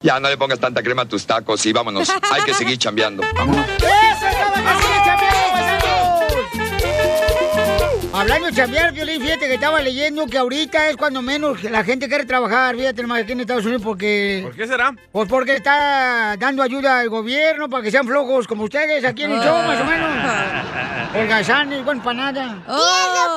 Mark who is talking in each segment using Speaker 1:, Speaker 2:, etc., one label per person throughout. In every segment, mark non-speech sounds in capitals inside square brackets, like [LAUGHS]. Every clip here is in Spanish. Speaker 1: Ya no le pongas tanta crema a tus tacos y vámonos. Hay que seguir chambeando. Vámonos.
Speaker 2: Hablando de chambear, Piolín, fíjate que estaba leyendo que ahorita es cuando menos la gente quiere trabajar, fíjate nomás aquí en Estados Unidos porque...
Speaker 3: ¿Por qué será?
Speaker 2: Pues porque está dando ayuda al gobierno para que sean flojos como ustedes aquí en el show, más o menos. Holgazanes, bueno, para nada. No, no,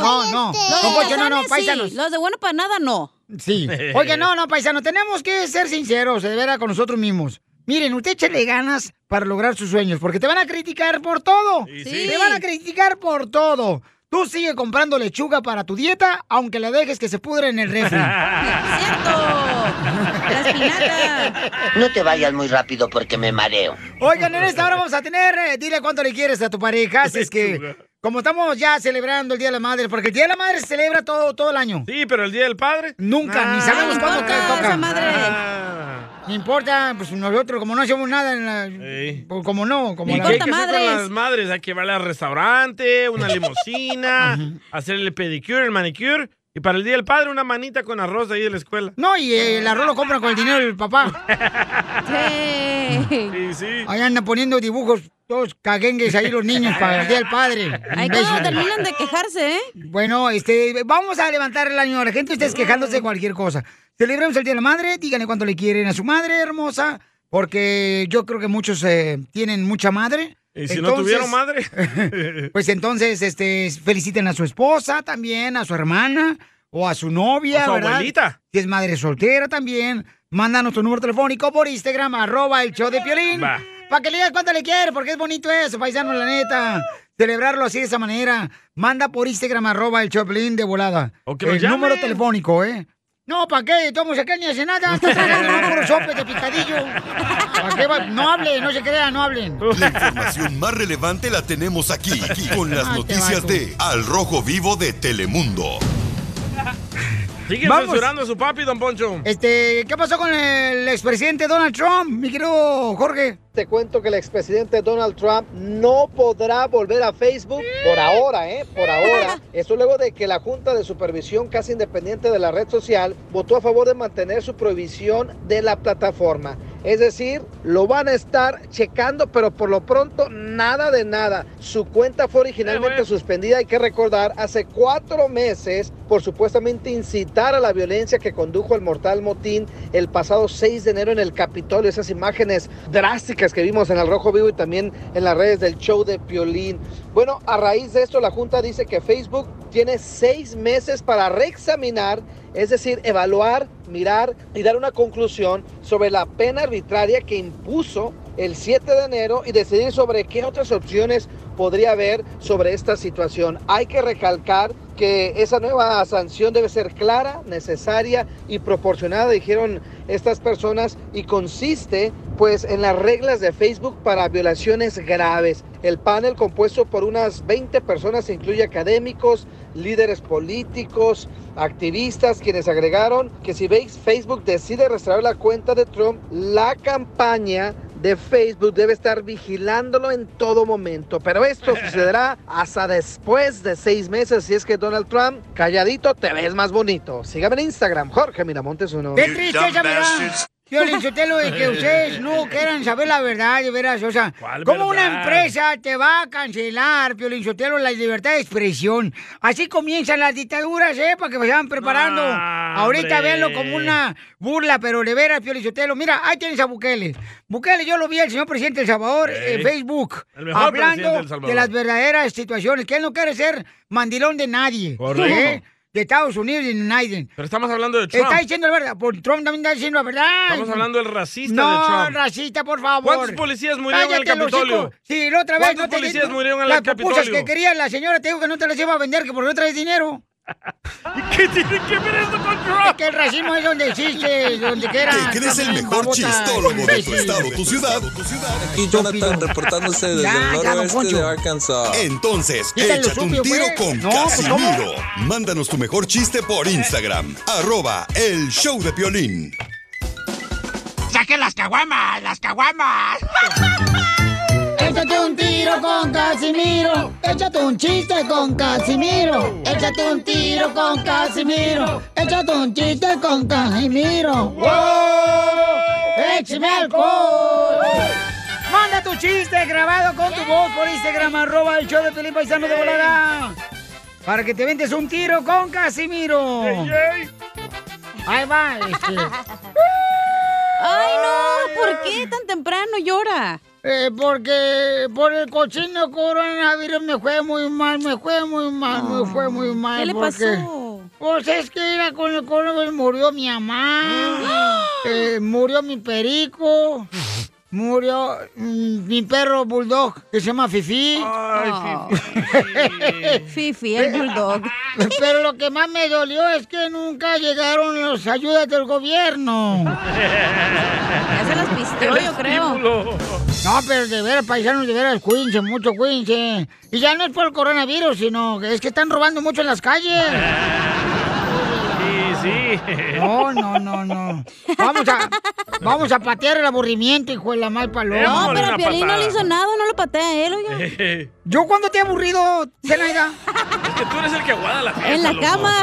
Speaker 4: Oh. Los
Speaker 2: no, cocho, no, no,
Speaker 4: holgazanes sí,
Speaker 2: paisanos.
Speaker 4: Los de bueno para nada, no.
Speaker 3: [LAUGHS]
Speaker 2: Sí.
Speaker 3: Eh.
Speaker 5: [LAUGHS]
Speaker 2: Oiga, no, no, paisano, tenemos que ser sinceros, de veras, con nosotros mismos. Miren, usted échale ganas para lograr sus sueños, porque te van a criticar por todo.
Speaker 4: sí.
Speaker 2: Te van a criticar por todo. Tú sigue comprando lechuga para tu dieta, aunque la dejes que se pudre en
Speaker 6: [LAUGHS]
Speaker 2: el refri. [LAUGHS]
Speaker 7: No te vayas muy rápido porque me mareo.
Speaker 2: Oigan, en esta hora vamos a tener, eh, dile cuánto le quieres a tu pareja, así es que... Como estamos ya celebrando el Día de la Madre, porque el Día de la Madre se celebra todo, todo el año.
Speaker 3: Sí, pero el Día del Padre.
Speaker 2: Nunca,
Speaker 3: Ah.
Speaker 2: ni sabemos
Speaker 3: Ni
Speaker 2: cuándo
Speaker 3: toca
Speaker 2: te toca.
Speaker 3: esa madre.
Speaker 2: No importa, pues nosotros como no hacemos nada en la...
Speaker 3: Sí.
Speaker 2: pues, Como no, como
Speaker 3: ¿Y
Speaker 2: la...
Speaker 3: qué hay que hacer con las madres? Hay que llevarla al restaurante,
Speaker 2: [LAUGHS]
Speaker 3: una limusina, hacerle el pedicure, el manicure. Y para el Día del Padre, una manita con arroz ahí de la escuela.
Speaker 2: No, y eh, el arroz lo compran con el dinero
Speaker 3: [LAUGHS]
Speaker 2: del papá.
Speaker 3: Sí, sí.
Speaker 2: Ahí andan poniendo dibujos, todos caguengues ahí los niños para el Día del Padre.
Speaker 4: Ahí cuando terminan de quejarse, ¿eh?
Speaker 2: Bueno, este, vamos a levantar el ánimo a la gente, ustedes quejándose de cualquier cosa. Celebremos el Día de la Madre, díganle cuánto le quieren a su madre hermosa, porque yo creo que muchos eh, tienen mucha madre.
Speaker 3: Y si no tuvieron
Speaker 2: [LAUGHS]
Speaker 3: madre.
Speaker 2: Pues entonces, este, feliciten a su esposa también, a su hermana o a su novia,
Speaker 3: O su
Speaker 2: ¿verdad?
Speaker 3: abuelita.
Speaker 2: Si es madre soltera también, mándanos tu número telefónico por Instagram, arroba el show de Piolín.
Speaker 3: Va.
Speaker 2: Para que le digas cuánto le quieres, porque es bonito eso, paisano, la neta. Celebrarlo así de esa manera. Manda por Instagram, arroba el show de Piolín de volada.
Speaker 3: que nos
Speaker 2: el número
Speaker 3: llamen.
Speaker 2: telefónico, ¿eh? No, ¿para qué? Tomo acá ni hace nada. Está tragando puros sopes de picadillo. ¿Para qué va? No hablen, no se crean, no hablen.
Speaker 8: La información más relevante la tenemos aquí, aquí, con las
Speaker 2: Ah, te
Speaker 8: noticias
Speaker 2: vato.
Speaker 8: de Al Rojo Vivo de Telemundo.
Speaker 3: Sigue
Speaker 2: Vamos.
Speaker 3: censurando a su papi, don Poncho.
Speaker 2: Este, ¿qué pasó con el expresidente Donald Trump, mi querido Jorge?
Speaker 9: Te cuento que el expresidente Donald Trump no podrá volver a Facebook por ahora, ¿eh? Por ahora. Eso luego de que la Junta de Supervisión casi independiente de la red social votó a favor de mantener su prohibición de la plataforma. Es decir, lo van a estar checando, pero por lo pronto nada de nada. Su cuenta fue originalmente suspendida, hay que recordar, hace cuatro meses por supuestamente incitar a la violencia que condujo al mortal motín el pasado 6 de enero en el Capitolio. Esas imágenes drásticas que vimos en el Rojo Vivo y también en las redes del show de Piolín. Bueno, a raíz de esto la Junta dice que Facebook tiene seis meses para reexaminar, es decir, evaluar, mirar y dar una conclusión sobre la pena arbitraria que impuso el 7 de enero y decidir sobre qué otras opciones podría haber sobre esta situación. Hay que recalcar que esa nueva sanción debe ser clara, necesaria y proporcionada, dijeron estas personas, y consiste pues en las reglas de Facebook para violaciones graves. El panel compuesto por unas 20 personas incluye académicos, líderes políticos, activistas, quienes agregaron que si veis Facebook decide restaurar la cuenta de Trump, la campaña de Facebook debe estar vigilándolo en todo momento. Pero esto sucederá hasta después de seis meses. Si es que Donald Trump, calladito, te ves más bonito. Sígame en Instagram, Jorge Miramontes uno.
Speaker 2: ¡Qué tristeza me da! Yo le lo de
Speaker 3: [LAUGHS]
Speaker 2: que ustedes no quieran saber la verdad, de veras, o sea,
Speaker 3: ¿Cuál
Speaker 2: ¿cómo una
Speaker 3: verdad?
Speaker 2: empresa te va a cancelar, Piolín Sotelo, la libertad de expresión? Así comienzan las dictaduras, ¿eh? Para que vayan preparando.
Speaker 3: No,
Speaker 2: Ahorita
Speaker 3: hombre.
Speaker 2: véanlo como una burla, pero de veras, Piolín Sotelo, mira, ahí tienes a Bukele. Bukele, yo lo vi al señor presidente del Salvador
Speaker 3: Sí.
Speaker 2: en Facebook,
Speaker 3: El mejor presidente
Speaker 2: hablando
Speaker 3: del Salvador.
Speaker 2: de las verdaderas situaciones, que él no quiere ser mandilón de nadie.
Speaker 3: Correcto.
Speaker 2: ¿eh? De Estados Unidos y de Naiden.
Speaker 3: Pero estamos hablando de Trump.
Speaker 2: Está diciendo la verdad. Por Trump también está diciendo la verdad.
Speaker 3: Estamos hablando del racista
Speaker 2: No,
Speaker 3: de Trump.
Speaker 2: racista, por favor.
Speaker 3: ¿Cuántos policías murieron en el
Speaker 2: Cállate, hocico.
Speaker 3: Capitolio?
Speaker 2: Sí, la otra vez.
Speaker 3: ¿Cuántos
Speaker 2: te-
Speaker 3: policías murieron en
Speaker 2: las
Speaker 3: el
Speaker 2: pupusas
Speaker 3: Capitolio?
Speaker 2: que quería la señora te digo que no te las iba a vender, que por no
Speaker 3: [LAUGHS]
Speaker 2: traes dinero.
Speaker 3: ¿Qué tiene que ver esto con
Speaker 2: Es
Speaker 3: Trump?
Speaker 2: que el racismo es donde existe, donde quiera.
Speaker 8: ¿Te crees el
Speaker 2: También,
Speaker 8: mejor
Speaker 2: babota,
Speaker 8: chistólogo de tu
Speaker 2: imbécil.
Speaker 8: estado, tu ciudad?
Speaker 10: Aquí Jonathan reportándose desde
Speaker 2: Ya, ya,
Speaker 10: el
Speaker 2: don
Speaker 10: noroeste
Speaker 2: Poncho.
Speaker 10: de Arkansas.
Speaker 8: Entonces,
Speaker 2: Quítalo,
Speaker 8: échate
Speaker 2: sucio,
Speaker 8: un tiro
Speaker 2: pues.
Speaker 8: con
Speaker 2: No, pues, ¿cómo?
Speaker 8: Casimiro. Mándanos tu mejor chiste por Instagram, arroba el show de Piolín.
Speaker 2: Échate un tiro con Casimiro. Échate un chiste con Casimiro. Échate un tiro con Casimiro. Échate un chiste con Casimiro. ¡Wow! ¡Échame alcohol! Manda tu chiste grabado con tu voz por Instagram, arroba el show de Felipe Paisano de Volada. Para que te ventes un tiro con Casimiro. Ahí va, este.
Speaker 4: Ay, no, ¿por qué tan temprano llora?
Speaker 2: Eh, porque por el cochino coronavirus me fue muy mal, me fue muy mal, me fue muy mal.
Speaker 4: ¿Qué le
Speaker 2: porque-
Speaker 4: pasó?
Speaker 2: Pues es que era con el coronavirus murió
Speaker 4: [GASPS]
Speaker 2: mi mamá, eh, murió mi perico, murió mm, mi perro bulldog que se llama Fifi.
Speaker 4: Oh,
Speaker 2: [LAUGHS]
Speaker 4: Fifi, el bulldog.
Speaker 2: Pero lo que más me dolió es que nunca llegaron las ayudas del gobierno.
Speaker 4: [LAUGHS] Ya se las pisteó, yo creo.
Speaker 2: No, pero de veras, paisanos, de veras, cuídense, mucho cuídense. Y ya no es por el coronavirus, sino que es que están robando mucho en las calles.
Speaker 4: [LAUGHS]
Speaker 3: Sí, sí.
Speaker 2: No, no, no,
Speaker 3: [LAUGHS]
Speaker 2: no. Vamos a, vamos a patear el aburrimiento, hijo de la mal paloma.
Speaker 4: No,
Speaker 3: Démosle
Speaker 4: pero
Speaker 3: una
Speaker 4: Piolín no
Speaker 3: patada.
Speaker 4: le hizo nada, no lo patea a él, oiga.
Speaker 3: [LAUGHS] Es que
Speaker 2: ¿Yo cuando te he aburrido, Zenaida?
Speaker 3: tú eres el que aguada la fiesta,
Speaker 4: En la
Speaker 3: loco.
Speaker 4: cama.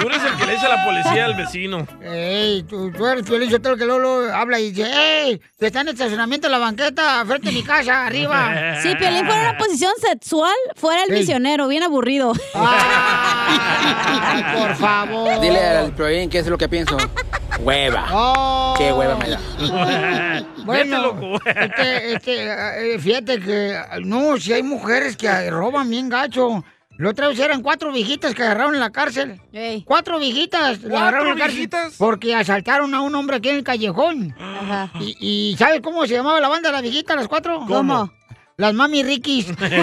Speaker 3: Tú eres el que le dice a la policía al vecino.
Speaker 2: Ey, tú, tú eres Piolín Sotelo que Lolo habla y dice, ¡Ey! Que está en estacionamiento en la banqueta, frente a mi casa, arriba.
Speaker 4: Si Piolín fuera una posición sexual, fuera el
Speaker 2: Ey.
Speaker 4: misionero, bien aburrido.
Speaker 2: Ay, [LAUGHS] por favor.
Speaker 11: Dile al Piolín qué es lo que pienso. Hueva.
Speaker 2: Oh.
Speaker 11: Qué hueva me da.
Speaker 3: Vete,
Speaker 2: Bueno,
Speaker 3: loco.
Speaker 2: este, este, eh, fíjate que, no, si hay mujeres que roban bien gacho. La otra vez eran cuatro viejitas que agarraron en la cárcel.
Speaker 4: Ey,
Speaker 2: Cuatro viejitas. la agarraron en la cárcel
Speaker 3: viejitas?
Speaker 2: Porque asaltaron a un hombre aquí en el callejón.
Speaker 4: ajá.
Speaker 2: Y, y ¿sabes cómo se llamaba la banda, las viejitas, las cuatro?
Speaker 4: ¿Cómo?
Speaker 2: Las Mami
Speaker 3: [LAUGHS]
Speaker 2: Rikis.
Speaker 4: [LAUGHS] Mami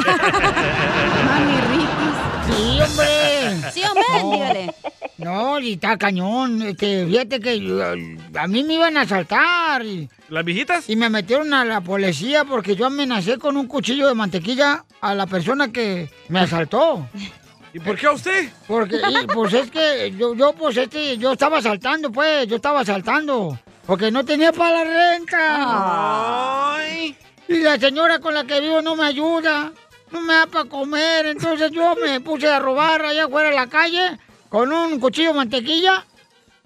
Speaker 4: Riquis.
Speaker 2: Sí, hombre.
Speaker 4: Sí, hombre, dígale.
Speaker 2: No, y está cañón. Este, fíjate que eh, a mí me iban a asaltar. Y,
Speaker 3: ¿Las viejitas?
Speaker 2: Y me metieron a la policía porque yo amenacé con un cuchillo de mantequilla a la persona que me asaltó.
Speaker 3: ¿Y por qué a usted?
Speaker 2: Porque, y, pues es que yo, yo, pues este, yo estaba asaltando, pues, yo estaba asaltando. Porque no tenía para la renta.
Speaker 3: Ay.
Speaker 2: Y la señora con la que vivo no me ayuda, no me da para comer. Entonces yo me puse a robar allá afuera de la calle con un cuchillo de mantequilla.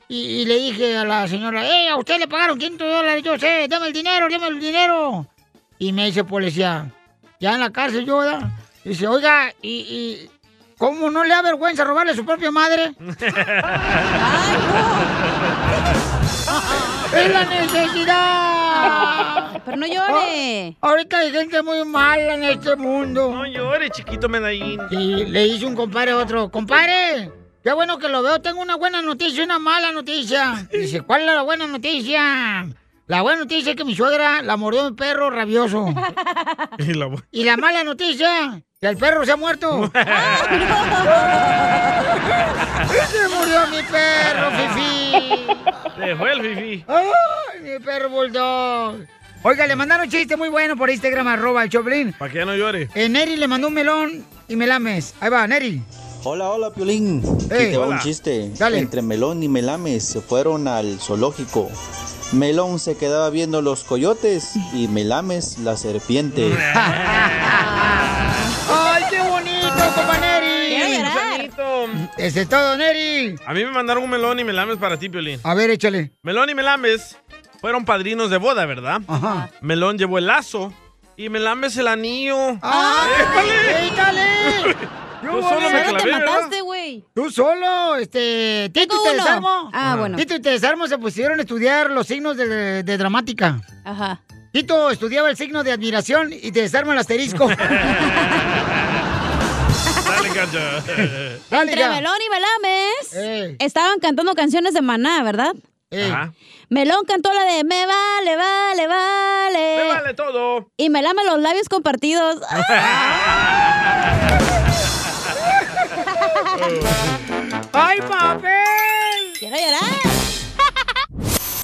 Speaker 2: Y, y le dije a la señora, hey, a usted le pagaron 500 dólares, yo sé, dame el dinero, dame el dinero. Y me dice policía, ya en la cárcel yo, ¿verdad? Dice, oiga, y, y ¿cómo no le da vergüenza robarle a su propia madre?
Speaker 4: Ay, no.
Speaker 2: [LAUGHS] ¡Es la necesidad! Oh,
Speaker 4: Pero no llore.
Speaker 2: Ahorita hay gente muy mala en este mundo.
Speaker 3: No llores, chiquito Medellín.
Speaker 2: Y le hice un compadre a otro, compadre, qué bueno que lo veo, tengo una buena noticia y una mala noticia. Dice, ¿cuál es la buena noticia? La buena noticia es que mi suegra la mordió un perro rabioso.
Speaker 3: Y la voz.
Speaker 2: Y la mala noticia, que el perro se ha
Speaker 3: [LAUGHS]
Speaker 2: muerto. [LAUGHS] se murió mi perro, Fifi.
Speaker 3: Le fue el fifi.
Speaker 2: ¡Ay, mi perro bulldog! Oiga, le mandaron chiste muy bueno por Instagram, arroba el Choplin.
Speaker 3: Para que ya no llore.
Speaker 2: Eh, Neri le mandó un melón y melames. Ahí va, Neri. Eh.
Speaker 12: Hola, hola, Piolín. Aquí
Speaker 2: Ey,
Speaker 12: te va
Speaker 3: hola.
Speaker 12: un chiste.
Speaker 2: Dale.
Speaker 12: Entre Melón y Melames se fueron al zoológico. Melón se quedaba viendo los coyotes y Melames la
Speaker 2: [LAUGHS]
Speaker 12: serpiente.
Speaker 2: ¡Ay, qué bonito, compa
Speaker 4: Quiero
Speaker 2: Neri!
Speaker 4: llorar.
Speaker 2: Ese es todo, Neri.
Speaker 3: A mí me mandaron un melón y melames para ti, Piolín.
Speaker 2: A ver, échale.
Speaker 3: Melón y melames fueron padrinos de boda, ¿verdad?
Speaker 2: Ajá.
Speaker 3: Melón llevó el lazo y melames el anillo.
Speaker 2: Ah, ¡Ay,
Speaker 3: [LAUGHS]
Speaker 2: échale!
Speaker 3: Yo solo me
Speaker 4: Solo te
Speaker 3: clavé, ¿verdad?
Speaker 4: mataste, güey.
Speaker 2: Tú solo, este. Tito y
Speaker 4: Tengo
Speaker 2: te
Speaker 4: uno.
Speaker 2: desarmo.
Speaker 4: Ah, bueno.
Speaker 2: Tito y te desarmo se pusieron a estudiar los signos de, de dramática.
Speaker 4: Ajá.
Speaker 2: Tito estudiaba el signo de admiración y te desarmo el
Speaker 3: [LAUGHS]
Speaker 2: asterisco.
Speaker 3: Dale, cacha.
Speaker 2: Dale,
Speaker 4: Entre
Speaker 2: ya.
Speaker 4: Melón y Melames
Speaker 2: Ey.
Speaker 4: estaban cantando canciones de Maná, ¿verdad?
Speaker 2: Ey.
Speaker 3: Ajá.
Speaker 4: Melón cantó la de Me vale, vale, vale.
Speaker 3: Me vale todo.
Speaker 4: Y me lame los labios compartidos.
Speaker 2: ¡Ay, papel!
Speaker 4: Quiero llorar.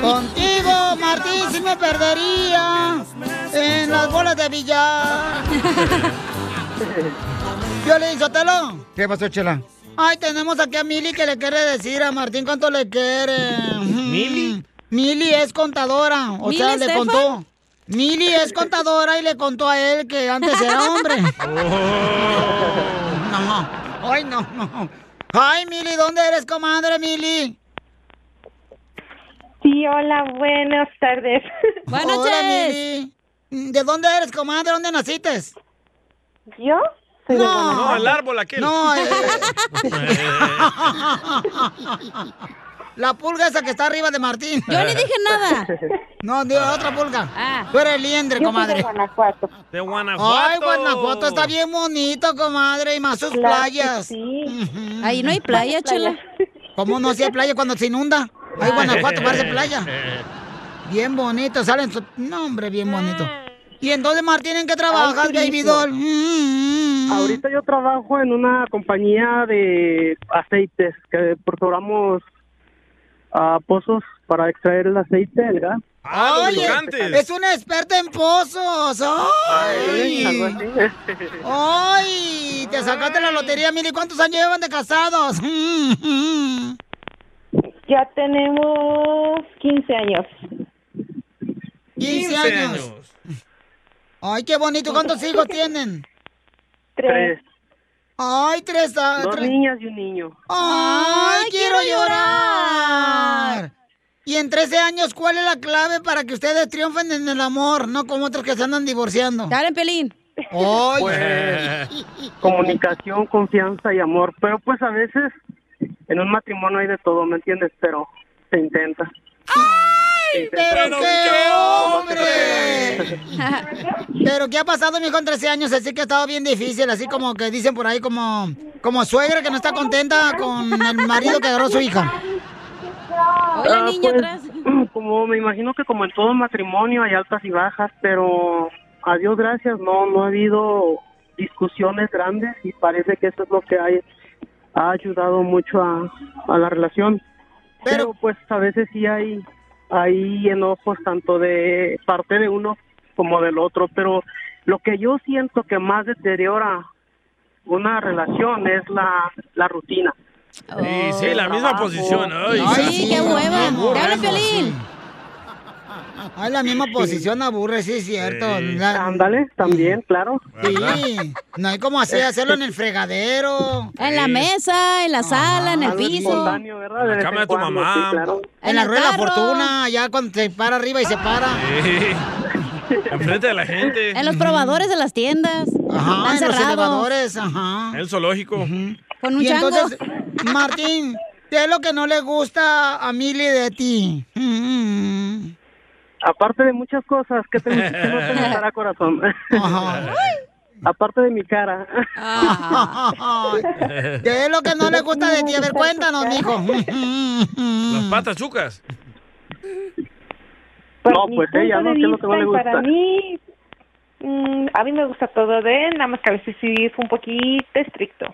Speaker 2: Contigo, Martín, sí me perdería en las bolas de billar. Violín Sotelo. ¿Qué pasó, Chela? Ay, tenemos aquí a Mili que le quiere decir a Martín cuánto le quiere. ¿Mili? Mili es contadora, o
Speaker 4: ¿Mili
Speaker 2: sea, le
Speaker 4: Estefan?
Speaker 2: contó. Mili es contadora y le contó a él que antes era
Speaker 3: [LAUGHS]
Speaker 2: hombre.
Speaker 3: Oh.
Speaker 2: No, ay, no, no. Ay, Mili, ¿dónde eres, comadre, Mili?
Speaker 13: Sí, hola, buenas tardes.
Speaker 2: [LAUGHS] Buenas noches. ¿De dónde eres, comadre? ¿Dónde naciste?
Speaker 13: ¿Yo?
Speaker 2: No,
Speaker 3: No, el árbol aquel.
Speaker 2: No, eh, la pulga esa que está arriba de Martín.
Speaker 3: Yo ni dije nada.
Speaker 2: No, de otra pulga.
Speaker 4: Ah.
Speaker 2: Tú eres
Speaker 13: Ah,
Speaker 2: liendre,
Speaker 3: Yo soy de
Speaker 2: comadre.
Speaker 13: Guanajuato.
Speaker 3: De Guanajuato.
Speaker 2: Ay, Guanajuato está bien bonito, comadre, y más sus
Speaker 4: Claro que
Speaker 2: playas.
Speaker 4: Ahí no hay playa,
Speaker 2: Más playa.
Speaker 4: chela.
Speaker 2: ¿Cómo no hacía playa cuando se inunda? Ay,
Speaker 6: Ah.
Speaker 2: Guanajuato parece [LAUGHS] playa. Bien bonito, salen su... No, hombre, bien bonito. ¿Y entonces, Martín, en qué trabajas, baby doll?
Speaker 14: Ahorita yo trabajo en una compañía de aceites que procuramos ah, pozos para extraer el aceite, ¿verdad?
Speaker 2: Oye, es un experto en pozos.
Speaker 14: Ay, algo
Speaker 2: ¡Ay! ¡Ay! Te sacaste la lotería, mire, ¿cuántos años llevan de casados? [LAUGHS]
Speaker 13: Ya tenemos 15 años.
Speaker 2: 15 años. Ay, qué bonito. ¿Cuántos hijos tienen?
Speaker 14: Tres.
Speaker 2: Ay, tres. ah,
Speaker 14: Dos
Speaker 2: tres.
Speaker 14: niñas y un niño.
Speaker 2: Ay,
Speaker 14: Ay,
Speaker 2: quiero
Speaker 14: quiero
Speaker 2: llorar. Y en 13 años, ¿cuál es la clave para que ustedes triunfen en el amor? No como otros que se andan divorciando. Dale, Pelín. Ay.
Speaker 14: Pues, comunicación, confianza y amor. Pero pues a veces en un matrimonio hay de todo, ¿me entiendes? Pero se intenta. ¡Ay!
Speaker 2: Pero qué hombre. Pero qué ha pasado, mijo, en 13 años, así que ha estado bien difícil, así como que dicen por ahí como como suegra que no está contenta con el marido que agarró su hija.
Speaker 14: Ah, pues, [CLEARS THROAT] Como me imagino que como en todo matrimonio hay altas y bajas, pero a Dios gracias no no ha habido discusiones grandes y parece que eso es lo que hay, ha ayudado mucho a, a la relación. Pero, pues a veces sí hay hay enojos tanto de parte de uno como del otro, pero lo que yo siento que más deteriora una relación es la, la rutina.
Speaker 3: Sí, sí, la misma posición. Ay,
Speaker 2: Ay, qué hueva.
Speaker 3: Aburre
Speaker 2: Te habla
Speaker 3: eso.
Speaker 2: Piolín. Ay, la misma posición aburre, sí, es cierto. La-
Speaker 14: Ándale, también, claro.
Speaker 2: sí, no hay como así hacerlo en el fregadero.
Speaker 4: En la mesa, en la sala, en el
Speaker 2: algo
Speaker 4: piso.
Speaker 2: espontáneo,
Speaker 14: En
Speaker 3: la cama de tu mamá.
Speaker 2: En la rueda de la fortuna, ya cuando se para arriba y se para.
Speaker 3: Sí. Enfrente de la gente.
Speaker 4: En los probadores de las tiendas.
Speaker 2: Ajá,
Speaker 4: Están
Speaker 2: en los
Speaker 4: cerrados.
Speaker 2: elevadores, ajá.
Speaker 3: El zoológico.
Speaker 4: Con un
Speaker 2: y
Speaker 4: chango.
Speaker 2: entonces, Martín, ¿qué es lo que no le gusta a Mili de ti?
Speaker 14: Aparte de muchas cosas que tengo que no te
Speaker 3: [LAUGHS]
Speaker 14: gustará, corazón. [LAUGHS] Aparte de mi cara. [LAUGHS]
Speaker 2: ¿Qué es lo que no le gusta de ti? A ver, cuéntanos,
Speaker 14: [LAUGHS]
Speaker 2: mijo.
Speaker 3: Las patas chucas.
Speaker 14: No, pues
Speaker 13: Punto
Speaker 14: ella, ¿no?
Speaker 13: de
Speaker 14: ¿Qué es lo que no
Speaker 13: vista,
Speaker 14: le
Speaker 13: y Para
Speaker 14: gusta?
Speaker 13: mí, mm, a mí me gusta todo de él, nada más que a veces sí es un poquito estricto.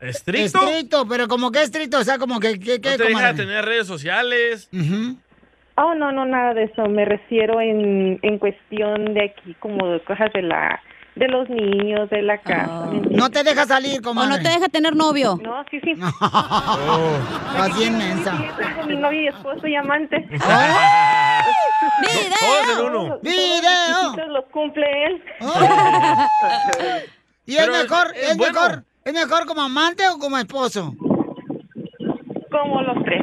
Speaker 3: ¿Estricto?
Speaker 2: Estricto, pero como que estricto, o sea, como que... que, que
Speaker 3: No te deja
Speaker 2: comadre?
Speaker 3: tener redes sociales.
Speaker 13: Oh, no, no, nada de eso. Me refiero en, en cuestión de aquí, como de cosas de la de los niños, de la casa. ¿me entiendes?
Speaker 2: No te deja salir, comadre.
Speaker 13: no te
Speaker 2: deja tener novio.
Speaker 13: No, sí,
Speaker 2: [LAUGHS]
Speaker 13: sí.
Speaker 2: Así inmensa.
Speaker 13: Yo tengo mi novio y esposo y
Speaker 2: [LAUGHS]
Speaker 13: amante. [LAUGHS]
Speaker 3: Todos en uno.
Speaker 2: Ah. ¡Video!
Speaker 13: Los cumple él.
Speaker 2: [LAUGHS] ¿Y es
Speaker 13: Pero
Speaker 2: mejor,
Speaker 13: es eh,
Speaker 2: es,
Speaker 13: bueno.
Speaker 2: mejor, es mejor como amante o como esposo?
Speaker 13: Como los tres.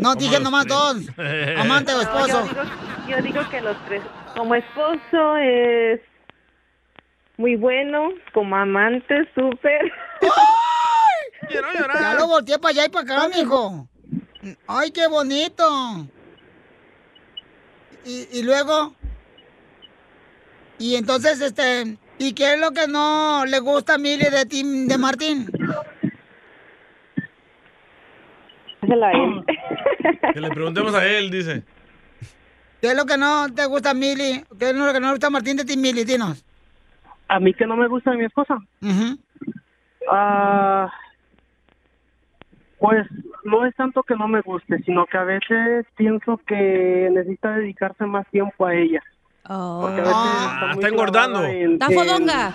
Speaker 2: No, dije nomás dos. Amante o
Speaker 13: No,
Speaker 2: esposo.
Speaker 13: yo, digo, yo digo que los tres. Como esposo es muy bueno, como amante
Speaker 12: [LAUGHS]
Speaker 13: súper.
Speaker 2: Ya lo volteé para allá y para acá, mijo. Ay, qué bonito. Y, y luego. Y entonces, este. ¿Y qué es lo que no le gusta a Mili de ti, de Martín?
Speaker 3: Que le preguntemos a él, dice.
Speaker 2: ¿Qué es lo que no te gusta a Mili? ¿Qué es lo que no le gusta a Martín de ti, Mili? Dinos.
Speaker 14: A mí que no me gusta de mi esposa. Ah, Pues no es tanto que no me guste, sino que a veces pienso que necesita dedicarse más tiempo a ella. Porque a veces
Speaker 3: Ah,
Speaker 14: muy
Speaker 3: está engordando.
Speaker 14: clavada en-
Speaker 4: Está
Speaker 14: en-
Speaker 4: Oh. fodonga.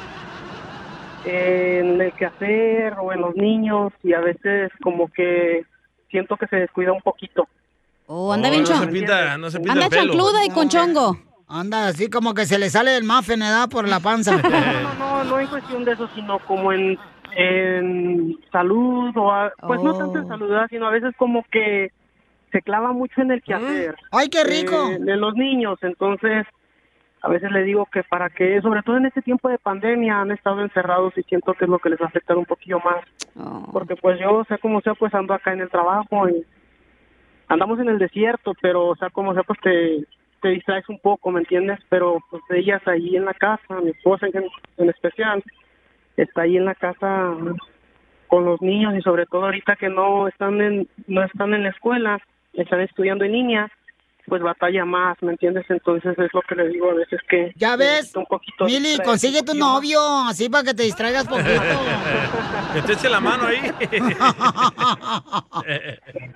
Speaker 14: en el quehacer o en los niños y a veces como que siento que se descuida un poquito.
Speaker 4: Oh, anda
Speaker 14: Oh,
Speaker 4: bien
Speaker 14: no se
Speaker 4: chon-
Speaker 14: pinta- no se pinta
Speaker 4: Anda
Speaker 14: el pelo.
Speaker 4: chancluda y con chongo.
Speaker 2: Anda así como que se le sale el muffin, ¿verdad? Por la panza.
Speaker 14: [LAUGHS] No, no, no en cuestión de eso, sino como en, en salud o a- pues no tanto
Speaker 2: Oh.
Speaker 14: en salud, ¿verdad? sino a veces como que se clava mucho en el quehacer.
Speaker 2: Mm. ¡Ay, qué rico!
Speaker 14: de los niños, entonces a veces le digo que para que, sobre todo en este tiempo de pandemia, han estado encerrados y siento que es lo que les va a afectar un poquillo más. Porque pues yo, sea como sea, pues ando acá en el trabajo y andamos en el desierto, pero sea como sea, pues te, te distraes un poco, ¿me entiendes? Pero pues ellas ahí en la casa, mi esposa en, en especial, está ahí en la casa con los niños y sobre todo ahorita que no están en, no están en la escuela, están estudiando en línea, pues batalla más, ¿me entiendes? Entonces es lo que le digo a veces que...
Speaker 2: Ya ves,
Speaker 14: un poquito
Speaker 2: Mili,
Speaker 14: distraer-
Speaker 2: consigue tu novio, así para que te distraigas poquito.
Speaker 3: Que te eche la mano ahí.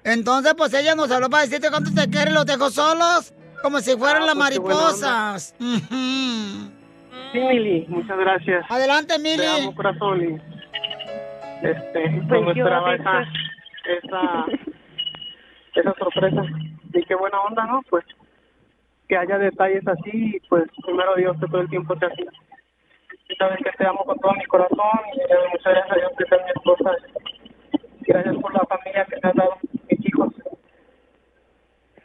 Speaker 2: Entonces, pues ella nos habló para decirte cuánto te quiere y los dejo solos, como si fueran las
Speaker 14: pues, qué buena
Speaker 2: mariposas. Ujú.
Speaker 14: Sí, Mili, muchas gracias.
Speaker 2: Adelante, Mili.
Speaker 14: Te amo, corazón. y, Este,
Speaker 2: Pues
Speaker 14: no me
Speaker 2: yo,
Speaker 14: esperaba
Speaker 2: de
Speaker 14: esa,
Speaker 2: hecho.
Speaker 14: esa, esa sorpresa. Y qué buena onda, ¿no? Pues que haya detalles así, pues primero Dios que todo el tiempo te así. Y sabes que te amo con todo mi corazón y le doy muchas gracias a Dios que seas mi esposa. Gracias por la familia que te has dado, mis hijos.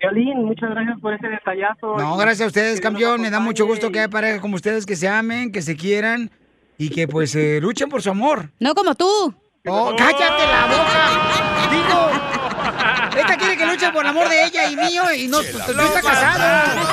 Speaker 14: Violín, muchas gracias por ese detallazo.
Speaker 2: No, gracias a ustedes, campeón. Me da mucho gusto que haya parejas como ustedes que se amen, que se quieran y que pues eh, luchen por su amor.
Speaker 4: No como tú.
Speaker 2: Oh, cállate la boca. Digo, esta quiere que luche por el amor de ella y mío y no, pues, no está casada. [LAUGHS]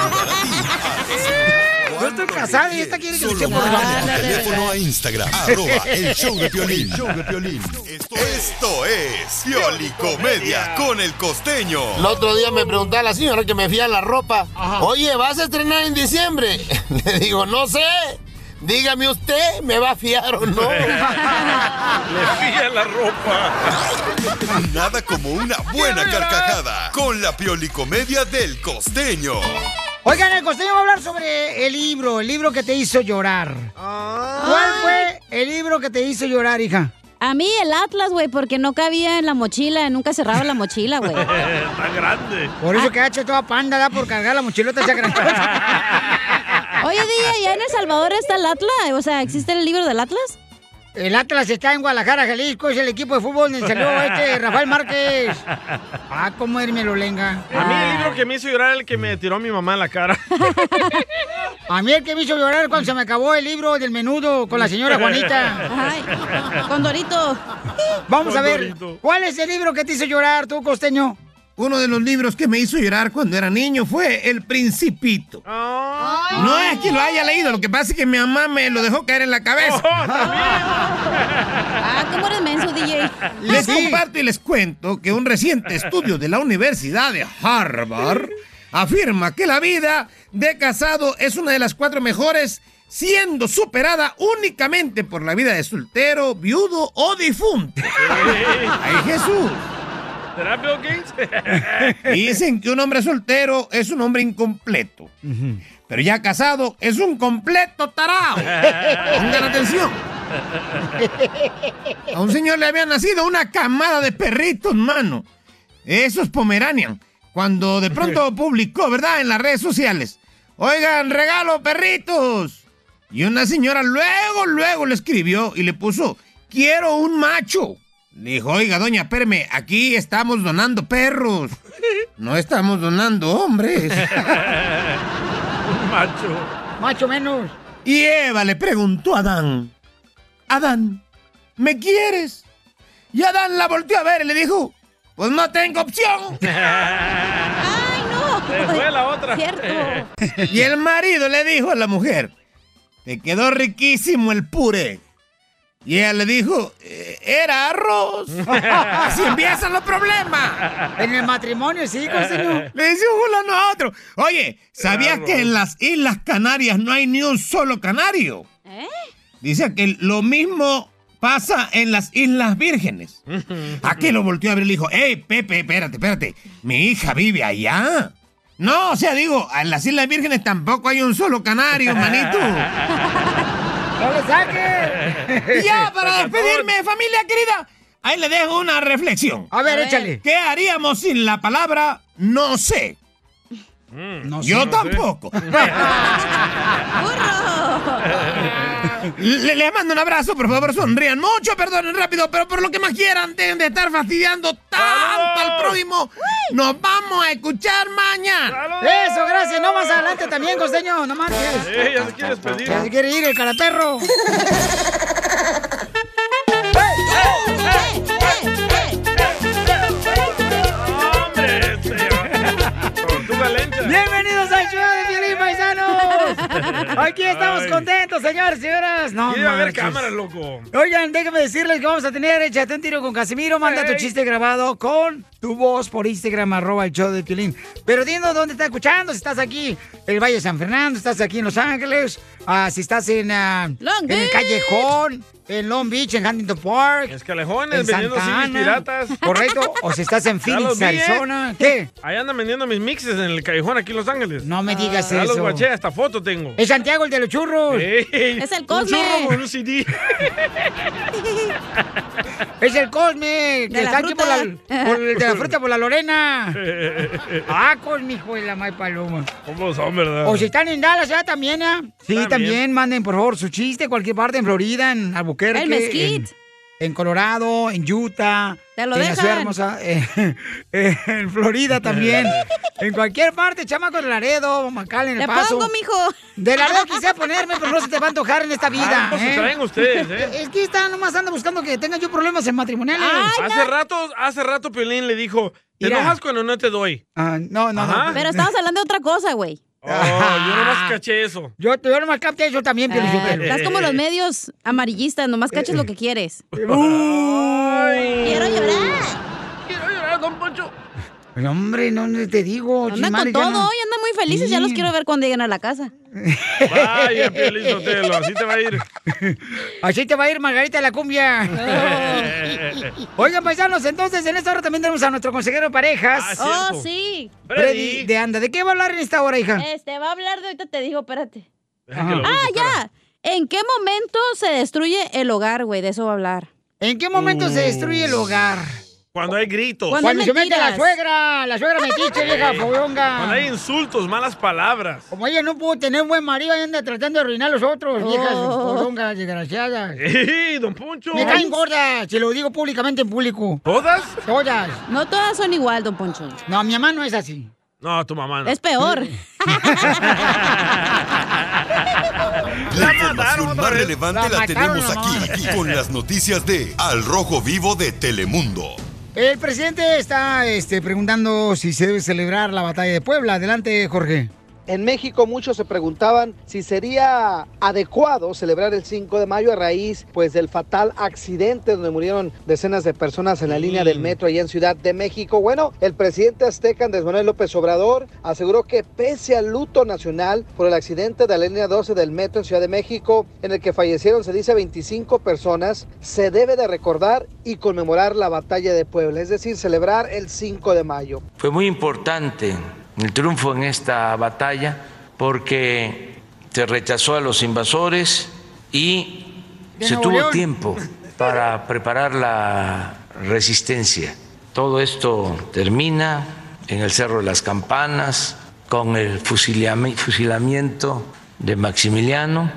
Speaker 2: Yo estoy casada y esta quiere que luche por el
Speaker 8: Tu
Speaker 2: amor.
Speaker 8: teléfono a Instagram, arroba el show de Piolín. Show de Piolín. Esto, esto es Pioli Comedia con el costeño.
Speaker 15: El otro día me preguntaba la señora que me fía la ropa.
Speaker 8: Ajá.
Speaker 15: Oye, ¿vas a estrenar en
Speaker 16: [LAUGHS]
Speaker 15: diciembre? Le digo, no sé. Dígame usted, ¿me va a fiar o
Speaker 2: [LAUGHS]
Speaker 15: no?
Speaker 3: fía la
Speaker 8: ropa. Nada como una buena carcajada con la Pioli Comedia del costeño.
Speaker 2: Oigan, el costeño va a hablar sobre el libro, el libro que te hizo llorar. ¿Cuál
Speaker 4: [LAUGHS]
Speaker 2: fue el libro que te hizo llorar, hija?
Speaker 4: A mí el Atlas, güey, porque no cabía en la mochila, nunca cerraba la
Speaker 3: [LAUGHS]
Speaker 4: mochila, güey.
Speaker 3: Está grande.
Speaker 2: Por eso que ha hecho toda panda, da por cargar la mochilota esa gran-
Speaker 4: Oye, DJ, ¿ya en El Salvador está el Atlas? O sea, ¿existe el libro del Atlas?
Speaker 2: El Atlas está en Guadalajara, Jalisco, es el equipo de fútbol donde salió este Rafael Márquez. Ah, cómo irme lo lenga.
Speaker 3: A mí el libro que me hizo llorar es el que me tiró mi mamá en la cara. [LAUGHS]
Speaker 2: A mí el que me hizo llorar cuando se me acabó el libro del menudo [LAUGHS] con la señora Juanita.
Speaker 4: Ay,
Speaker 6: [LAUGHS]
Speaker 4: con Dorito.
Speaker 2: Vamos a
Speaker 4: Con
Speaker 2: ver,
Speaker 4: Dorito.
Speaker 2: ¿cuál es el libro que te hizo llorar tú, costeño?
Speaker 16: Uno de los libros que me hizo llorar cuando era niño fue El Principito. No es que lo haya leído, lo que pasa es que mi mamá me lo dejó caer en la cabeza.
Speaker 2: Oh,
Speaker 4: Ah, ¿cómo eres menso, DJ?
Speaker 16: Les
Speaker 3: [LAUGHS]
Speaker 16: comparto y les cuento que un reciente estudio de la Universidad de Harvard afirma que la vida de casado es una de las cuatro mejores, siendo superada únicamente por la vida de soltero, viudo o difunto. ¡Ay, Jesús!
Speaker 3: ¿Será Bill Gates?
Speaker 16: Dicen que un hombre soltero es un hombre incompleto. Pero ya casado es un completo tarao. Pongan atención. A un señor le había nacido una camada de perritos, mano. Esos Pomeranian. Cuando de pronto publicó, ¿verdad? En las redes sociales. Oigan, regalo, perritos. Y una señora luego, luego le escribió y le puso, quiero un macho. Le dijo, oiga, doña Perme, aquí estamos donando perros. No estamos donando hombres.
Speaker 3: Un macho.
Speaker 2: Macho menos.
Speaker 16: Y Eva le preguntó a Adán, Adán, ¿me quieres? Y Adán la volteó a ver y le dijo, pues no tengo
Speaker 6: [LAUGHS]
Speaker 16: opción.
Speaker 4: ¡Ay, no!
Speaker 3: Se fue la otra.
Speaker 4: Cierto.
Speaker 16: Y el marido le dijo a la mujer, te quedó riquísimo el puré. Y ella le dijo, "Eh, era arroz. Así empiezan los problemas.
Speaker 2: En el matrimonio, sí, costeño.
Speaker 16: Le dice un fulano a otro, oye, ¿sabías que en las Islas Canarias no hay ni un solo canario? Dice que lo mismo
Speaker 17: pasa en las Islas Vírgenes.
Speaker 16: Ah,
Speaker 17: Aquel lo volteó a ver y le dijo, hey, Pepe, espérate, espérate, mi hija vive allá. No, o sea, digo, en las Islas Vírgenes tampoco hay un solo canario, manito.
Speaker 2: ¡No le saque!
Speaker 17: Y [LAUGHS] ya, para despedirme, familia querida, ahí le dejo una reflexión.
Speaker 2: A ver, échale.
Speaker 17: ¿Qué haríamos sin la palabra no sé? Yo tampoco. Le- Les mando un abrazo, por favor, sonrían mucho, perdonen rápido, pero por lo que más quieran, dejen de estar fastidiando tanto al prójimo. Nos vamos a escuchar mañana.
Speaker 2: Eso, gracias. No más adelante también, costeño. No marches.
Speaker 3: Eh, ya se quiere despedir.
Speaker 2: Ya se quiere ir el caraperro. Bienvenidos al show de Violín Paisanos. Aquí estamos
Speaker 3: Ay.
Speaker 2: contentos, señores y señoras. No,
Speaker 3: Quiere haber
Speaker 2: marches.
Speaker 3: cámaras, loco.
Speaker 2: Oigan, déjenme decirles que vamos a tener Échate un tiro con Casimiro. Manda tu chiste grabado con tu voz por Instagram, arroba el show de Piolín. Pero dinos dónde estás escuchando. Si estás aquí en el Valle de San Fernando, estás aquí en Los Ángeles, ah, si estás en, ah, en el
Speaker 3: Beach.
Speaker 2: Callejón, en Long Beach, en Huntington Park.
Speaker 3: Escalejones,
Speaker 2: en
Speaker 3: vendiendo
Speaker 2: Santa
Speaker 3: CDs
Speaker 2: Ana.
Speaker 3: piratas.
Speaker 2: Correcto. O si estás en
Speaker 3: Ya los
Speaker 2: Phoenix,
Speaker 3: vi, ¿eh?
Speaker 2: Arizona. ¿Qué?
Speaker 3: Ahí andan vendiendo mis mixes en el callejón aquí en Los Ángeles.
Speaker 2: No me digas
Speaker 3: Ya los
Speaker 2: eso.
Speaker 3: guaché, hasta foto tengo.
Speaker 2: Es Santiago el de los churros.
Speaker 3: Es el Un Cosme. churro con un CD.
Speaker 2: [LAUGHS] es el Cosme.
Speaker 3: De
Speaker 2: Que
Speaker 3: la
Speaker 2: está aquí por la,
Speaker 3: fruta.
Speaker 2: por el de la fruta por
Speaker 3: [LAUGHS]
Speaker 2: la Lorena. ah, Cosme, hijo de la May Paloma.
Speaker 3: ¿Cómo son, verdad?
Speaker 2: O si están en Dallas ya también, ¿ah? Sí, también. manden por favor su chiste a cualquier parte en Florida, en Albuquerque.
Speaker 4: El Mesquite.
Speaker 2: En, en Colorado, en Utah.
Speaker 4: Te lo
Speaker 2: en la
Speaker 4: dejan.
Speaker 2: ciudad hermosa, [LAUGHS] eh, eh, en Florida también. en cualquier parte, chamaco de Laredo, Macal, en El
Speaker 4: Le
Speaker 2: Paso.
Speaker 4: pongo, mijo.
Speaker 2: De Laredo quise ponerme, pero no se te va a antojar en esta vida.
Speaker 3: Algo se Ah, pues traen ustedes, ¿eh?
Speaker 2: Es que están nomás anda buscando que tenga yo problemas en matrimoniales.
Speaker 3: hace rato, hace rato Piolín le dijo, te
Speaker 2: Mira. Ah,
Speaker 3: enojas cuando no te doy.
Speaker 2: no, no,
Speaker 3: Ajá.
Speaker 2: no.
Speaker 4: Pero estamos hablando de otra cosa, güey.
Speaker 3: Oh, yo
Speaker 2: Ah.
Speaker 3: nomás caché eso.
Speaker 2: Yo, yo nomás capté yo también, Piolín.
Speaker 4: Ah,
Speaker 2: Sotelo.
Speaker 4: Estás como los medios amarillistas, nomás cachas lo que quieres. Quiero llorar.
Speaker 3: Quiero llorar, don Poncho.
Speaker 2: No, hombre, no, no te digo.
Speaker 4: Andan con todo hoy, andan muy felices, ya los quiero ver cuando lleguen a la casa.
Speaker 3: Vaya, Piolín Sotelo, así te va a ir.
Speaker 2: Así te va a ir Margarita la
Speaker 3: [LAUGHS]
Speaker 2: cumbia. Oigan, paisanos, entonces en esta hora también tenemos a nuestro consejero de parejas.
Speaker 3: Ah,
Speaker 4: oh, sí.
Speaker 2: Ah, Freddy de Anda. ¿De qué va a hablar en esta hora, hija?
Speaker 4: Este, va a hablar de ahorita, te digo, espérate.
Speaker 2: Deja que lo
Speaker 4: Ah, ya. ¿En qué momento se destruye el hogar, güey? De eso va a hablar.
Speaker 2: ¿En qué momento se destruye el hogar?
Speaker 3: Cuando hay gritos.
Speaker 2: Cuando, se mete la suegra, la suegra metiche, vieja
Speaker 3: Sí. Cuando hay
Speaker 2: fogonga.
Speaker 3: insultos, malas palabras.
Speaker 2: Como ella no pudo tener un buen marido, ahí anda tratando de arruinar a los otros, viejas
Speaker 3: Oh.
Speaker 2: fogongas, desgraciadas.
Speaker 3: ¡Ey, don Poncho!
Speaker 2: Me caen gordas, se lo digo públicamente en público.
Speaker 3: ¿Todas?
Speaker 2: Todas.
Speaker 4: No todas son igual, don Poncho.
Speaker 2: No, mi mamá no es así.
Speaker 3: No, tu mamá no.
Speaker 4: Es peor.
Speaker 8: La información más relevante
Speaker 2: La
Speaker 8: la
Speaker 2: mataron,
Speaker 8: tenemos
Speaker 2: la
Speaker 8: aquí,
Speaker 2: mamaron.
Speaker 8: aquí, con las noticias de Al Rojo Vivo de Telemundo.
Speaker 2: [LAUGHS] El presidente está este, preguntando si se debe celebrar la batalla de Puebla. Adelante, Jorge.
Speaker 9: En México muchos se preguntaban si sería adecuado celebrar el 5 de mayo a raíz pues del fatal accidente donde murieron decenas de personas en la línea del metro allá en Ciudad de México. Bueno, el presidente azteca Andrés Manuel López Obrador aseguró que pese al luto nacional por el accidente de la línea 12 del metro en Ciudad de México en el que fallecieron se dice 25 personas, se debe de recordar y conmemorar la batalla de Puebla, es decir, celebrar el 5 de mayo.
Speaker 18: Fue muy importante el triunfo en esta batalla porque se rechazó a los invasores y
Speaker 19: De
Speaker 18: se
Speaker 19: Nuevo
Speaker 18: tuvo
Speaker 19: León.
Speaker 18: tiempo para preparar la resistencia. Todo esto termina en el Cerro de las Campanas, con el fusilami- fusilamiento de Maximiliano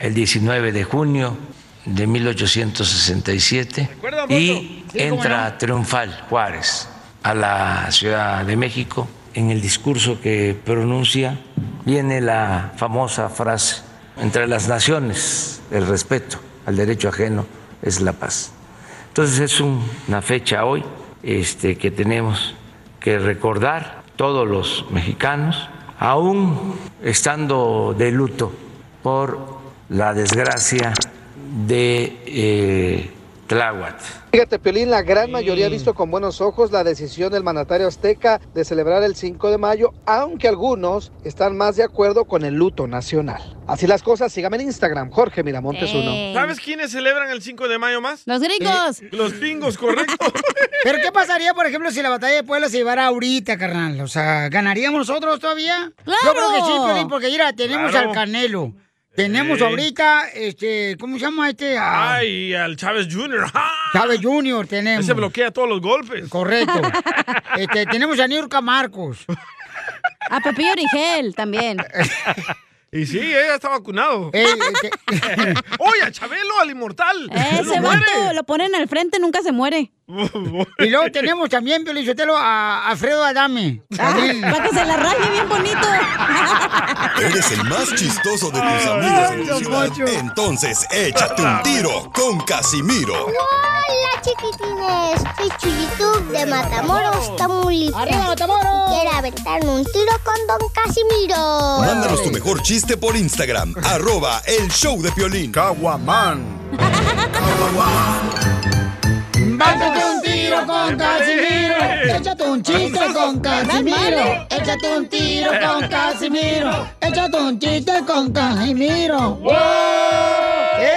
Speaker 18: el 19 de junio de 1867
Speaker 3: acuerdas,
Speaker 18: y
Speaker 3: Mocho? Sí, cómo
Speaker 18: entra
Speaker 3: no.
Speaker 18: triunfal Juárez a la Ciudad de México, en el discurso que pronuncia viene la famosa frase, entre las naciones el respeto al derecho ajeno es la paz. Entonces es un- una fecha hoy este, que tenemos que recordar todos los mexicanos, aún estando de luto por la desgracia de eh, Tláhuac.
Speaker 9: Fíjate, Piolín, la gran mayoría ha visto con buenos ojos la decisión del mandatario azteca de celebrar el 5 de mayo, aunque algunos están más de acuerdo con el luto nacional. Así las cosas, sígame en Instagram, Jorge Miramontes uno.
Speaker 3: ¿Sabes quiénes celebran el 5 de mayo más?
Speaker 4: Eh. Los gringos.
Speaker 3: Los gringos, correcto.
Speaker 2: [LAUGHS] ¿Pero qué pasaría, por ejemplo, si la batalla de Puebla se llevara ahorita, carnal? O sea, ¿ganaríamos nosotros todavía? Yo creo que sí, Piolín, porque mira, tenemos
Speaker 3: Claro.
Speaker 2: al Canelo. Tenemos
Speaker 3: Sí.
Speaker 2: [LAUGHS] ahorita, este, ¿cómo se llama este? Ah,
Speaker 3: Ay, al Chávez Jr. ¡ah!
Speaker 2: Chávez Junior tenemos.
Speaker 3: Ese bloquea todos los golpes.
Speaker 2: Mm. Correcto. Este, tenemos a Niurka Marcos.
Speaker 4: A Pepillo Origel
Speaker 2: [LAUGHS]
Speaker 4: también.
Speaker 3: Y [LAUGHS] sí, ella está vacunado.
Speaker 2: Eh,
Speaker 3: [LAUGHS]
Speaker 4: ¡Oye, a Chabelo, al inmortal! Ese
Speaker 3: ¡No
Speaker 4: vato lo ponen al frente, nunca se muere.
Speaker 2: Y luego tenemos también, Piolín Sotelo, a Alfredo Adame.
Speaker 4: Ah, para que se la raye bien bonito.
Speaker 8: Eres el más chistoso de tus amigos en la ciudad. Entonces, échate un tiro con Casimiro.
Speaker 19: Hola chiquitines, soy Chuyitub de Matamoros, Tamaulipas.
Speaker 2: ¡Arriba, Matamoros!
Speaker 19: Quiero aventarme un tiro con Don Casimiro.
Speaker 8: Mándanos tu mejor chiste
Speaker 2: [LAUGHS]
Speaker 8: por Instagram, arroba el show de Piolín. Caguaman.
Speaker 2: Échate un tiro con Casimiro. Échate un chiste con Casimiro. Échate un tiro con Casimiro. Échate un chiste con Casimiro. ¡Wow!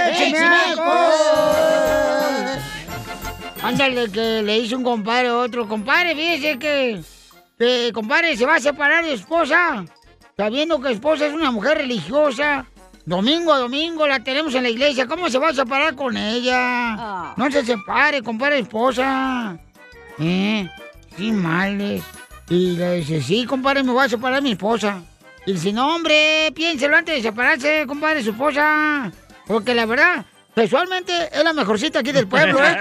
Speaker 2: ¡Échame alcohol! Ándale, que le hizo un compadre a otro. Compadre, fíjese que. que, compadre, se va a separar de esposa. Sabiendo que esposa es una mujer religiosa. Domingo a domingo la tenemos en la iglesia. ¿Cómo se va a separar con ella? No se separe, compadre, esposa. ¿Eh? Sí, males. Y le dice, sí, compadre, me voy a separar de mi esposa. Y dice, no, hombre, piénselo antes de separarse, compadre, su esposa. Porque la verdad, sexualmente es la mejorcita aquí del pueblo,
Speaker 6: [LAUGHS]
Speaker 2: ¿eh?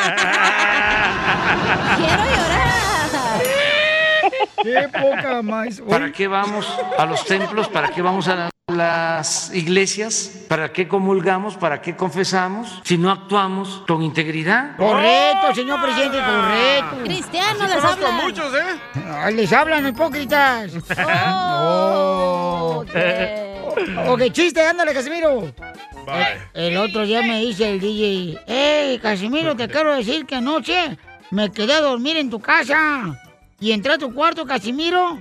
Speaker 4: ¡Quiero llorar!
Speaker 2: ¡Qué poca más!
Speaker 18: ¿Para qué vamos a los templos? ¿Para qué vamos a las iglesias? ¿Para qué comulgamos? ¿Para qué confesamos? Si no actuamos con integridad.
Speaker 2: Correcto, señor presidente, correcto.
Speaker 4: Cristiano,
Speaker 3: Así les conozco hablan. a muchos, ¿eh?
Speaker 2: Ay, les hablan, hipócritas. [LAUGHS] Oh, ok. Ok, Oh, chiste, ándale, Casimiro. Eh,
Speaker 3: Bye.
Speaker 2: El otro día me dice el DJ, hey, Casimiro, te quiero decir que anoche me quedé a dormir en tu casa. Y entré a tu cuarto, Casimiro,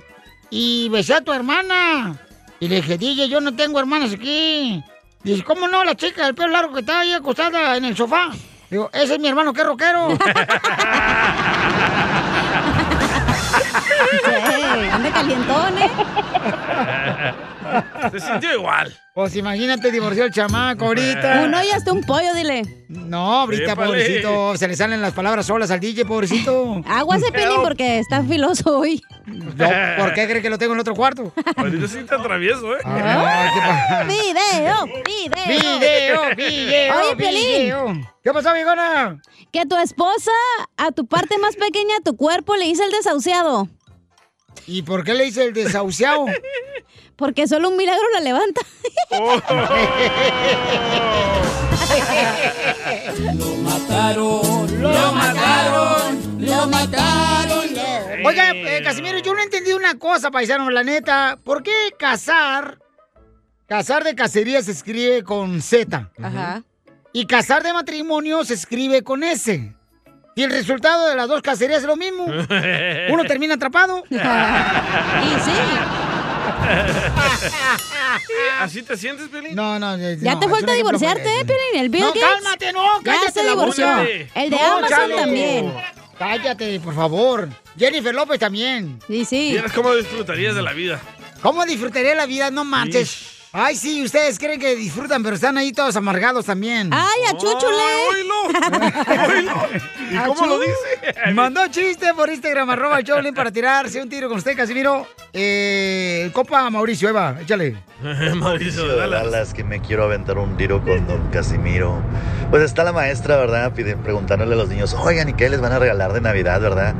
Speaker 2: y besé a tu hermana. Y le dije, DJ, yo no tengo hermanas aquí. Dice, ¿cómo no? La chica del pelo largo que estaba ahí acostada en el sofá. Digo, ese es mi hermano, que es
Speaker 4: [LAUGHS]
Speaker 2: rockero.
Speaker 4: anda calientón, ¿eh?
Speaker 3: [LAUGHS] Se sintió igual.
Speaker 2: Pues imagínate, divorció el chamaco ahorita.
Speaker 4: Uno y hasta un pollo, dile.
Speaker 2: No, ahorita,
Speaker 4: Épale.
Speaker 2: pobrecito, se le salen las palabras solas al DJ, pobrecito.
Speaker 4: Agua ese pelín porque está filoso hoy.
Speaker 2: No, ¿Por qué cree que lo tengo en otro cuarto?
Speaker 3: Ahorita Pues sí te atravieso, ¿eh?
Speaker 4: Ah, ¡Video! ¡Video!
Speaker 2: Video, video,
Speaker 4: Oye, Piolín.
Speaker 2: video. ¿Qué pasó, amigona?
Speaker 4: Que tu esposa, a tu parte más pequeña, a tu cuerpo, le hizo el desahuciado.
Speaker 2: ¿Y por qué le hice el desahuciado?
Speaker 4: Porque solo un milagro la levanta.
Speaker 2: Oh.
Speaker 6: mataron, lo mataron, lo mataron.
Speaker 2: Oiga, eh, Casimiro, yo no he entendido una cosa, paisano, la neta. ¿Por qué cazar, cazar de cacería se escribe con Z?
Speaker 4: Ajá.
Speaker 2: Y cazar de matrimonio se escribe con S. Y el resultado de las dos cacerías es lo
Speaker 4: [LAUGHS]
Speaker 2: mismo. Uno termina atrapado.
Speaker 4: Y sí.
Speaker 3: [LAUGHS] ¿Así te sientes, Pelín?
Speaker 2: No, no, no,
Speaker 4: Ya
Speaker 2: no,
Speaker 4: te
Speaker 2: eso
Speaker 4: falta
Speaker 2: no creo
Speaker 4: divorciarte,
Speaker 2: que-
Speaker 4: ¿eh, Piolín? El Bill
Speaker 2: No,
Speaker 4: Gates.
Speaker 2: cálmate, no, cállate
Speaker 4: Ya se
Speaker 2: la
Speaker 4: divorció.
Speaker 2: boca.
Speaker 4: El de
Speaker 2: No,
Speaker 4: Amazon
Speaker 2: chale.
Speaker 4: también.
Speaker 2: Cállate, por favor. Jennifer López también.
Speaker 4: Sí, sí.
Speaker 3: Vieras cómo disfrutarías de la vida.
Speaker 2: ¿Cómo disfrutaría la vida? No manches. Ay, sí, ustedes creen que disfrutan, pero están ahí todos amargados también.
Speaker 4: ¡Ay, a [LAUGHS]
Speaker 2: ¡Oílo!
Speaker 3: ¿Y cómo lo dice?
Speaker 2: Mandó chiste por Instagram, arroba Jolin, para tirarse un tiro con usted, Casimiro. Eh, copa Mauricio, Eva, échale.
Speaker 20: [LAUGHS] Mauricio de Dallas, que me quiero aventar un tiro con don Casimiro. Pues está la maestra, ¿verdad? Pide- preguntándole a los niños, oigan, ¿y qué les van a regalar de Navidad, verdad?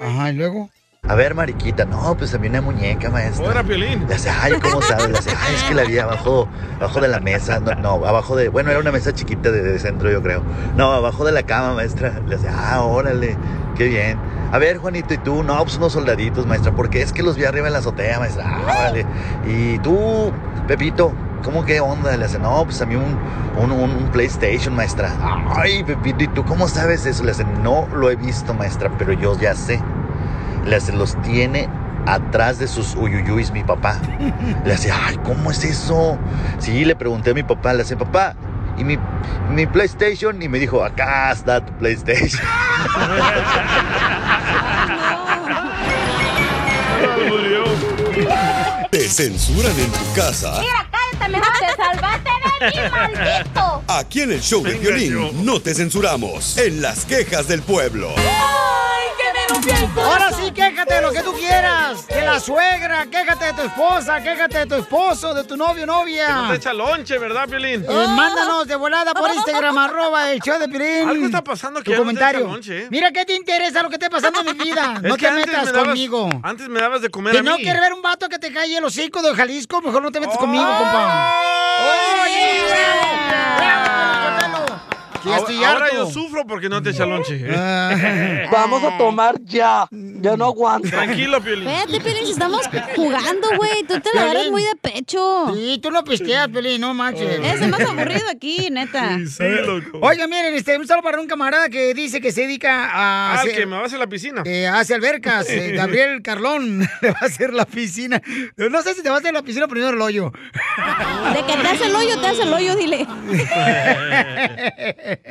Speaker 2: Ajá, ¿y luego?
Speaker 20: A ver, Mariquita, no, pues a mí una muñeca, maestra.
Speaker 3: Ahora, Piolín.
Speaker 20: Le hace, ay, ¿cómo sabes? Le hace, ay, es que la vi abajo, abajo de la mesa. No, no, abajo de. Bueno, era una mesa chiquita de, de centro, yo creo. No, abajo de la cama, maestra. Le hace, ah, órale, qué bien. A ver, Juanito, ¿y tú? No, pues unos soldaditos, maestra, porque es que los vi arriba en la azotea, maestra. Ah, órale. Y tú, Pepito, ¿cómo qué onda? Le dice, no, pues a mí un, un, un- un PlayStation, maestra. Ay, Pepito, ¿y tú cómo sabes eso? Le dice, no lo he visto, maestra, pero yo ya sé. Le dice, los tiene atrás de sus uyuyuis mi papá. Le dice, ay, ¿cómo es eso? Sí, le pregunté a mi papá, le dice, papá, ¿y mi, mi PlayStation? Y me dijo, acá está tu PlayStation.
Speaker 8: ¿Te censuran en tu casa?
Speaker 6: cállate, mejor te salvaste de
Speaker 8: [LAUGHS]
Speaker 6: mí, maldito.
Speaker 8: Aquí en el show de violín no te censuramos. En las quejas del pueblo.
Speaker 6: Ay, que me rompió el corazón.
Speaker 2: Ahora sí, quéjate de lo que tú quieras. De la suegra, quéjate de tu esposa, quéjate de tu esposo, de tu novio, novia.
Speaker 3: Que no te echa lonche, ¿verdad, Piolín?
Speaker 2: Eh,
Speaker 4: Oh.
Speaker 2: mándanos de volada por Instagram, arroba el show de Pirín.
Speaker 3: Algo está pasando que
Speaker 2: tu
Speaker 3: ya no te echa
Speaker 2: comentario.
Speaker 3: lonche, ¿eh?
Speaker 2: Mira, ¿qué te interesa lo que esté pasando en mi vida? No
Speaker 3: [LAUGHS] Es que
Speaker 2: te
Speaker 3: antes
Speaker 2: metas
Speaker 3: me dabas-
Speaker 2: conmigo.
Speaker 3: Antes me dabas de comer
Speaker 2: Que
Speaker 3: a mí.
Speaker 2: no quiere ver un vato que te calle el hocico de Jalisco, mejor no te metas conmigo, compa. ¡Oye, bravo! ¡Bravo, Don Cotelo! Que ya
Speaker 3: Ahora-
Speaker 2: estoy
Speaker 3: Ahora
Speaker 2: harto.
Speaker 3: yo sufro porque no te echa lonche. ¿eh?
Speaker 2: Ah.
Speaker 3: [LAUGHS]
Speaker 21: Vamos a tomar ya. Ya no aguanto.
Speaker 3: Tranquilo, Piolín.
Speaker 4: Espérate, Piolín, si estamos jugando, güey. Tú te la agarras muy de pecho. Eh,
Speaker 2: Sí, tú no pisteas, Piolín, no manches.
Speaker 4: Es el más aburrido aquí, neta.
Speaker 2: Oiga, miren, este, un saludo para un camarada que dice que se dedica a.
Speaker 3: Ah,
Speaker 2: hacer-
Speaker 3: que me vas a la piscina.
Speaker 2: Eh, hace
Speaker 3: [LAUGHS]
Speaker 2: albercas. eh, Gabriel Carlón [LAUGHS] le va a hacer la piscina. No sé si te va a hacer la piscina o primero el hoyo.
Speaker 4: [LAUGHS] De que te hace el hoyo, te hace el hoyo, dile.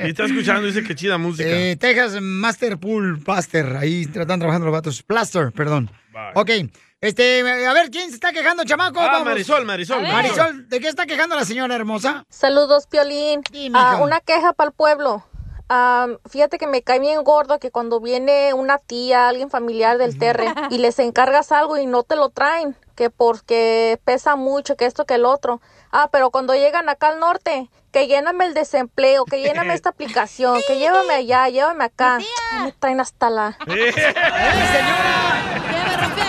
Speaker 3: Y está escuchando, dice que chida música.
Speaker 2: Eh, Texas Master Pool Plaster. Ahí tra- están trabajando los vatos. Plaster, perdón. Ok. Este, a ver, ¿quién se está quejando, chamaco?
Speaker 3: Ah,
Speaker 2: Vamos.
Speaker 3: Marisol, Marisol,
Speaker 2: A ver.
Speaker 3: Marisol.
Speaker 2: Marisol, ¿de qué está quejando la señora hermosa?
Speaker 22: Saludos, Piolín. Ah,
Speaker 2: hija.
Speaker 22: una queja para el pueblo. Ah, fíjate que me cae bien gordo que cuando viene una tía, alguien familiar del terre y les encargas algo y no te lo traen, que porque pesa mucho, que esto, que el otro. Ah, pero cuando llegan acá al norte, que lléname el desempleo, que lléname esta aplicación, que llévame allá, llévame acá. Ay, Me traen hasta la...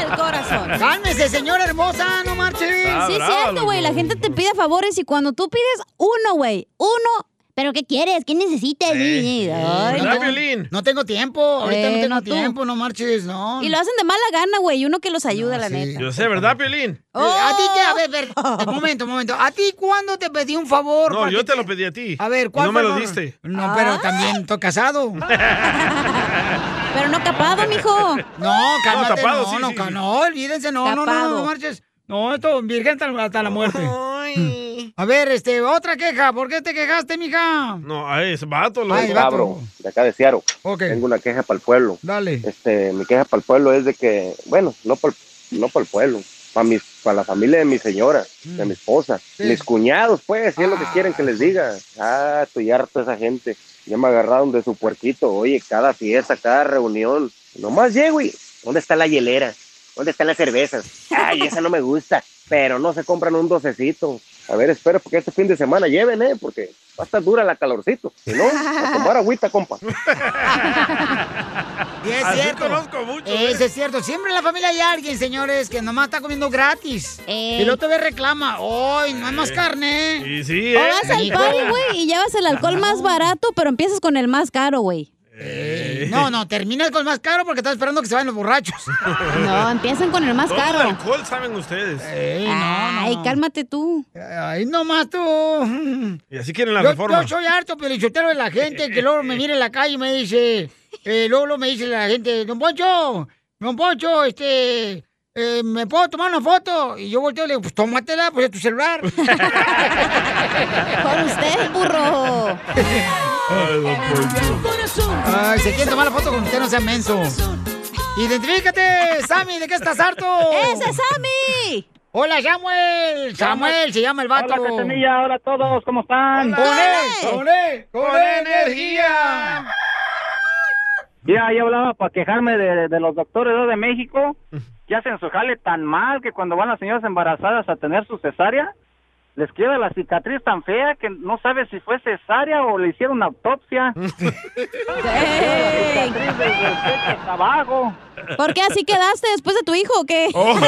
Speaker 4: El corazón.
Speaker 2: Cálmese, señora hermosa, no marches.
Speaker 4: Sí, es cierto, güey. La gente te pide favores y cuando tú pides uno, güey, uno. ¿Pero qué quieres? ¿Qué necesitas? Ay,
Speaker 2: ¿Verdad,
Speaker 4: no.
Speaker 2: Piolín? No tengo tiempo, ahorita no
Speaker 4: Bueno,
Speaker 2: tengo
Speaker 4: tú.
Speaker 2: tiempo, no marches, no.
Speaker 4: Y lo hacen de mala gana, güey. y Uno que los ayuda, la neta.
Speaker 3: Yo sé, ¿verdad, Piolín?
Speaker 4: Oh.
Speaker 2: Eh, A ti te, a
Speaker 4: [LAUGHS]
Speaker 2: ver, ver, un momento, un momento. ¿A ti cuándo te pedí un favor?
Speaker 3: No,
Speaker 2: para
Speaker 3: yo
Speaker 2: que
Speaker 3: te lo pedí a ti.
Speaker 2: A ver,
Speaker 3: Y
Speaker 2: ¿cuál
Speaker 3: No me
Speaker 2: fue el
Speaker 3: lo
Speaker 2: favor?
Speaker 3: diste.
Speaker 2: No,
Speaker 4: Ah.
Speaker 2: pero también estoy
Speaker 4: [LAUGHS]
Speaker 2: casado.
Speaker 4: Pero no capado, mijo.
Speaker 2: [LAUGHS] No, cálmate, no,
Speaker 4: tapado,
Speaker 2: no,
Speaker 4: sí,
Speaker 2: no,
Speaker 4: sí,
Speaker 2: ca-
Speaker 4: sí.
Speaker 2: no, olvídense, no, no, no, no,
Speaker 4: Tapado.
Speaker 2: marches. No, esto virgen hasta, hasta la muerte. [CLEARS THROAT] A ver, este, otra queja, ¿por qué te quejaste, mija?
Speaker 3: [LAUGHS] No, a ese vato. Lo...
Speaker 2: Ay,
Speaker 23: Cabro, de acá de Seattle. Tengo una queja para el pueblo.
Speaker 2: Dale.
Speaker 23: Este, mi queja para el pueblo es de que, bueno, no para no el pueblo, para mis, para la familia de mi señora, de mi esposa,
Speaker 24: Sí.
Speaker 23: mis cuñados, pues, si es lo que quieren que les diga. Ah, estoy harto de esa gente. Ya me agarraron de su puerquito, oye, cada fiesta, cada reunión. Nomás llego y, ¿dónde está la hielera? ¿Dónde están las cervezas? Ay, esa no me gusta, pero no se compran un docecito. A ver, espero porque este fin de semana lleven, ¿eh? Porque va a estar dura la calorcito. Si no, a tomar agüita, compa.
Speaker 2: Y es
Speaker 23: Así
Speaker 2: cierto. Eso es cierto. Siempre en la familia hay alguien, señores, que nomás está comiendo gratis.
Speaker 4: Eh.
Speaker 2: Y luego te ve reclama. ¡Ay, no hay más carne!
Speaker 3: Y sí,
Speaker 4: O
Speaker 3: ¿eh?
Speaker 4: vas al party, güey, y llevas el alcohol más barato, pero empiezas con el más caro, güey.
Speaker 2: Eh, No,
Speaker 3: [LAUGHS]
Speaker 2: no, terminas con el más caro porque estás esperando que se vayan los borrachos.
Speaker 4: No,
Speaker 3: [LAUGHS]
Speaker 4: empiezan con el más
Speaker 3: Todo el
Speaker 4: caro.
Speaker 3: alcohol saben ustedes.
Speaker 2: Eh,
Speaker 4: Ay, cálmate tú.
Speaker 2: Ay, nomás tú. [LAUGHS]
Speaker 3: Y así quieren la
Speaker 2: yo,
Speaker 3: reforma.
Speaker 2: yo soy harto pelichotero de la gente que luego me mira en la calle y me dice, eh, luego, luego me dice la gente, don Poncho, don Poncho, este, eh, ¿me puedo tomar una foto? Y yo volteo y le digo, pues tómatela, pues es tu
Speaker 4: [LAUGHS]
Speaker 2: celular. Con
Speaker 4: usted, burro.
Speaker 2: pues.
Speaker 4: [LAUGHS]
Speaker 2: Ay, se quiere tomar la foto con usted, no sea menso. Identifícate, Sammy, ¿de qué estás harto?
Speaker 4: ¡Ese es Sammy!
Speaker 2: Hola, Samuel. Samuel se llama el vato.
Speaker 5: Hola, Cachanilla, hola a todos, ¿cómo están?
Speaker 2: Con él, con él, con él, energía.
Speaker 5: Ya, yo hablaba para quejarme de, de los doctores ¿no? de México. Ya se ensojale tan mal que cuando van las señoras embarazadas a tener su cesárea, les queda la cicatriz tan fea que no sabe si fue cesárea o le hicieron una autopsia.
Speaker 4: Ey. ¿Por qué así quedaste después de tu hijo o qué?
Speaker 3: Oh,
Speaker 2: ¡Lo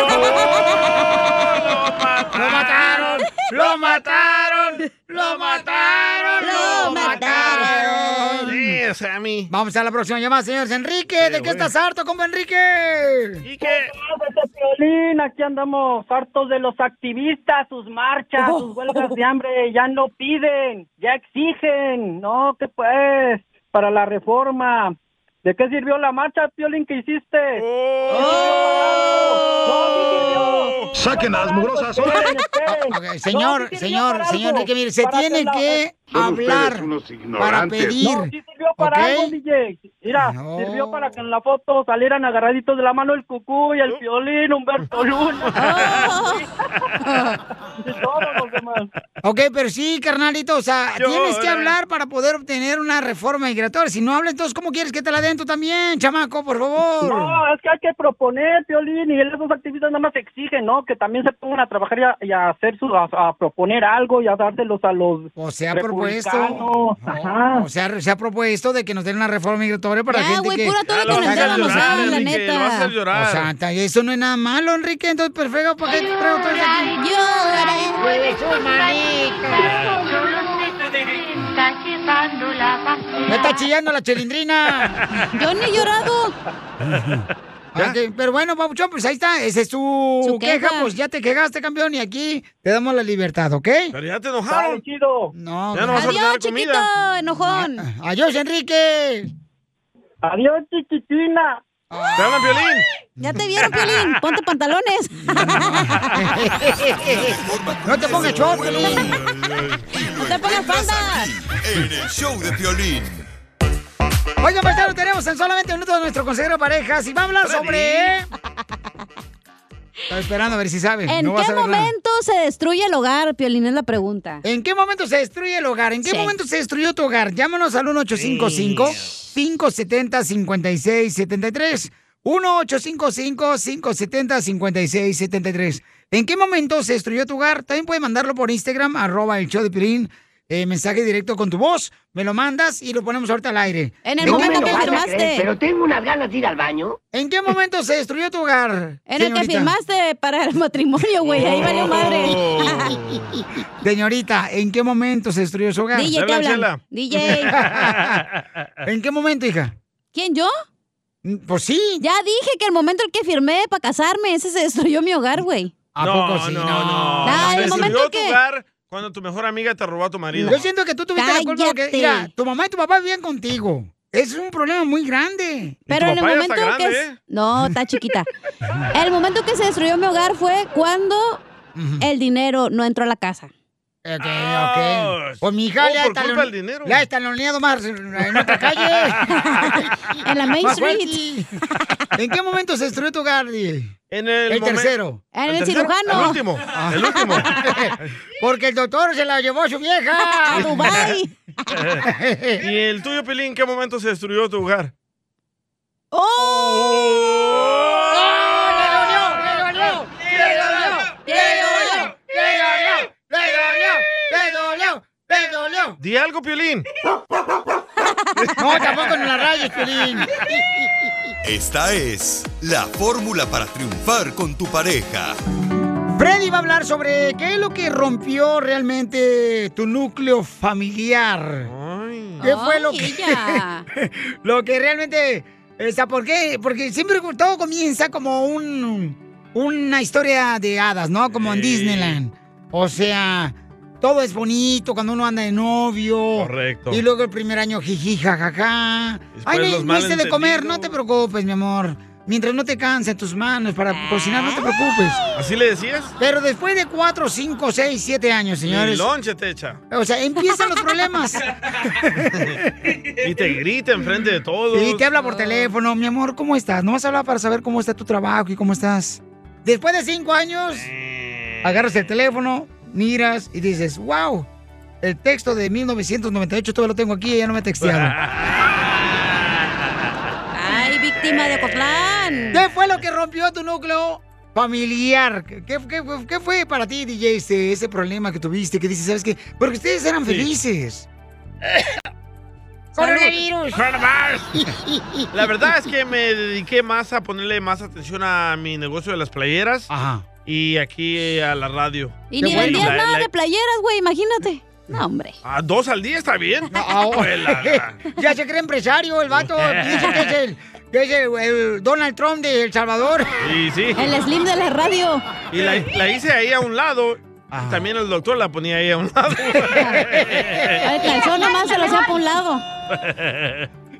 Speaker 2: mataron!
Speaker 4: [LAUGHS]
Speaker 2: ¡Lo mataron! ¡Lo mataron! ¡Lo mataron!
Speaker 3: Sí, Sammy.
Speaker 2: Vamos a la próxima llamada, señores. Enrique, ¿de qué estás harto, compa Enrique?
Speaker 3: ¿Y qué?
Speaker 1: Piolín, aquí andamos hartos de los activistas, sus marchas,
Speaker 4: Oh.
Speaker 1: sus huelgas de hambre, ya no piden, ya exigen, no, que pues, para la reforma. ¿De qué sirvió la marcha, Piolín, que hiciste?
Speaker 2: Saquen las mugrosas. señor, señor, señor, Enrique, mire, se tiene que hablar para pedir.
Speaker 1: No, sí sirvió para
Speaker 2: ¿ok?
Speaker 1: algo, DJ. Mira, sirvió para que en la foto salieran agarraditos de la mano el cucú y el violín, Humberto
Speaker 5: [LAUGHS]
Speaker 4: Oh.
Speaker 1: Luna.
Speaker 2: Ok, pero sí, carnalito, o sea, tienes que hablar para poder obtener una reforma migratoria. Si no hablas, entonces, ¿cómo quieres que te la den tú también, chamaco, por favor?
Speaker 1: No, es que hay que proponer, Eh, Piolín, y esos activistas nada más exigen, ¿no? Que también se pongan a trabajar y a, y a hacer su, a, a proponer algo y a dárselos a los
Speaker 2: O se ha propuesto. O sea, se ha propuesto de que nos den una reforma migratoria para
Speaker 1: Ya,
Speaker 2: gente
Speaker 1: güey,
Speaker 2: que.
Speaker 1: pura todo lo que
Speaker 2: que
Speaker 1: nos
Speaker 2: haga
Speaker 1: dan, nos
Speaker 2: llorar,
Speaker 1: dan, la
Speaker 2: Enrique,
Speaker 1: neta.
Speaker 2: lo vas a hacer llorar. O sea, ta- eso no es nada malo, Enrique. Entonces, perfecto, ¿para qué te traigo todo eso aquí? Mueve sus Me está chillando la chilindrina.
Speaker 4: Yo ni he llorado.
Speaker 2: Ah, que- pero bueno, Papuchón, pues ahí está. Esa es tu
Speaker 4: Su
Speaker 2: queja.
Speaker 4: queja.
Speaker 2: Pues ya te quejaste, campeón. Y aquí te damos la libertad, ¿ok?
Speaker 3: Pero ya te enojaron.
Speaker 2: No.
Speaker 3: Ya no vas a Adiós, ordenar comida. chiquito,
Speaker 2: enojón. Ah, Adiós, Enrique.
Speaker 1: Adiós, chiquitina.
Speaker 3: ¿Te hablan, Piolín?
Speaker 4: Ya te vieron, Piolín. Ponte pantalones.
Speaker 2: no te pongas short, Piolín.
Speaker 4: No te pongas faldas.
Speaker 8: En el show de Piolín.
Speaker 2: Oigan, lo tenemos en solamente un minuto a nuestro consejero de parejas y va a hablar sobre. Estoy esperando a ver si sabe.
Speaker 4: ¿En
Speaker 2: No vas
Speaker 4: qué
Speaker 2: a ver nada.
Speaker 4: momento se destruye el hogar, Piolín? Es la pregunta.
Speaker 2: ¿En qué momento se destruye el hogar? ¿En qué
Speaker 4: Sí.
Speaker 2: momento se destruyó tu hogar? Llámanos al 1-855-570-5673. 1-855-570-5673. ¿En qué momento se destruyó tu hogar? También puedes mandarlo por Instagram, arroba el show de Piolín, eh, mensaje directo con tu voz. Me lo mandas y lo ponemos ahorita al aire.
Speaker 4: En el
Speaker 2: ¿De qué
Speaker 4: momento que
Speaker 2: momento-
Speaker 4: firmaste. tengo unas ganas de ir al baño.
Speaker 2: ¿En qué momento se destruyó tu hogar?
Speaker 4: En el que
Speaker 2: señorita? Oh.
Speaker 4: firmaste para el matrimonio, güey. Pues Ahí valió madre.
Speaker 2: [LAUGHS] Señorita, ¿en qué momento se destruyó su hogar?
Speaker 4: DJ, ¿te hablan? Chela. DJ.
Speaker 2: [LAUGHS] ¿En qué momento, hija?
Speaker 4: ¿Quién, yo?
Speaker 2: Pues sí.
Speaker 4: Ya dije que el momento en que firmé para casarme, ese se destruyó mi hogar, güey.
Speaker 2: ¿A poco sí?
Speaker 3: No,
Speaker 2: No.
Speaker 3: no.
Speaker 4: Ah,
Speaker 3: Se
Speaker 4: el momento
Speaker 3: destruyó
Speaker 4: que-
Speaker 3: tu hogar cuando tu mejor amiga te robó a tu marido.
Speaker 2: Yo siento que tú tuviste la culpa porque,
Speaker 4: Cállate.
Speaker 2: mira, tu mamá y tu papá vivían contigo. Es un problema muy grande.
Speaker 4: Pero en el momento que... es- No, está chiquita. el momento que se destruyó mi hogar fue cuando el dinero no entró a la casa.
Speaker 2: Ok, ok. Pues mi hija
Speaker 4: Oh,
Speaker 2: ya
Speaker 4: por
Speaker 2: está
Speaker 4: culpa
Speaker 2: leon-
Speaker 4: del dinero.
Speaker 2: ya está leoneado más en en otra calle.
Speaker 4: [LAUGHS] En la Main
Speaker 2: Más
Speaker 4: Street.
Speaker 2: ¿En qué momento se destruyó tu hogar, DJ?
Speaker 3: En
Speaker 2: el,
Speaker 3: momen-
Speaker 2: tercero.
Speaker 4: Ah, En el ¿El tercero? cirujano.
Speaker 3: El último,
Speaker 2: Ah.
Speaker 3: el último.
Speaker 2: [LAUGHS] Porque el doctor se la llevó a su vieja.
Speaker 4: [LAUGHS] [LAUGHS] A Dubái.
Speaker 3: [LAUGHS] ¿Y el tuyo, Pelín, en qué momento se destruyó tu
Speaker 4: [LAUGHS]
Speaker 3: hogar?
Speaker 2: ¡Oh!
Speaker 3: Di algo, Piolín.
Speaker 2: No, tampoco en la rayes, Piolín.
Speaker 8: Esta es la fórmula para triunfar con tu pareja.
Speaker 2: Freddy va a hablar sobre qué es lo que rompió realmente tu núcleo familiar. ¿Qué fue lo
Speaker 4: Ay, ella.
Speaker 2: que, lo que realmente... O sea, ¿por qué? Porque siempre todo comienza como un, una historia de hadas, ¿no? Como en Disneyland. O sea, todo es bonito cuando uno anda de novio.
Speaker 3: Correcto.
Speaker 2: Y luego el primer año, jiji, jajaja.
Speaker 3: Después
Speaker 2: Ay,
Speaker 3: los
Speaker 2: no, no hice de comer,
Speaker 3: malentendidos.
Speaker 2: no te preocupes, mi amor. Mientras no te cansen tus manos para cocinar, no te preocupes.
Speaker 3: ¿Así le decías?
Speaker 2: Pero después de 4, 5, 6, 7 años,
Speaker 3: Y
Speaker 2: señores.
Speaker 3: lonche te echa.
Speaker 2: O sea, empiezan los problemas.
Speaker 3: Y te grita enfrente de [LAUGHS] todos.
Speaker 2: Y te habla por
Speaker 4: Ah.
Speaker 2: teléfono, mi amor, ¿cómo estás? No vas a hablar para saber cómo está tu trabajo y cómo estás. Después de 5 años,
Speaker 3: Eh.
Speaker 2: agarras el teléfono, miras y dices, wow, el texto de 1998 todavía lo tengo aquí, ya no me [LAUGHS] texteaba.
Speaker 4: Ay, víctima de Cotlán.
Speaker 2: ¿Qué fue lo que rompió tu núcleo familiar? ¿Qué, qué- qué- qué fue para ti, DJ, ese, ese problema que tuviste? Que dices, ¿sabes qué? Porque ustedes eran
Speaker 3: Sí.
Speaker 2: felices.
Speaker 3: Coronavirus. La verdad es que me dediqué más a ponerle más atención a mi negocio de las playeras. Y aquí eh, a la radio.
Speaker 4: Y ni vendías
Speaker 3: La-
Speaker 4: nada
Speaker 3: la-
Speaker 4: de playeras, güey, imagínate. No, hombre.
Speaker 3: Ah, dos al día está bien.
Speaker 2: Ah, oh. [LAUGHS]
Speaker 3: Pues [LAUGHS] la- la- [LAUGHS]
Speaker 2: ya se cree empresario el vato. Dice que es el que es el, el Donald Trump de El Salvador.
Speaker 3: Y sí.
Speaker 4: El slim de la radio.
Speaker 3: Y la, la hice ahí a un lado. y También el doctor la ponía ahí a un
Speaker 2: [LAUGHS]
Speaker 3: lado. Eh.
Speaker 4: El calzón nomás se lo hacía por un lado.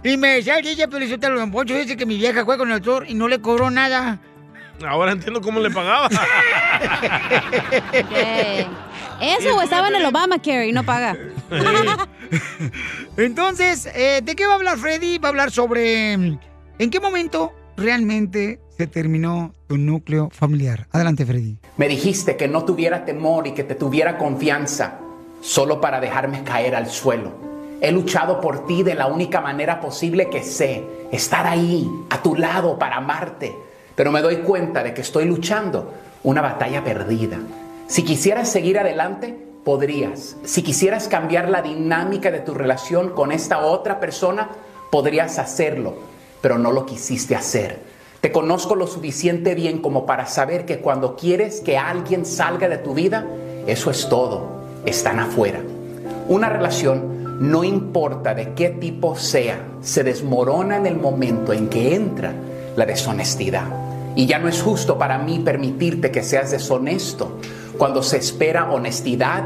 Speaker 2: Y me decía el DJ Pelizotelo, Don Poncho, dice que mi vieja fue con el doctor y no le cobró nada.
Speaker 3: Ahora entiendo cómo le
Speaker 4: [LAUGHS]
Speaker 3: pagaba.
Speaker 19: Eh.
Speaker 4: Eso o estaba en el Obamacare y no paga.
Speaker 2: Entonces, eh, ¿de qué va a hablar Freddy? Va a hablar sobre mm, en qué momento realmente se terminó tu núcleo familiar. Adelante, Freddy.
Speaker 7: [LAUGHS] Me dijiste que no tuviera temor y que te tuviera confianza solo para dejarme caer al suelo. He luchado por ti de la única manera posible que sé, estar ahí, a tu lado, para amarte. Pero me doy cuenta de que estoy luchando una batalla perdida. Si quisieras seguir adelante, podrías. Si quisieras cambiar la dinámica de tu relación con esta otra persona, podrías hacerlo, pero no lo quisiste hacer. Te conozco lo suficiente bien como para saber que cuando quieres que alguien salga de tu vida, eso es todo. Están afuera. Una relación, no importa de qué tipo sea, se desmorona en el momento en que entra la deshonestidad. Y ya no es justo para mí permitirte que seas deshonesto cuando se espera honestidad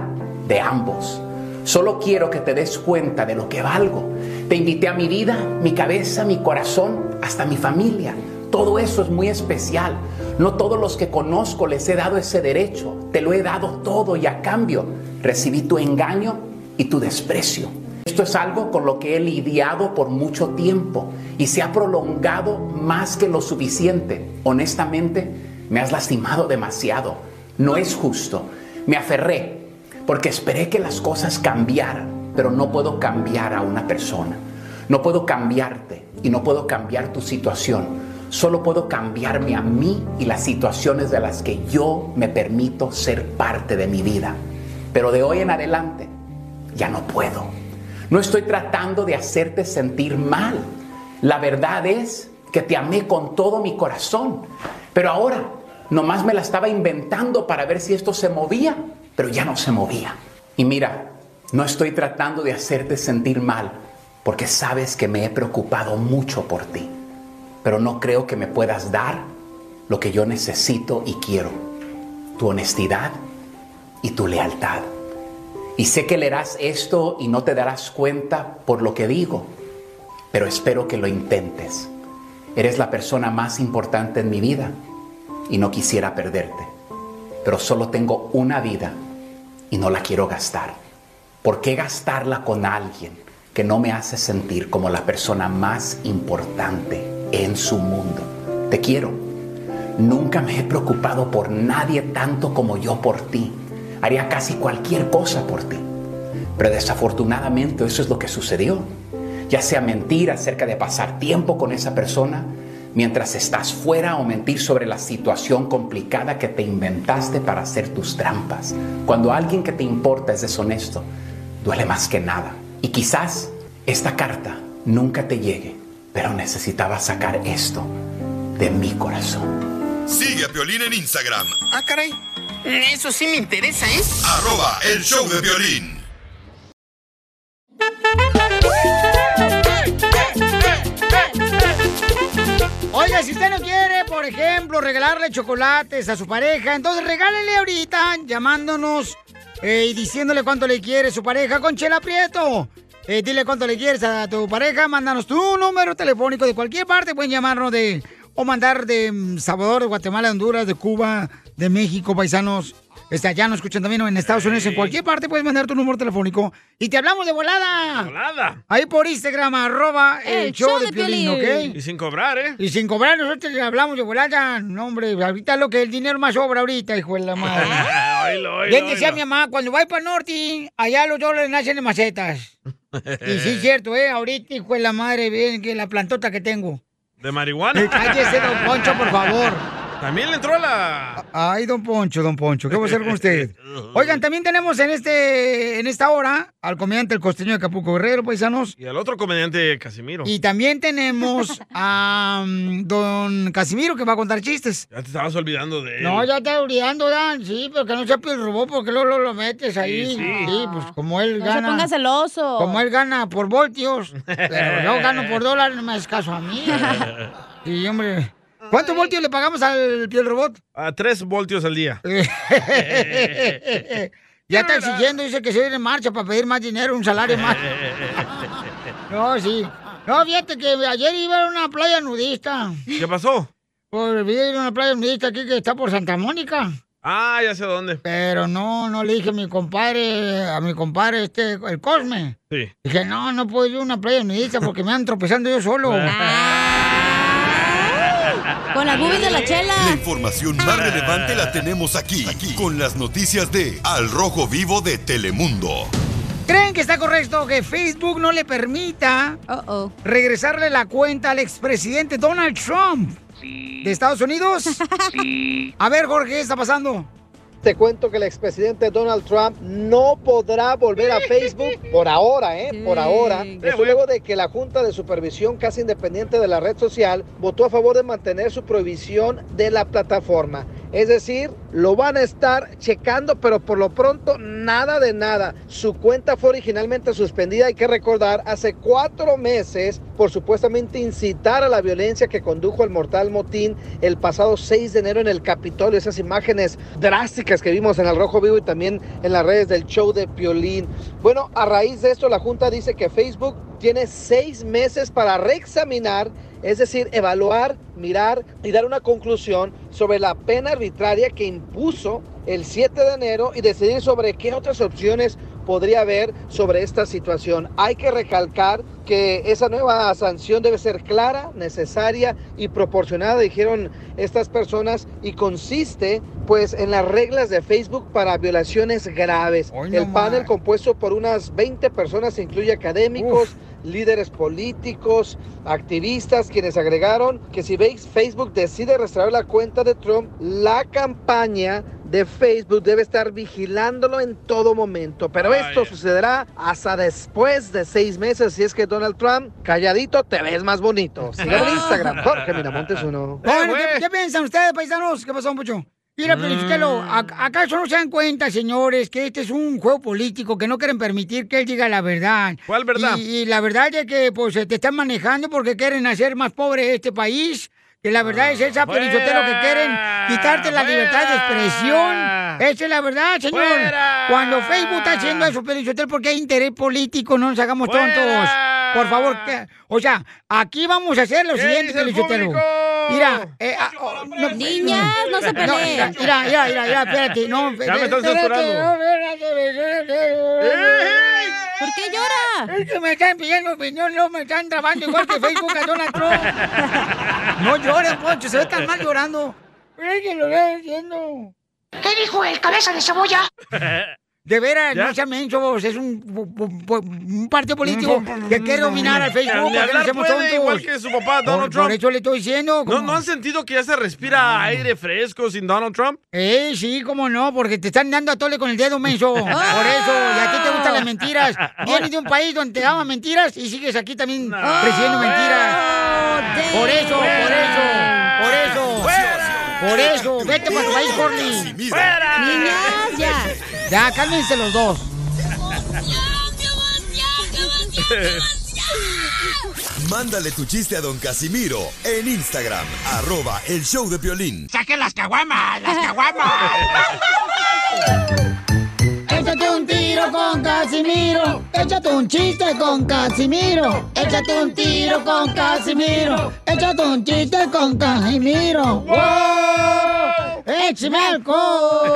Speaker 7: de ambos. Solo quiero que te des cuenta de lo que valgo. Te invité a mi vida, mi cabeza, mi corazón, hasta mi familia. Todo eso es muy especial. No todos los que conozco les he dado ese derecho. Te lo he dado todo y a cambio recibí tu engaño y tu desprecio. Esto es algo con lo que he lidiado por mucho tiempo y se ha prolongado más que lo suficiente. Honestamente, me has lastimado demasiado. No es justo. Me aferré porque esperé que las cosas cambiaran, pero no puedo cambiar a una persona. No puedo cambiarte y no puedo cambiar tu situación. Solo puedo cambiarme a mí y las situaciones de las que yo me permito ser parte de mi vida. Pero de hoy en adelante ya no puedo. No estoy tratando de hacerte sentir mal. La verdad es que te amé con todo mi corazón. Pero ahora nomás me la estaba inventando para ver si esto se movía, pero ya no se movía. Y mira, no estoy tratando de hacerte sentir mal porque sabes que me he preocupado mucho por ti. Pero no creo que me puedas dar lo que yo necesito y quiero. Tu honestidad y tu lealtad. Y sé que leerás esto y no te darás cuenta por lo que digo, pero espero que lo intentes. Eres la persona más importante en mi vida y no quisiera perderte. Pero solo tengo una vida y no la quiero gastar. ¿Por qué gastarla con alguien que no me hace sentir como la persona más importante en su mundo? Te quiero. Nunca me he preocupado por nadie tanto como yo por ti. Haría casi cualquier cosa por ti. Pero desafortunadamente eso es lo que sucedió. Ya sea mentir acerca de pasar tiempo con esa persona, mientras estás fuera o mentir sobre la situación complicada que te inventaste para hacer tus trampas. Cuando alguien que te importa es deshonesto, duele más que nada. Y quizás esta carta nunca te llegue, pero necesitaba sacar esto de mi corazón.
Speaker 8: Sigue a Piolín en Instagram,
Speaker 10: Ah, caray. Eso sí me interesa, ¿eh?
Speaker 8: arroba el show de violín.
Speaker 2: Oiga, si usted no quiere, por ejemplo, regalarle chocolates a su pareja, entonces regálele ahorita llamándonos eh, y diciéndole cuánto le quiere su pareja con Chela Prieto. Eh, dile cuánto le quieres a tu pareja, mándanos tu número telefónico de cualquier parte, pueden llamarnos de o mandar de mm, Salvador, de Guatemala, de Honduras, de Cuba, de México, paisanos. Este, allá nos escuchan también o en Estados Unidos, en cualquier parte puedes mandar tu número telefónico y te hablamos de volada.
Speaker 3: volada.
Speaker 2: Ahí por Instagram, arroba el, show, de, Piolín, ¿ok?
Speaker 3: Y sin cobrar, ¿eh?
Speaker 2: Y sin cobrar, nosotros le hablamos de volada. No, hombre, ahorita lo que el dinero más sobra ahorita, hijo de la madre. [LAUGHS]
Speaker 3: Oílo, oílo,
Speaker 2: Bien decía
Speaker 3: oílo.
Speaker 2: mi mamá, cuando va para el norte, allá los dólares nacen en macetas. Y sí es cierto, ¿eh? Ahorita, hijo de la madre, bien que la plantota que tengo. Eh,
Speaker 3: ¿De marihuana?
Speaker 2: Cállese, don Poncho, por favor.
Speaker 3: También le entró la...
Speaker 2: Ay, don Poncho, don Poncho, ¿qué voy a hacer con [LAUGHS] usted? Oigan, también tenemos en este en esta hora al comediante El Costeño de Acapulco Guerrero, paisanos.
Speaker 3: Y al otro comediante Casimiro.
Speaker 2: Y también tenemos a mm, don Casimiro que va a contar chistes.
Speaker 3: Ya te estabas olvidando de él.
Speaker 2: No, ya está olvidando, Dan. Sí, pero que no sea el robot porque luego luego lo metes ahí. Sí,
Speaker 3: Sí, sí.
Speaker 2: pues como él
Speaker 4: No se
Speaker 2: gana.
Speaker 4: ponga celoso.
Speaker 2: Como él gana por [LAUGHS] voltios. pero yo gano por dólares, no me hagas caso a mí. Y hombre. ¿Cuántos voltios le pagamos al piel [LAUGHS] robot?
Speaker 3: A tres voltios al día.
Speaker 2: ya está exigiendo, dice que se viene en marcha para pedir más dinero, un salario [LAUGHS] más. No, sí. No, fíjate que ayer iba a una playa nudista.
Speaker 3: [LAUGHS] ¿Qué pasó?
Speaker 2: Por vi a una playa nudista aquí que está por Santa Mónica.
Speaker 3: Ah, ya sé dónde.
Speaker 2: Pero no, no le dije a mi compadre, a mi compadre este, el Cosme.
Speaker 3: Sí.
Speaker 2: Dije, no, no puedo ir a una playa nudista porque me andan tropezando yo solo.
Speaker 4: Con las boobies de la chela.
Speaker 8: La información más relevante la tenemos aquí, aquí, con las noticias de Al Rojo Vivo de Telemundo.
Speaker 2: ¿Creen que está correcto que Facebook no le permita regresarle la cuenta al expresidente Donald Trump de Estados Unidos? A ver, Jorge, ¿qué está pasando?
Speaker 9: Te cuento que el expresidente Donald Trump no podrá volver a Facebook por ahora, ¿eh? Por ahora. Eso luego de que la Junta de Supervisión casi independiente de la red social votó a favor de mantener su prohibición de la plataforma. Es decir, lo van a estar checando, pero por lo pronto nada de nada. Su cuenta fue originalmente suspendida, hay que recordar, hace cuatro meses por supuestamente incitar a la violencia que condujo al mortal motín el pasado 6 de enero en el Capitolio. Esas imágenes drásticas que vimos en el Rojo Vivo y también en las redes del show de Piolín. Bueno, a raíz de esto, la Junta dice que Facebook tiene seis meses para reexaminar, es decir, evaluar, mirar y dar una conclusión sobre la pena arbitraria que impuso el 7 de enero y decidir sobre qué otras opciones podría haber sobre esta situación. Hay que recalcar que esa nueva sanción debe ser clara, necesaria y proporcionada, dijeron estas personas, y consiste pues en las reglas de Facebook para violaciones graves.
Speaker 2: no
Speaker 9: El panel
Speaker 2: más.
Speaker 9: compuesto por unas 20 personas, incluye académicos, líderes políticos, activistas, quienes agregaron que si veis Facebook decide restaurar la cuenta de Trump, la campaña de Facebook debe estar vigilándolo en todo momento. Pero
Speaker 11: Ay,
Speaker 9: esto
Speaker 11: ay.
Speaker 9: sucederá hasta después de seis meses, si es que Donald Trump, calladito, te ves más bonito. Síganme en
Speaker 3: [LAUGHS]
Speaker 9: Instagram,
Speaker 11: [LAUGHS]
Speaker 9: Jorge Miramontes uno.
Speaker 6: Eh,
Speaker 2: Oigan, ¿qué, qué piensan ustedes, paisanos? ¿Qué pasó, Mucho?
Speaker 6: Mm.
Speaker 2: Mira, Pelichotelo, a- ¿acaso no se dan cuenta, señores, que este es un juego político, que no quieren permitir que él diga la verdad?
Speaker 3: ¿Cuál verdad?
Speaker 2: Y, y la verdad es que pues te están manejando porque quieren hacer más pobre este país. Que la verdad es
Speaker 6: Ah,
Speaker 2: esa,
Speaker 3: ¡Fuera!
Speaker 2: Pelichotelo, que quieren quitarte la libertad de expresión. Esa es la verdad, señor.
Speaker 3: ¡Fuera!
Speaker 2: Cuando Facebook está haciendo eso, Pelichotelo, porque hay interés político, no nos hagamos tontos. Por favor, que- o sea, aquí vamos a hacer lo
Speaker 6: ¿Qué
Speaker 2: siguiente,
Speaker 6: dice el
Speaker 2: Pelichotelo.
Speaker 6: público?
Speaker 2: Mira, eh, ah, oh, no,
Speaker 6: Niñas, no se peleen.
Speaker 2: [LAUGHS] No, mira, mira, mira, mira, espérate, no.
Speaker 6: Ya me están
Speaker 2: espérate,
Speaker 6: censurando.
Speaker 2: no, espérate, espérate. ¿Por qué llora? Es que me están pidiendo opinión, no me están trabando igual que Facebook a
Speaker 6: [LAUGHS]
Speaker 2: Donald Trump. No llores, Poncho, se ve tan mal llorando. Pero es que lo estoy diciendo. ¿Qué dijo el cabeza de cebolla? De veras, no sea menso, vos, es un, po- po- un partido político que quiere dominar al Facebook,
Speaker 3: Mm. Ni
Speaker 2: para que no
Speaker 3: hablar
Speaker 2: seamos
Speaker 3: puede,
Speaker 2: tontos.
Speaker 3: igual que su papá, Donald
Speaker 2: Por-
Speaker 3: Trump.
Speaker 2: Por eso le estoy diciendo.
Speaker 3: ¿No,
Speaker 2: como-
Speaker 3: ¿No han sentido que ya se respira aire fresco sin Donald Trump?
Speaker 2: Eh, sí, cómo no, porque te están dando a tole con el dedo menso.
Speaker 3: [LAUGHS]
Speaker 2: Por eso, y a ti te gustan las mentiras. Vienes de un país donde te daban mentiras y sigues aquí también recibiendo mentiras. Por eso, por eso, por eso. Por eso, vete para tu país, Corley. Niñas, ya. Ya, cálmense los dos.
Speaker 8: Mándale tu chiste a don Casimiro en Instagram, arroba el show de violín.
Speaker 6: ¡Saquen las caguamas! ¡Las
Speaker 2: [LAUGHS]
Speaker 6: caguamas!
Speaker 2: Échate un tiro con Casimiro. Échate un chiste con Casimiro. Échate un tiro con Casimiro. Échate un chiste con Casimiro. ¡Wow! ¡Échame alcohol!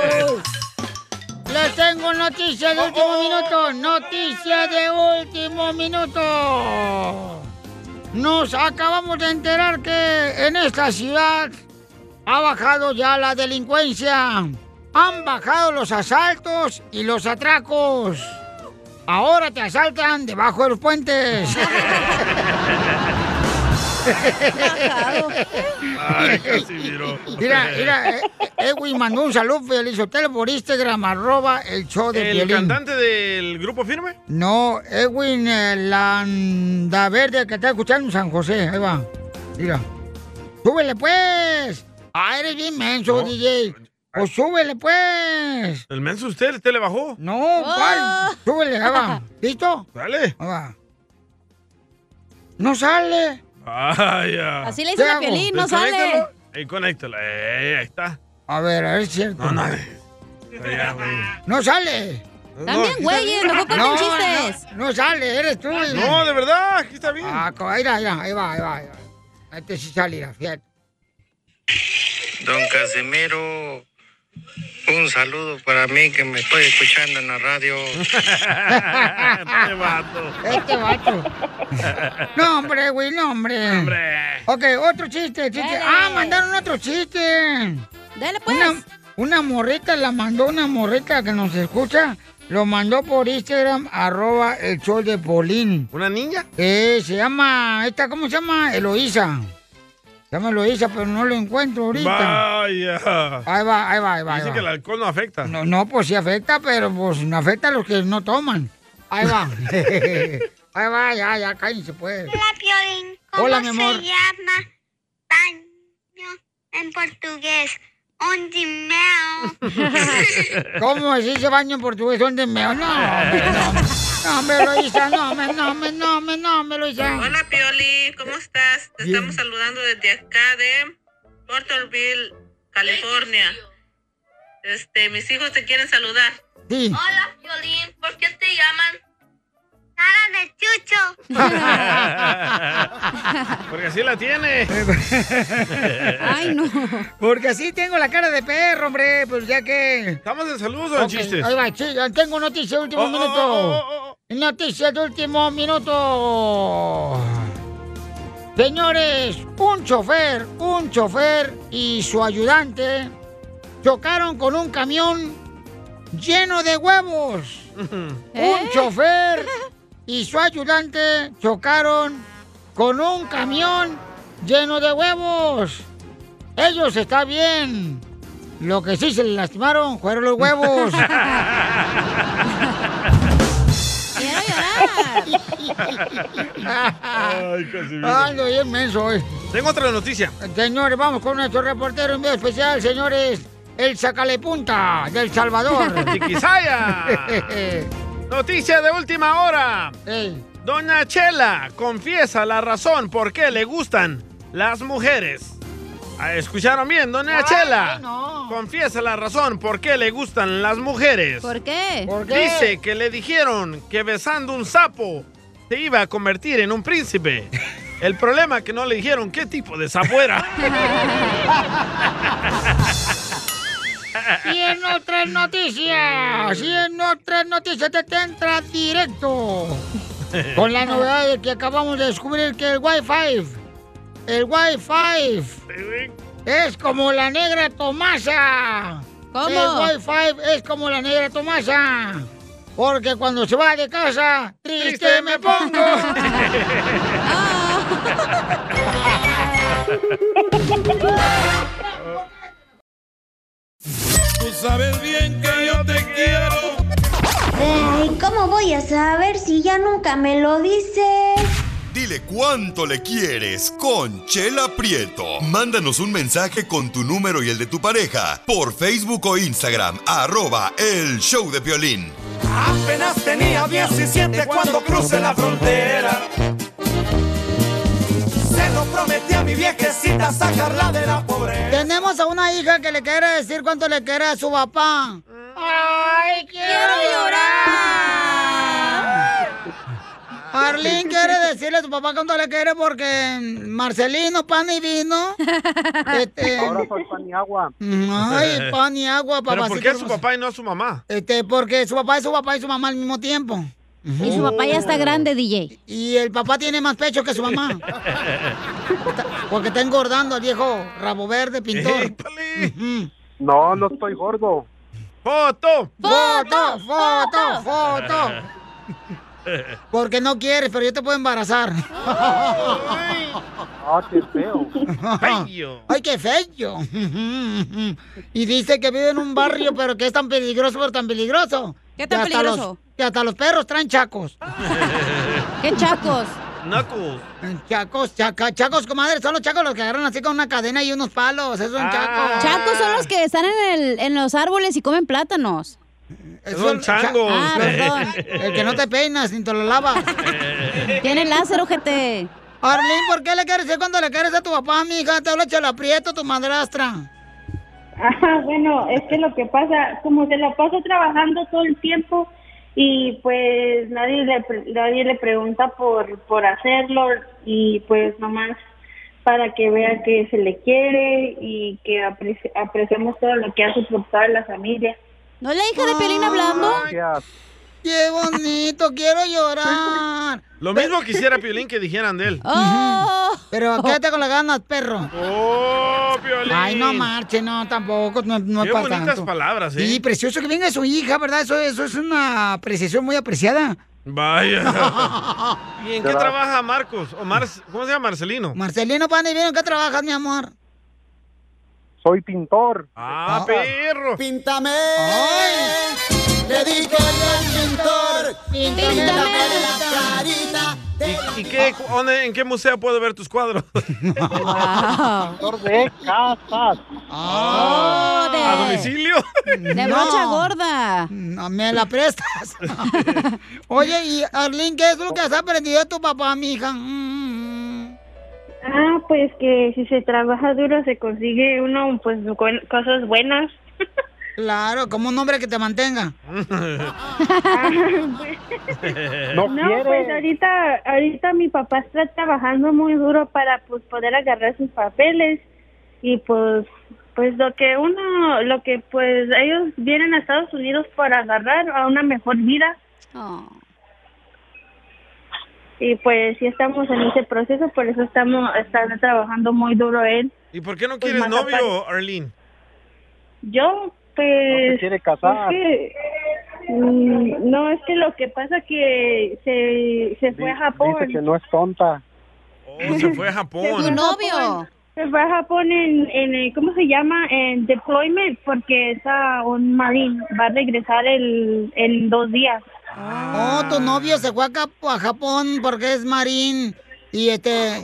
Speaker 2: Les tengo noticias de último minuto. Noticias de último minuto. Nos acabamos de enterar que en esta ciudad ha bajado ya la delincuencia. Han bajado los asaltos y los atracos. [LAUGHS] Ahora te asaltan debajo de los puentes.
Speaker 3: Ay, Casimiro.
Speaker 2: Mira, mira, eh, Edwin mandó un saludo, Felizotelo, por Instagram, arroba el show de
Speaker 3: ¿El
Speaker 2: Piolín.
Speaker 3: cantante del grupo firme?
Speaker 2: No, Edwin eh, Landaverde, que está escuchando en San José. Ahí va. Mira. ¡Súbele, pues! ¡Ah, eres bien menso, DJ! ¡Pues súbele, pues!
Speaker 3: ¿El menso usted? ¿Usted le bajó?
Speaker 2: No, ¿cuál? Súbele, ahí va. ¿Listo?
Speaker 3: Dale.
Speaker 2: Ahí va. ¡No sale!
Speaker 3: Ay, ya.
Speaker 4: Así le dicen a Piolín, no sale.
Speaker 3: Desconéctalo. Ahí, conéctalo. Eh, ahí está.
Speaker 2: A ver, a ver si es cierto. No, no.
Speaker 3: Ya, güey.
Speaker 2: ¡No sale!
Speaker 3: También, eh, No, güeyes, mejor cuenten
Speaker 2: No,
Speaker 3: chistes.
Speaker 2: No, no sale, eres tú. eh.
Speaker 3: No, de verdad, aquí está bien.
Speaker 2: Ah, co- ahí va, ahí va, ahí va, ahí va, ahí va. Este sí salirá, fíjate.
Speaker 11: Don Casimiro, un saludo para mí que me estoy escuchando en la radio. [LAUGHS]
Speaker 3: [LAUGHS] este vato.
Speaker 2: Este vato. No, hombre, güey, no, hombre.
Speaker 3: Hombre.
Speaker 2: Ok, otro chiste, chiste.
Speaker 4: Dale.
Speaker 2: Ah, mandaron otro chiste. Dale,
Speaker 4: pues.
Speaker 2: Una, una morrita, la mandó una morrita que nos escucha. Lo mandó por Instagram, arroba el show de Polín.
Speaker 3: ¿Una niña?
Speaker 2: Eh, se llama, esta, ¿cómo se llama? Eloísa. Se llama Eloísa, pero no lo encuentro ahorita.
Speaker 3: Vaya.
Speaker 2: Ahí va, ahí va, ahí va. ahí
Speaker 3: Dice
Speaker 2: va.
Speaker 3: que el alcohol no afecta.
Speaker 2: No, no, pues sí afecta, pero pues no afecta a los que no toman. Ahí va. Ahí va, ya, ya, cállense [LAUGHS] pues.
Speaker 19: Hola, Piolín. ¿Cómo
Speaker 2: Hola, mi amor.
Speaker 19: se llama baño en portugués? Onde meo.
Speaker 2: ¿Cómo se dice baño en portugués? ¿Dónde me No, hombre, no. No, me lo hice, no, me, no, me, no, me, no, me lo hice.
Speaker 12: Hola Pioli, ¿cómo estás? Te
Speaker 2: Bien.
Speaker 12: estamos saludando desde acá de Porterville, California. Este, mis hijos te quieren saludar.
Speaker 2: Sí.
Speaker 12: Hola Piolín, ¿por qué te llaman?
Speaker 19: Cara
Speaker 12: [LAUGHS]
Speaker 19: de chucho.
Speaker 3: [LAUGHS] Porque así la
Speaker 4: [LAUGHS]
Speaker 3: tiene.
Speaker 2: Ay, no. Porque así tengo la cara de perro, hombre, pues ya que...
Speaker 3: ¿Estamos en saludos o en
Speaker 2: Ok,
Speaker 3: chistes?
Speaker 2: Ahí va, sí, ya tengo noticia de último
Speaker 3: Oh, oh,
Speaker 2: minuto.
Speaker 3: oh,
Speaker 2: Noticia de último minuto. Señores, un chofer, un chofer y su ayudante chocaron con un camión lleno de huevos. Un chofer y su ayudante chocaron con un camión lleno de huevos. Ellos está bien. Lo que sí se le lastimaron fueron
Speaker 6: [LAUGHS]
Speaker 2: los huevos.
Speaker 4: Quiero llorar.
Speaker 3: [LAUGHS] Ay, Casimiro.
Speaker 2: Ay, lo bien menso hoy.
Speaker 3: Tengo otra noticia.
Speaker 2: Señores, vamos con nuestro reportero en video especial, señores. El Sacalepunta del Salvador.
Speaker 3: [LAUGHS] Chiquisaya. Noticia de última hora. Doña Chela confiesa la razón por qué le gustan las mujeres. Ah, ¿Escucharon bien, Doña
Speaker 4: Ay,
Speaker 3: Chela?
Speaker 4: no.
Speaker 3: Confiesa la razón por qué le gustan las mujeres.
Speaker 4: ¿Por qué?
Speaker 3: Dice que le dijeron que besando un sapo se iba a convertir en un príncipe. El problema es que no le dijeron qué tipo de sapo
Speaker 4: [LAUGHS]
Speaker 3: era.
Speaker 2: Y en otras noticias, y en otras noticias te, te entra directo. [LAUGHS] Con la novedad de que acabamos de descubrir que el Wi-Fi, el Wi-Fi es como la negra Tomasa.
Speaker 4: ¿Cómo?
Speaker 2: El Wi-Fi es como la negra Tomasa. Porque cuando se va de casa, triste me pongo.
Speaker 6: Tú sabes bien que yo te quiero.
Speaker 19: Ay, ¿cómo voy a saber si ya nunca me lo dices?
Speaker 8: Dile cuánto le quieres con Chela Prieto. Mándanos un mensaje con tu número y el de tu pareja por Facebook o Instagram, arroba el show de Piolín.
Speaker 6: Apenas tenía 17 cuando crucé la frontera. Se lo prometí a mi viejecita sacarla de la pobreza.
Speaker 2: Tenemos a una hija que le quiere decir cuánto le quiere a su papá.
Speaker 6: Ay,
Speaker 2: quiero Arlín
Speaker 6: [LAUGHS]
Speaker 2: quiere decirle a su papá cuánto le quiere porque Marcelino, pan
Speaker 4: [LAUGHS]
Speaker 2: y vino. Este,
Speaker 14: Ahora soy pan y agua. [LAUGHS]
Speaker 2: ay, pan y agua, papá.
Speaker 3: ¿Pero por qué a su papá y no a su mamá?
Speaker 2: Este, porque su papá es su papá y su mamá al mismo tiempo.
Speaker 4: Y su papá ya está grande, DJ.
Speaker 2: Y el papá tiene más pecho que
Speaker 3: [LAUGHS]
Speaker 2: su mamá. Porque está engordando al viejo rabo verde pintor.
Speaker 14: No, no estoy gordo.
Speaker 3: ¡Foto!
Speaker 2: ¡Foto! ¡Foto! ¡Foto! Porque no quieres, pero yo te puedo embarazar. [LAUGHS] Ah, qué feo. Ay, qué feo. [LAUGHS] Y dice que vive en un barrio, pero que es tan peligroso, pero tan peligroso.
Speaker 4: ¿Qué tan
Speaker 2: Que hasta los-
Speaker 4: peligroso?
Speaker 2: que hasta los perros traen chacos. [LAUGHS] ¿Qué chacos?
Speaker 3: Knuckles.
Speaker 2: Chacos, chaca, chacos, comadre, son los chacos los que agarran así con una cadena y unos palos, esos son chacos.
Speaker 4: Chacos son los que están en, el, en los árboles y comen plátanos.
Speaker 2: Esos
Speaker 4: son
Speaker 2: cha-
Speaker 4: changos. Ah,
Speaker 6: [LAUGHS]
Speaker 4: perdón.
Speaker 2: El Eh, que no te peinas ni te lo lavas.
Speaker 4: [LAUGHS]
Speaker 3: [LAUGHS]
Speaker 4: Tiene láser, ojete.
Speaker 2: Arlín, ¿por qué le quieres decir cuando le quieres a tu papá, mija? Te habla Chela Prieto, tu madrastra.
Speaker 25: Ajá, bueno, es que lo que pasa, como se la paso trabajando todo el tiempo y pues nadie le, pre- nadie le pregunta por, por hacerlo y pues nomás para que vea que se le quiere y que apreci- apreciamos todo lo que hace por toda la familia.
Speaker 4: ¿No es la hija de Pelín hablando?
Speaker 2: ¡Qué bonito! ¡Quiero llorar!
Speaker 3: Lo mismo quisiera Piolín que dijeran
Speaker 2: [LAUGHS]
Speaker 3: de él.
Speaker 2: Oh. Pero quédate con las ganas, perro.
Speaker 3: ¡Oh, Piolín!
Speaker 2: Ay, no marche, no, tampoco, no, no
Speaker 3: Qué
Speaker 2: es para
Speaker 3: bonitas
Speaker 2: tanto.
Speaker 3: palabras, ¿eh?
Speaker 2: Y precioso que venga su hija, ¿verdad? Eso, eso es una apreciación muy apreciada. [LAUGHS]
Speaker 3: Vaya. ¿Y en qué
Speaker 2: Claro.
Speaker 3: trabaja Marcos? O Mar- ¿Cómo se llama Marcelino?
Speaker 2: Marcelino Pana, ¿y vieron qué trabajas, mi amor? Oh,
Speaker 5: Soy pintor.
Speaker 3: Ah,
Speaker 2: perro. Píntame. Le dije al pintor.
Speaker 6: píntame la
Speaker 2: carita.
Speaker 3: ¿Y qué, dónde- en qué museo puedo ver tus
Speaker 2: [LAUGHS]
Speaker 3: cuadros?
Speaker 5: Pintor de casas.
Speaker 2: Oh, de-
Speaker 3: Ah. ¿A domicilio?
Speaker 2: De
Speaker 4: Ah. brocha gorda.
Speaker 2: No, me la prestas. [LAUGHS] Oye, y Arlín, ¿qué es lo que has aprendido de tu papá, mija? Mm,
Speaker 25: Ah, pues que si se trabaja duro se consigue uno pues buen- cosas
Speaker 4: [LAUGHS]
Speaker 25: buenas.
Speaker 2: Claro, como un hombre que
Speaker 3: [LAUGHS]
Speaker 2: te mantenga.
Speaker 25: No, pues ahorita, ahorita mi papá está trabajando muy duro para pues poder agarrar sus papeles y pues, pues lo que uno, lo que pues ellos vienen a Estados Unidos para agarrar a una mejor vida y pues sí estamos en ese proceso, por eso estamos, está trabajando muy duro él.
Speaker 3: ¿Y por qué no
Speaker 25: Pues
Speaker 3: quieres
Speaker 25: más
Speaker 3: novio, Arlene?
Speaker 25: Yo, pues.
Speaker 3: No se quiere casar.
Speaker 25: Es que, mm, no, es que lo que pasa que se, se fue a Japón.
Speaker 5: Dice que no es tonta.
Speaker 3: Oh, se
Speaker 5: [LAUGHS]
Speaker 3: fue a
Speaker 25: Se fue a
Speaker 3: Japón.
Speaker 25: Japón. Se fue a Japón en, en el- ¿cómo se llama? En deployment, porque es a un marín. Va a regresar el, en dos días.
Speaker 2: Oh, tu novio se fue a, Cap- a Japón porque es marín. Y este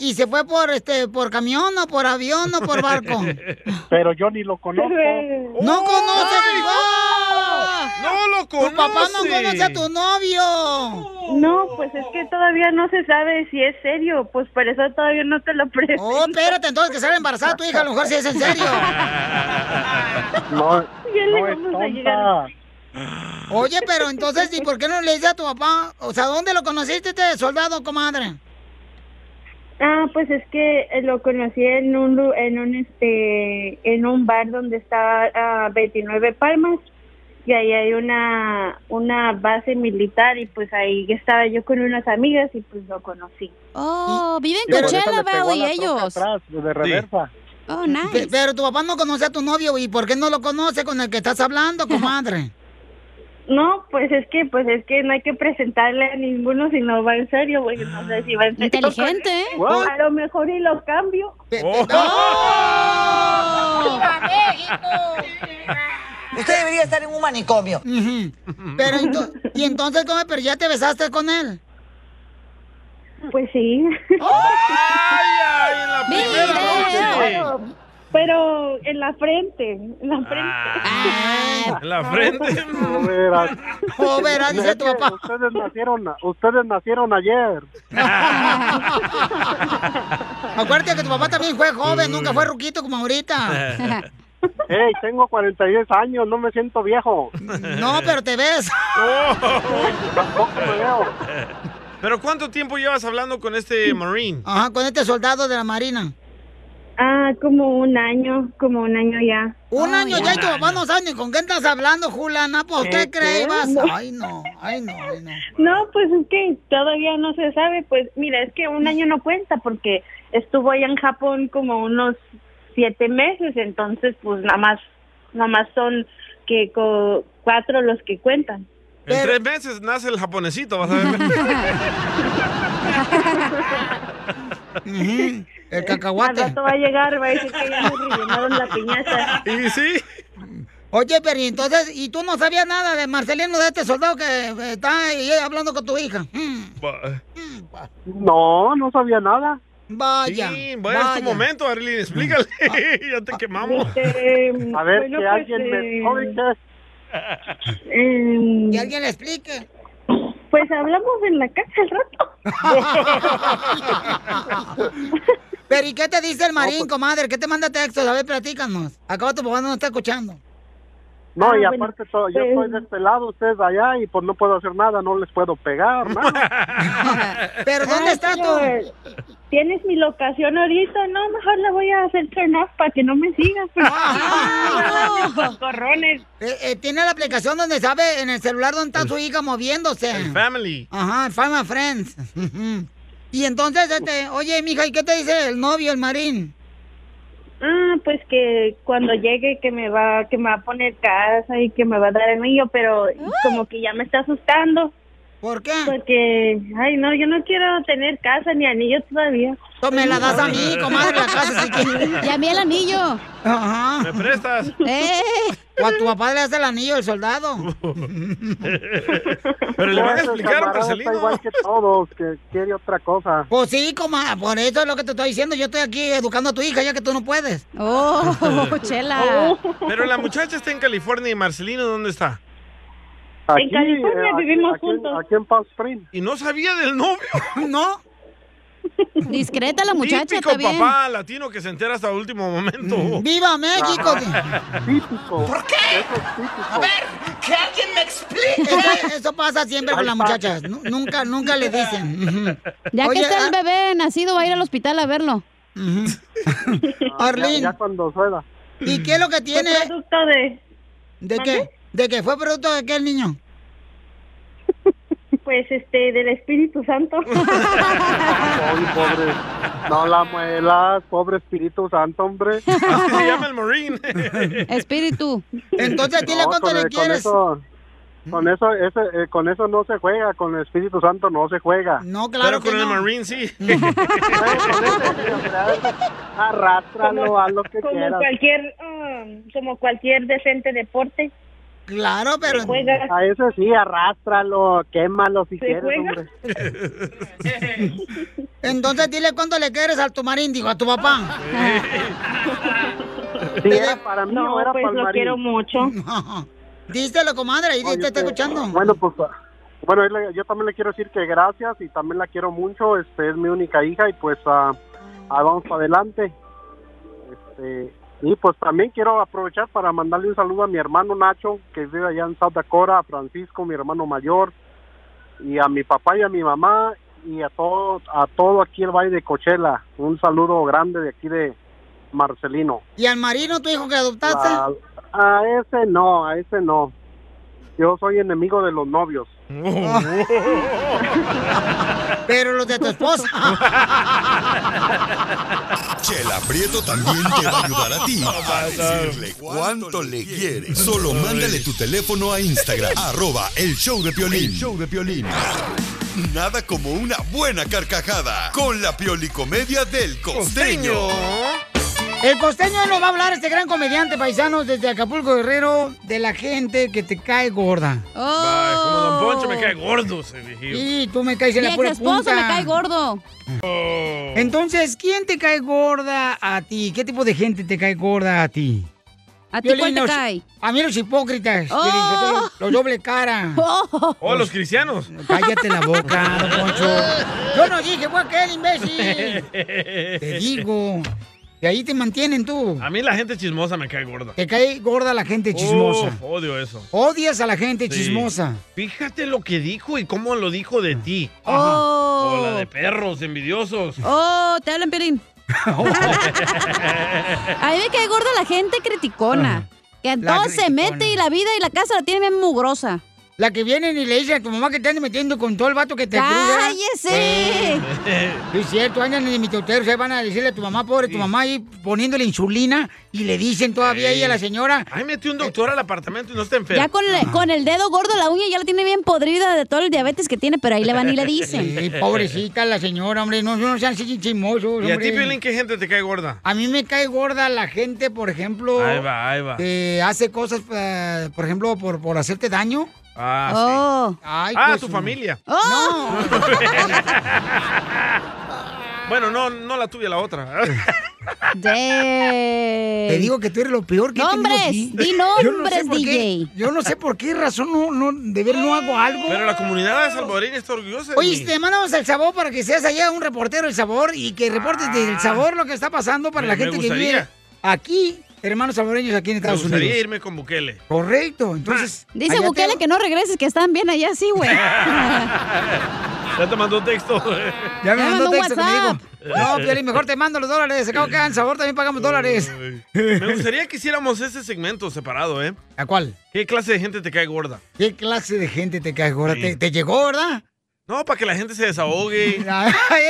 Speaker 2: y, y se fue por este por camión o por avión o por
Speaker 3: [LAUGHS]
Speaker 2: barco.
Speaker 5: [LAUGHS] Pero yo ni lo conozco.
Speaker 2: [LAUGHS] ¡No conoce a tu papá!
Speaker 3: ¡No lo
Speaker 2: ¡Tu papá no
Speaker 25: conoce!
Speaker 2: conoce a tu novio!
Speaker 25: No, pues es que todavía no se sabe si es serio, pues por eso todavía no te lo [LAUGHS] presento.
Speaker 2: Oh, espérate, entonces que salga embarazada tu hija, a lo mejor si es
Speaker 3: [LAUGHS]
Speaker 25: [LAUGHS]
Speaker 2: en serio.
Speaker 5: No,
Speaker 25: Ya le
Speaker 5: no es
Speaker 25: vamos a
Speaker 5: tonta.
Speaker 2: Oye, pero entonces, ¿y por qué no le dices a tu papá? O sea, ¿dónde lo conociste este soldado, comadre?
Speaker 25: Ah, pues es que eh, lo conocí en un lu- en un este en un bar donde está ah, 29 Palmas y ahí hay una una base militar y pues ahí estaba yo con unas amigas y pues lo conocí.
Speaker 4: Oh, viven
Speaker 25: Pero
Speaker 4: con
Speaker 25: ahorita
Speaker 4: Chela,
Speaker 25: le pegó
Speaker 4: Bao, y
Speaker 25: la
Speaker 4: ellos.
Speaker 5: De reversa.
Speaker 4: Oh, nice.
Speaker 2: Pe- Pero tu papá no conoce a tu novio, ¿y por qué no lo conoce con el que estás hablando, comadre?
Speaker 25: No, pues es que pues es que no hay que presentarle a ninguno si no va en serio, porque no sé si va en serio.
Speaker 4: Inteligente, ¿eh?
Speaker 25: O [LAUGHS] A lo mejor y lo cambio.
Speaker 13: [LAUGHS]
Speaker 3: Oh.
Speaker 13: Usted debería estar en un manicomio.
Speaker 2: Pero ento- y entonces, ¿cómo? Pero ya te besaste con él.
Speaker 25: Pues sí.
Speaker 3: ¡Ay, en la
Speaker 25: primera
Speaker 3: noche!
Speaker 25: Pero en la frente, en la
Speaker 4: Ah.
Speaker 2: Ah.
Speaker 25: frente.
Speaker 3: En la
Speaker 5: [LAUGHS]
Speaker 3: frente.
Speaker 2: [LAUGHS] Oh, verás, dice
Speaker 5: Es
Speaker 2: tu
Speaker 5: que
Speaker 2: papá.
Speaker 5: Ustedes nacieron, ustedes nacieron ayer.
Speaker 2: [LAUGHS]
Speaker 5: [LAUGHS]
Speaker 2: Acuérdate que tu papá también fue joven, nunca fue ruquito como ahorita.
Speaker 5: Ey, tengo 46 años, no me siento viejo.
Speaker 2: [LAUGHS] No, pero te ves.
Speaker 3: [LAUGHS] ¿Pero cuánto tiempo llevas hablando con este Marine?
Speaker 2: Ajá, con este soldado de la Marina.
Speaker 25: Ah, como un año, como un año ya.
Speaker 2: Un año ya y tu papá no sabe ni con quién estás hablando, Juliana. ¿Por qué
Speaker 25: ¿Qué,
Speaker 2: crees?
Speaker 25: qué?
Speaker 2: vas?
Speaker 25: No.
Speaker 2: Ay, no, ay, no, ay, no.
Speaker 25: No, pues es que todavía no se sabe. Pues mira, es que un año no cuenta porque estuvo allá en Japón como unos siete meses, entonces pues nada más, nada más son que co- cuatro los que
Speaker 2: [LAUGHS]
Speaker 25: cuentan.
Speaker 3: En tres meses nace el japonesito, vas a ver.
Speaker 2: [LAUGHS] Ujú, El cacahuate.
Speaker 25: Al rato va a llegar, va a decir que ya me rellenaron la piñata.
Speaker 3: [LAUGHS] ¿Y sí?
Speaker 2: Oye, Perry, entonces, ¿y tú no sabías nada de Marcelino, de este soldado que eh, está ahí hablando con tu hija? Mm,
Speaker 5: No, no sabía nada.
Speaker 2: vaya.
Speaker 3: Sí, bueno, es tu
Speaker 2: vaya. Ah,
Speaker 3: momento, Arlene, explícale. [LAUGHS] ya te
Speaker 5: [LAUGHS]
Speaker 3: quemamos.
Speaker 5: A ver, que alguien me oiga.
Speaker 25: Que
Speaker 2: alguien le explique.
Speaker 25: Pues hablamos en la casa al rato.
Speaker 2: Pero ¿y qué te dice
Speaker 25: pues.
Speaker 2: el marín, comadre? ¿Qué te manda textos? A ver, platícanos. Acá tu papá no está escuchando.
Speaker 5: No, y
Speaker 2: Ah, bueno,
Speaker 5: aparte todo, yo
Speaker 2: pues-
Speaker 5: estoy de este lado, ustedes de allá, y pues no puedo hacer nada, no les puedo pegar,
Speaker 2: Pero
Speaker 25: ¿dónde estás tú? Ah, Tienes mi locación ahorita, no, mejor la voy a hacer turn off para que no me sigas. pues.
Speaker 2: Ah, [LAUGHS] corrones. Eh, tiene la aplicación donde sabe en el celular dónde está su hija moviéndose.
Speaker 4: [LAUGHS]
Speaker 3: Family.
Speaker 2: Ajá, Fama Friends. [LAUGHS] Ujú. y entonces, este, oye, mija, ¿y qué te dice el novio, el marín?
Speaker 25: Ah, pues que cuando llegue que me va que me va a poner casa y que me va a dar el niño, pero como que ya me está asustando.
Speaker 2: ¿Por qué?
Speaker 25: Porque, ay, no, yo no quiero tener casa ni anillo todavía.
Speaker 2: Me la das a
Speaker 3: [LAUGHS]
Speaker 2: mí, comadre, la casa si
Speaker 4: Y a mí el anillo. Eh.
Speaker 2: Ajá.
Speaker 3: ¿Me
Speaker 4: [LAUGHS]
Speaker 3: prestas?
Speaker 2: O a tu papá le hace el anillo el
Speaker 3: [LAUGHS]
Speaker 2: soldado.
Speaker 3: Pero le van a
Speaker 5: Ese
Speaker 3: explicar,
Speaker 5: camarada Está
Speaker 3: Marcelino.
Speaker 5: igual que todos, que quiere otra cosa.
Speaker 2: Pues sí, comadre, por eso es lo que te estoy diciendo. Yo estoy aquí educando a tu hija ya que tú no puedes. Oh,
Speaker 5: Oh.
Speaker 3: Oh. Pero la muchacha está en California y Marcelino, ¿dónde está?
Speaker 5: Aquí, California eh, aquí- vivimos aquí- juntos. aquí en Palm
Speaker 3: ¿Y no sabía del novio?
Speaker 2: [LAUGHS] No.
Speaker 4: Discreta la muchacha,
Speaker 3: Típico
Speaker 4: está bien.
Speaker 3: papá latino que se entera hasta el último momento.
Speaker 2: Mm, ¡Viva México!
Speaker 5: Ah, Típico.
Speaker 3: ¿Por
Speaker 2: qué? A ver, que alguien me explique. Eso, pasa siempre con las muchachas. Nu- Nunca, nunca le dicen.
Speaker 4: Ya
Speaker 2: Oye,
Speaker 4: que está
Speaker 2: ah-
Speaker 4: el bebé nacido, va a ir al hospital a verlo.
Speaker 5: Ah,
Speaker 2: Arlene.
Speaker 5: Ya, ya cuando suena.
Speaker 2: ¿Y qué es lo que tiene?
Speaker 25: producto de...
Speaker 2: ¿De qué? ¿De qué fue producto de qué el niño?
Speaker 25: [LAUGHS] Pues este, del Espíritu Santo.
Speaker 5: Ay, pobre. No la muelas, pobre Espíritu Santo,
Speaker 2: [LAUGHS]
Speaker 5: hombre.
Speaker 3: Así se llama el Marine.
Speaker 4: [LAUGHS] Espíritu.
Speaker 2: Entonces, dile
Speaker 5: No,
Speaker 2: cuánto
Speaker 5: con
Speaker 2: le
Speaker 5: el- con
Speaker 2: quieres.
Speaker 5: eso- Con eso, ese, eh, con eso no se juega, con el Espíritu Santo no se juega.
Speaker 2: No, pues
Speaker 3: Pero con el Marine
Speaker 2: [LAUGHS]
Speaker 3: sí.
Speaker 5: [LAUGHS] Arrástralo, haz lo que
Speaker 25: como
Speaker 5: quieras.
Speaker 25: Cualquier, ah, como cualquier decente deporte.
Speaker 2: Claro, pero...
Speaker 5: A ese sí, arrástralo, quémalo si
Speaker 25: ¿Se
Speaker 5: quieres,
Speaker 25: juega?
Speaker 5: hombre.
Speaker 2: Entonces, dile cuánto le quieres a tu marín, digo, a tu papá.
Speaker 5: Si era para mí o era para el marido.
Speaker 2: [LAUGHS] Díselo, comadre, ahí te está escuchando.
Speaker 5: Bueno, pues ah, bueno, él le- yo también le quiero decir que gracias y también la quiero mucho, este es mi única hija y pues ah, ah, vamos para adelante. Este, y pues también quiero aprovechar para mandarle un saludo a mi hermano Nacho, que vive allá en South Dakota, a Francisco, mi hermano mayor, y a mi papá y a mi mamá y a todo a todo aquí el Valle de Cochela. Un saludo grande de aquí de Marcelino.
Speaker 2: ¿Y al marino, tu hijo que adoptaste?
Speaker 5: A, a ese no, a ese no. Yo soy enemigo de los novios.
Speaker 2: [LAUGHS] Pero los de tu esposa.
Speaker 8: Chela Prieto también te va a ayudar [LAUGHS] a ti a decirle cuánto le quieres. Solo mándale tu teléfono a [LAUGHS] Instagram, arroba el show de Piolín.
Speaker 20: El
Speaker 8: show de Nada como una buena carcajada con la piolicomedia del costeño.
Speaker 2: El costeño nos va a hablar este gran comediante paisanos desde Acapulco Guerrero de la gente que te cae gorda.
Speaker 3: Ay, como Don Poncho me cae gordo ese viejillo.
Speaker 2: Y este. tú me caes en la
Speaker 4: Mi
Speaker 2: pura
Speaker 4: exesposo
Speaker 2: punta.
Speaker 4: me cae gordo.
Speaker 3: Oh.
Speaker 2: Entonces, ¿quién te cae gorda a ti? ¿Qué tipo de gente te cae gorda a ti?
Speaker 4: ¿A ti
Speaker 2: Piolín,
Speaker 4: cuál te
Speaker 2: los-
Speaker 4: cae?
Speaker 2: A mí los hipócritas.
Speaker 4: Oh.
Speaker 2: Piolín, yo te- Los doble
Speaker 4: [LAUGHS]
Speaker 2: cara.
Speaker 3: Oh, los cristianos.
Speaker 2: [LAUGHS] Cállate
Speaker 3: [LAUGHS]
Speaker 2: la boca, don Poncho.
Speaker 4: Oh.
Speaker 2: [LAUGHS] Yo no dije, fue aquel [LAUGHS] imbécil. Te digo. De ahí te mantienen tú.
Speaker 3: A mí la gente chismosa me cae gorda.
Speaker 2: Te cae gorda la gente chismosa.
Speaker 3: Uf, odio eso.
Speaker 2: Odias a la gente
Speaker 3: Oh. Sí.
Speaker 2: chismosa. Ah.
Speaker 3: Fíjate lo que dijo y cómo lo dijo de ti.
Speaker 4: Oh.
Speaker 3: O la de perros envidiosos.
Speaker 4: Oh, te hablan, Piolín.
Speaker 3: [LAUGHS] Oh.
Speaker 4: A mí me cae gorda la gente criticona. Que en
Speaker 3: Ah. La
Speaker 4: todo se mete y la vida y la casa la tiene bien mugrosa.
Speaker 2: La que vienen y le dicen a tu mamá que te andan metiendo con todo el vato que te cruza.
Speaker 4: ¡Cállese!
Speaker 2: Sí, es cierto, andan en el mitotero, se van a decirle a tu mamá, pobre, tu mamá ahí poniéndole insulina y le dicen todavía ahí a la señora. eh,
Speaker 3: Ay, metió un doctor al apartamento y no está enfermo.
Speaker 4: Ya con el, con el dedo gordo, la uña ya la tiene bien podrida de todo el diabetes que tiene, pero ahí le van
Speaker 2: [LAUGHS]
Speaker 4: y
Speaker 3: [LAUGHS]
Speaker 4: le dicen.
Speaker 2: Sí, pobrecita la señora, hombre, no, no sean así chismosos,
Speaker 3: ¿Y a
Speaker 2: hombre.
Speaker 3: ti, Piolín, qué gente te cae gorda?
Speaker 2: A mí me cae gorda la gente, por ejemplo,
Speaker 3: Ahí va, ahí va.
Speaker 2: que hace cosas, eh, por ejemplo, por, por hacerte daño.
Speaker 3: Ah,
Speaker 4: Oh.
Speaker 3: sí.
Speaker 2: Ay,
Speaker 3: ah,
Speaker 2: pues,
Speaker 3: tu familia.
Speaker 2: No.
Speaker 3: [LAUGHS] Bueno, no, no la tuya, la
Speaker 2: [LAUGHS]
Speaker 3: otra.
Speaker 2: Te digo que tú eres lo peor que he tenido
Speaker 4: Nombres,
Speaker 2: aquí.
Speaker 4: di
Speaker 2: Yo no sé
Speaker 4: nombres,
Speaker 2: por qué-
Speaker 4: DJ.
Speaker 2: yo no sé por qué razón no, no, de ver no hago algo.
Speaker 3: Pero la comunidad salvadoreña está orgullosa. de mí.
Speaker 2: Oye, te mandamos al sabor para que seas allá un reportero del sabor y que reportes del sabor lo que está pasando para
Speaker 3: Ah. Me-
Speaker 2: la gente
Speaker 3: me
Speaker 2: que vive
Speaker 3: gustaría.
Speaker 2: aquí, hermanos saboreños aquí en
Speaker 3: Me
Speaker 2: Estados
Speaker 3: gustaría
Speaker 2: Unidos.
Speaker 3: irme con Bukele. [LAUGHS]
Speaker 2: Correcto, entonces.
Speaker 4: Ah. Dice
Speaker 2: allá te-
Speaker 4: Bukele que no regreses, que están bien allá, sí,
Speaker 3: [LAUGHS]
Speaker 4: güey. Ah,
Speaker 3: ya te mandó un texto.
Speaker 2: Ya me mandó texto que me dijo, No, Piolín,
Speaker 3: Piolín,
Speaker 2: mejor te mando los dólares. Se acabó que en sabor también pagamos dólares.
Speaker 3: Me gustaría que hiciéramos ese segmento separado, ¿eh?
Speaker 2: ¿A cuál?
Speaker 3: ¿Qué clase de gente te cae gorda?
Speaker 2: ¿Qué clase de gente te cae gorda? ¿Te, te llegó, verdad?
Speaker 3: No, para que la gente se desahogue.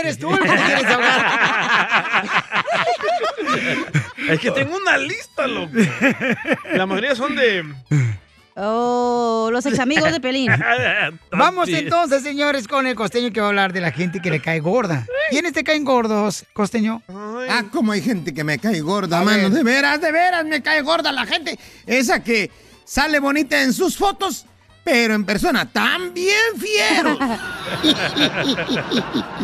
Speaker 2: Eres tú el que te
Speaker 3: [LAUGHS]
Speaker 2: quieres ahogar.
Speaker 3: es que tengo una lista, loco. La mayoría son de...
Speaker 4: Oh, los ex amigos de
Speaker 6: [LAUGHS]
Speaker 4: Pelín.
Speaker 2: [LAUGHS] Vamos entonces, señores, con el costeño que va a hablar de la gente que le cae gorda. ¿Quiénes te caen gordos, costeño?
Speaker 16: Ah, como hay gente que me cae gorda, mano. De veras, de veras, me cae gorda la gente. Esa que sale bonita en sus fotos, pero en persona tan bien [LAUGHS] fiero.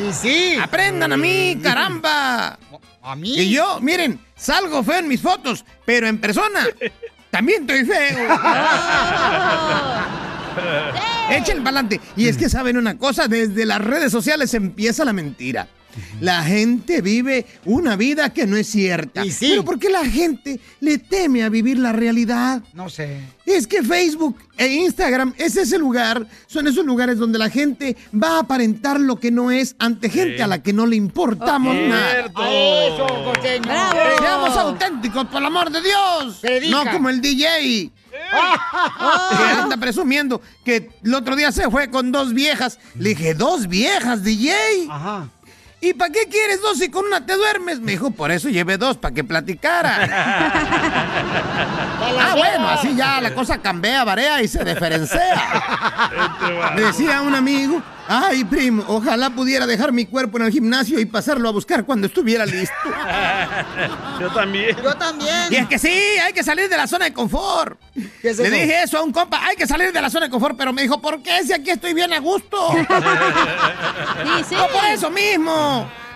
Speaker 2: y sí.
Speaker 16: Aprendan a mí, [LAUGHS] caramba.
Speaker 2: A mí.
Speaker 16: Y yo, miren, salgo feo en mis fotos, pero en [LAUGHS] persona también estoy feo. [LAUGHS] Echen pa'lante. Y es que saben una cosa, desde las redes sociales empieza la mentira. La gente vive una vida que no es cierta. Pero ¿por qué la gente le teme a vivir la realidad?
Speaker 2: No sé.
Speaker 16: Es que Facebook e Instagram es ese lugar, son esos lugares donde la gente va a aparentar lo que no es ante gente a la que no le importamos nada.
Speaker 2: Eso, costeño.
Speaker 16: Seamos auténticos, por el amor de Dios.
Speaker 2: Predica.
Speaker 16: No como el DJ. [LAUGHS] Que anda presumiendo que el otro día se fue con dos viejas. Le dije, dos viejas, DJ.
Speaker 2: Ajá.
Speaker 16: ¿Y para qué quieres dos si con una te duermes? Me dijo, por eso llevé dos, para que platicara.
Speaker 6: [LAUGHS]
Speaker 16: ah, bueno, así ya la cosa cambia, varea y se diferencia. Decía un amigo, ay, primo, ojalá pudiera dejar mi cuerpo en el gimnasio y pasarlo a buscar cuando estuviera listo.
Speaker 3: Yo también.
Speaker 2: Yo también.
Speaker 16: Y es que sí, hay que salir de la zona de confort.
Speaker 2: es
Speaker 16: Le
Speaker 2: eso?
Speaker 16: dije eso a un compa, hay que salir de la zona de confort, pero me dijo, ¿por qué si aquí estoy bien a gusto? No por eso mismo.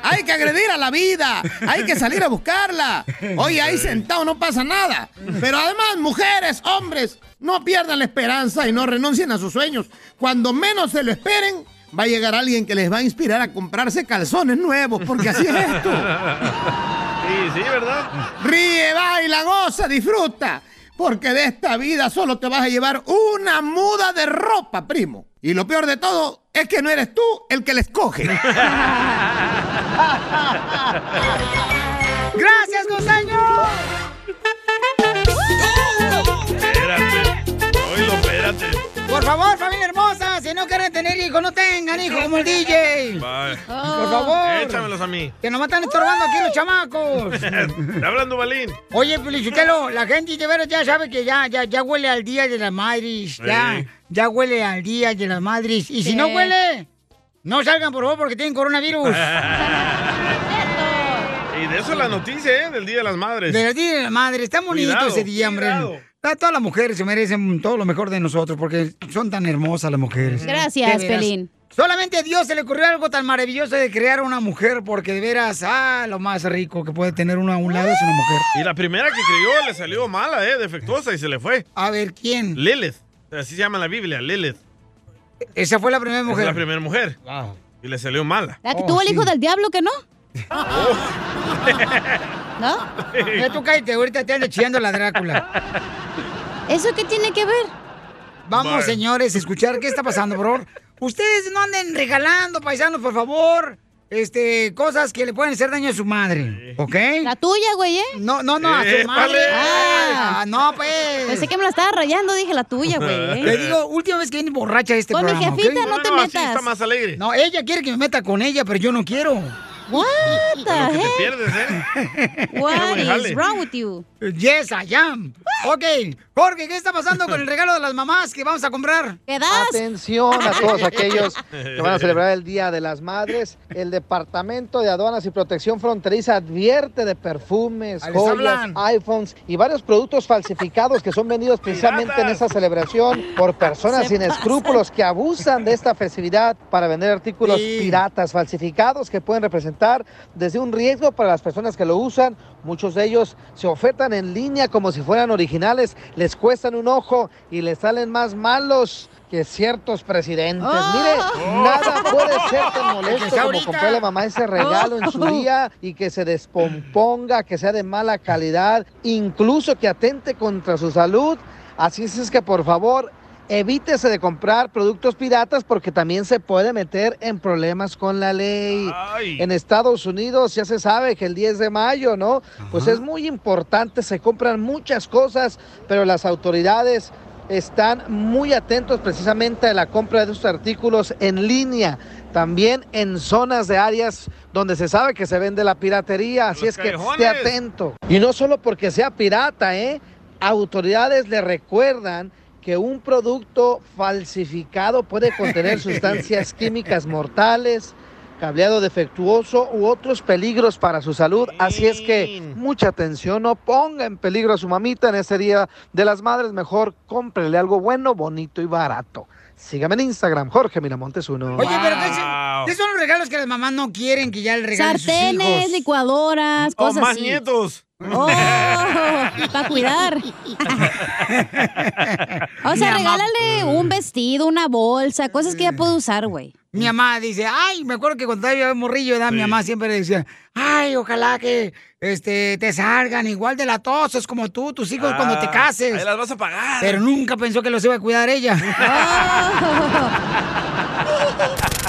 Speaker 16: Hay que agredir a la vida, hay que salir a buscarla. Oye, ahí sentado no pasa nada. Pero además, mujeres, hombres, no pierdan la esperanza y no renuncien a sus sueños. Cuando menos se lo esperen, va a llegar alguien que les va a inspirar a comprarse calzones nuevos, porque así es esto.
Speaker 3: Sí, sí, ¿verdad?
Speaker 16: Ríe, baila, goza, disfruta. Porque de esta vida solo te vas a llevar una muda de ropa, primo. Y lo peor de todo es que no eres tú el que la escoge.
Speaker 2: ¡Gracias, costeño!
Speaker 3: Espérate. Oílo, espérate.
Speaker 2: Por favor, familia hermosa, si no quieren tener hijos, no tengan hijos como el DJ.
Speaker 3: Bye.
Speaker 2: Por favor.
Speaker 3: Échamelos a mí.
Speaker 2: Que nomás están estorbando aquí los
Speaker 3: [LAUGHS]
Speaker 2: chamacos.
Speaker 3: Está hablando Balín.
Speaker 2: Oye, Felicitelo, la gente de veras ya sabe que ya, ya, ya huele al Día de las Madres. Ya,
Speaker 3: Sí.
Speaker 2: ya huele al Día de las Madres. Y si
Speaker 3: Sí.
Speaker 2: no huele, no salgan, por favor, porque
Speaker 3: [LAUGHS]
Speaker 2: tienen coronavirus.
Speaker 3: y de eso la noticia, ¿eh? Del Día de las Madres.
Speaker 2: De la Día de la Madre, está bonito
Speaker 3: Cuidado,
Speaker 2: ese día, hombre.
Speaker 3: cuidado.
Speaker 2: Ta- Todas las mujeres se merecen todo lo mejor de nosotros porque son tan hermosas las mujeres.
Speaker 4: Gracias,
Speaker 2: De veras.
Speaker 4: Pelín.
Speaker 2: Solamente a Dios se le ocurrió algo tan maravilloso de crear una mujer porque de veras, ah, lo más rico que puede tener uno a un lado es una mujer.
Speaker 3: Y la primera que crió le salió mala, ¿eh? Defectuosa y se le fue.
Speaker 2: A ver, ¿quién?
Speaker 3: Lilith. Así se llama en la Biblia, Lilith.
Speaker 2: Esa fue la primera
Speaker 3: Es
Speaker 2: mujer.
Speaker 3: la primera mujer. Y le salió mala.
Speaker 4: La que tuvo el hijo del diablo,
Speaker 3: [LAUGHS]
Speaker 4: que no.
Speaker 3: Oh.
Speaker 4: ¿No?
Speaker 2: Ya tú cállate, ahorita te anda chillando la Drácula.
Speaker 4: ¿Eso qué tiene que ver?
Speaker 2: Vamos,
Speaker 4: Vale.
Speaker 2: señores, a escuchar qué está pasando, por favor. Ustedes no anden regalando, paisanos, por favor. este, cosas que le pueden hacer daño a su madre, ¿ok?
Speaker 4: La tuya, güey, ¿eh?
Speaker 2: No, no, no, a su madre. Ah, no, pues.
Speaker 4: Pensé que me la estaba rayando, dije
Speaker 2: [LAUGHS]
Speaker 4: la tuya, güey.
Speaker 2: Te digo, última vez que viene borracha a este
Speaker 4: Con mi
Speaker 2: programa, ¿ok?
Speaker 4: jefita no No, te no, así metas. está
Speaker 3: más alegre.
Speaker 2: [LAUGHS] No, ella quiere que me meta con ella, pero yo no quiero.
Speaker 4: What the heck?
Speaker 3: pierdes,
Speaker 4: [LAUGHS]
Speaker 2: ¿eh?
Speaker 4: What is wrong with you?
Speaker 2: Yes, I am. Ok, Jorge, ¿qué está pasando con el regalo de las mamás que vamos a comprar?
Speaker 4: ¿Qué
Speaker 9: Atención a
Speaker 4: [LAUGHS]
Speaker 2: [LAUGHS]
Speaker 9: todos aquellos que van a celebrar el Día de las Madres. El Departamento de Aduanas y Protección Fronteriza advierte de perfumes,
Speaker 2: Ahí Ah, les
Speaker 9: joyas,
Speaker 2: hablan.
Speaker 9: iPhones y varios productos falsificados que son
Speaker 2: [LAUGHS]
Speaker 9: vendidos precisamente en esta celebración por personas
Speaker 2: Se
Speaker 9: sin escrúpulos que abusan de esta festividad para vender artículos piratas falsificados que pueden representar desde un riesgo para las personas que lo usan. Muchos de ellos se ofertan en línea como si fueran originales, les cuestan un ojo y les salen más malos que ciertos presidentes. Mire,
Speaker 2: Oh.
Speaker 9: nada puede ser
Speaker 2: [LAUGHS]
Speaker 9: tan
Speaker 2: Que
Speaker 9: molesto
Speaker 2: sea
Speaker 9: como
Speaker 2: ahorita.
Speaker 9: comprarle a mamá ese regalo en su día y que se descomponga, que sea de mala calidad, incluso que atente contra su salud. Así es que por favor, evítese de comprar productos piratas porque también se puede meter en problemas con la ley. En Estados Unidos ya se sabe que el 10 de mayo, ¿no? Pues es muy importante, se compran muchas cosas, pero las autoridades están muy atentos precisamente a la compra de estos artículos en línea, también en zonas de áreas donde se sabe que se vende la piratería, así es que esté
Speaker 6: callejones.
Speaker 9: atento. Y no solo porque sea pirata, ¿eh? Autoridades le recuerdan que un producto falsificado puede contener [LAUGHS] sustancias químicas mortales, cableado defectuoso u otros peligros para su salud. Así es que mucha atención, no ponga en peligro a su mamita en este día de las madres. Mejor cómprele algo bueno, bonito y barato. Sígame en Instagram, Jorge Miramontes uno.
Speaker 2: Oye, pero ¿qué, son- qué son los regalos que las mamás no quieren que ya le regalen sus
Speaker 4: Sartenes,
Speaker 2: hijos?
Speaker 4: licuadoras,
Speaker 2: O
Speaker 4: cosas
Speaker 2: más
Speaker 4: así.
Speaker 2: nietos.
Speaker 4: Oh,
Speaker 2: [LAUGHS]
Speaker 4: para cuidar. O sea,
Speaker 2: Mi mamá-
Speaker 4: regálale un vestido, una bolsa, cosas que ya puede usar, güey.
Speaker 3: Mm.
Speaker 2: Mi mamá dice, ay, me acuerdo que cuando estaba morrillo, ¿verdad? mi mamá siempre decía, ay, ojalá que este, te salgan igual de latosos como tú, tus hijos cuando te
Speaker 3: Ah,
Speaker 2: cases.
Speaker 3: Ahí las vas a Ah. pagar.
Speaker 2: Pero nunca pensó que los iba a
Speaker 3: [LAUGHS]
Speaker 2: cuidar ella.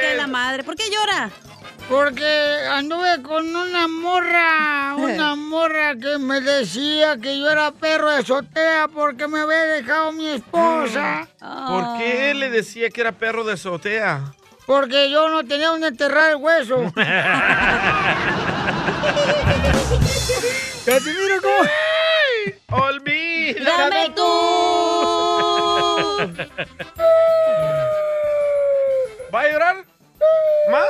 Speaker 4: ¡Qué la madre! ¿Por qué llora?
Speaker 2: Porque anduve con una
Speaker 4: [LAUGHS]
Speaker 2: morra, una morra que me decía que yo era perro de azotea porque me había dejado mi esposa.
Speaker 4: Ah.
Speaker 3: ¿Por qué le decía que era perro de
Speaker 2: [LAUGHS]
Speaker 3: azotea?
Speaker 2: Porque yo no tenía donde enterrar el hueso. Casimiro, ¿cómo?
Speaker 3: ¡Olvídame
Speaker 4: tú!
Speaker 3: ¿Va a llorar? ¿Más?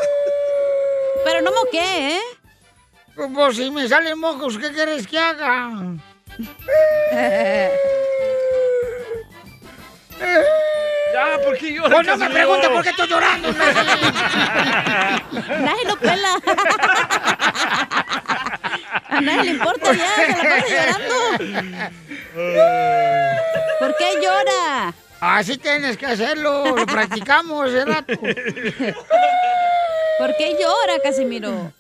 Speaker 4: Pero no moqué, ¿eh?
Speaker 2: Pues si me salen mocos, ¿qué quieres que haga?
Speaker 3: Ya, ¿por qué llora?
Speaker 2: Pues no me pregunte por qué estoy
Speaker 4: [LAUGHS]
Speaker 2: llorando.
Speaker 4: Nadie lo
Speaker 2: [LAUGHS]
Speaker 4: pela. A nadie le importa ya, se la pasa llorando. [LAUGHS] ¿Por qué llora?
Speaker 2: Así tienes que hacerlo, lo practicamos [LAUGHS] hace rato.
Speaker 4: ¿Por qué llora, Casimiro?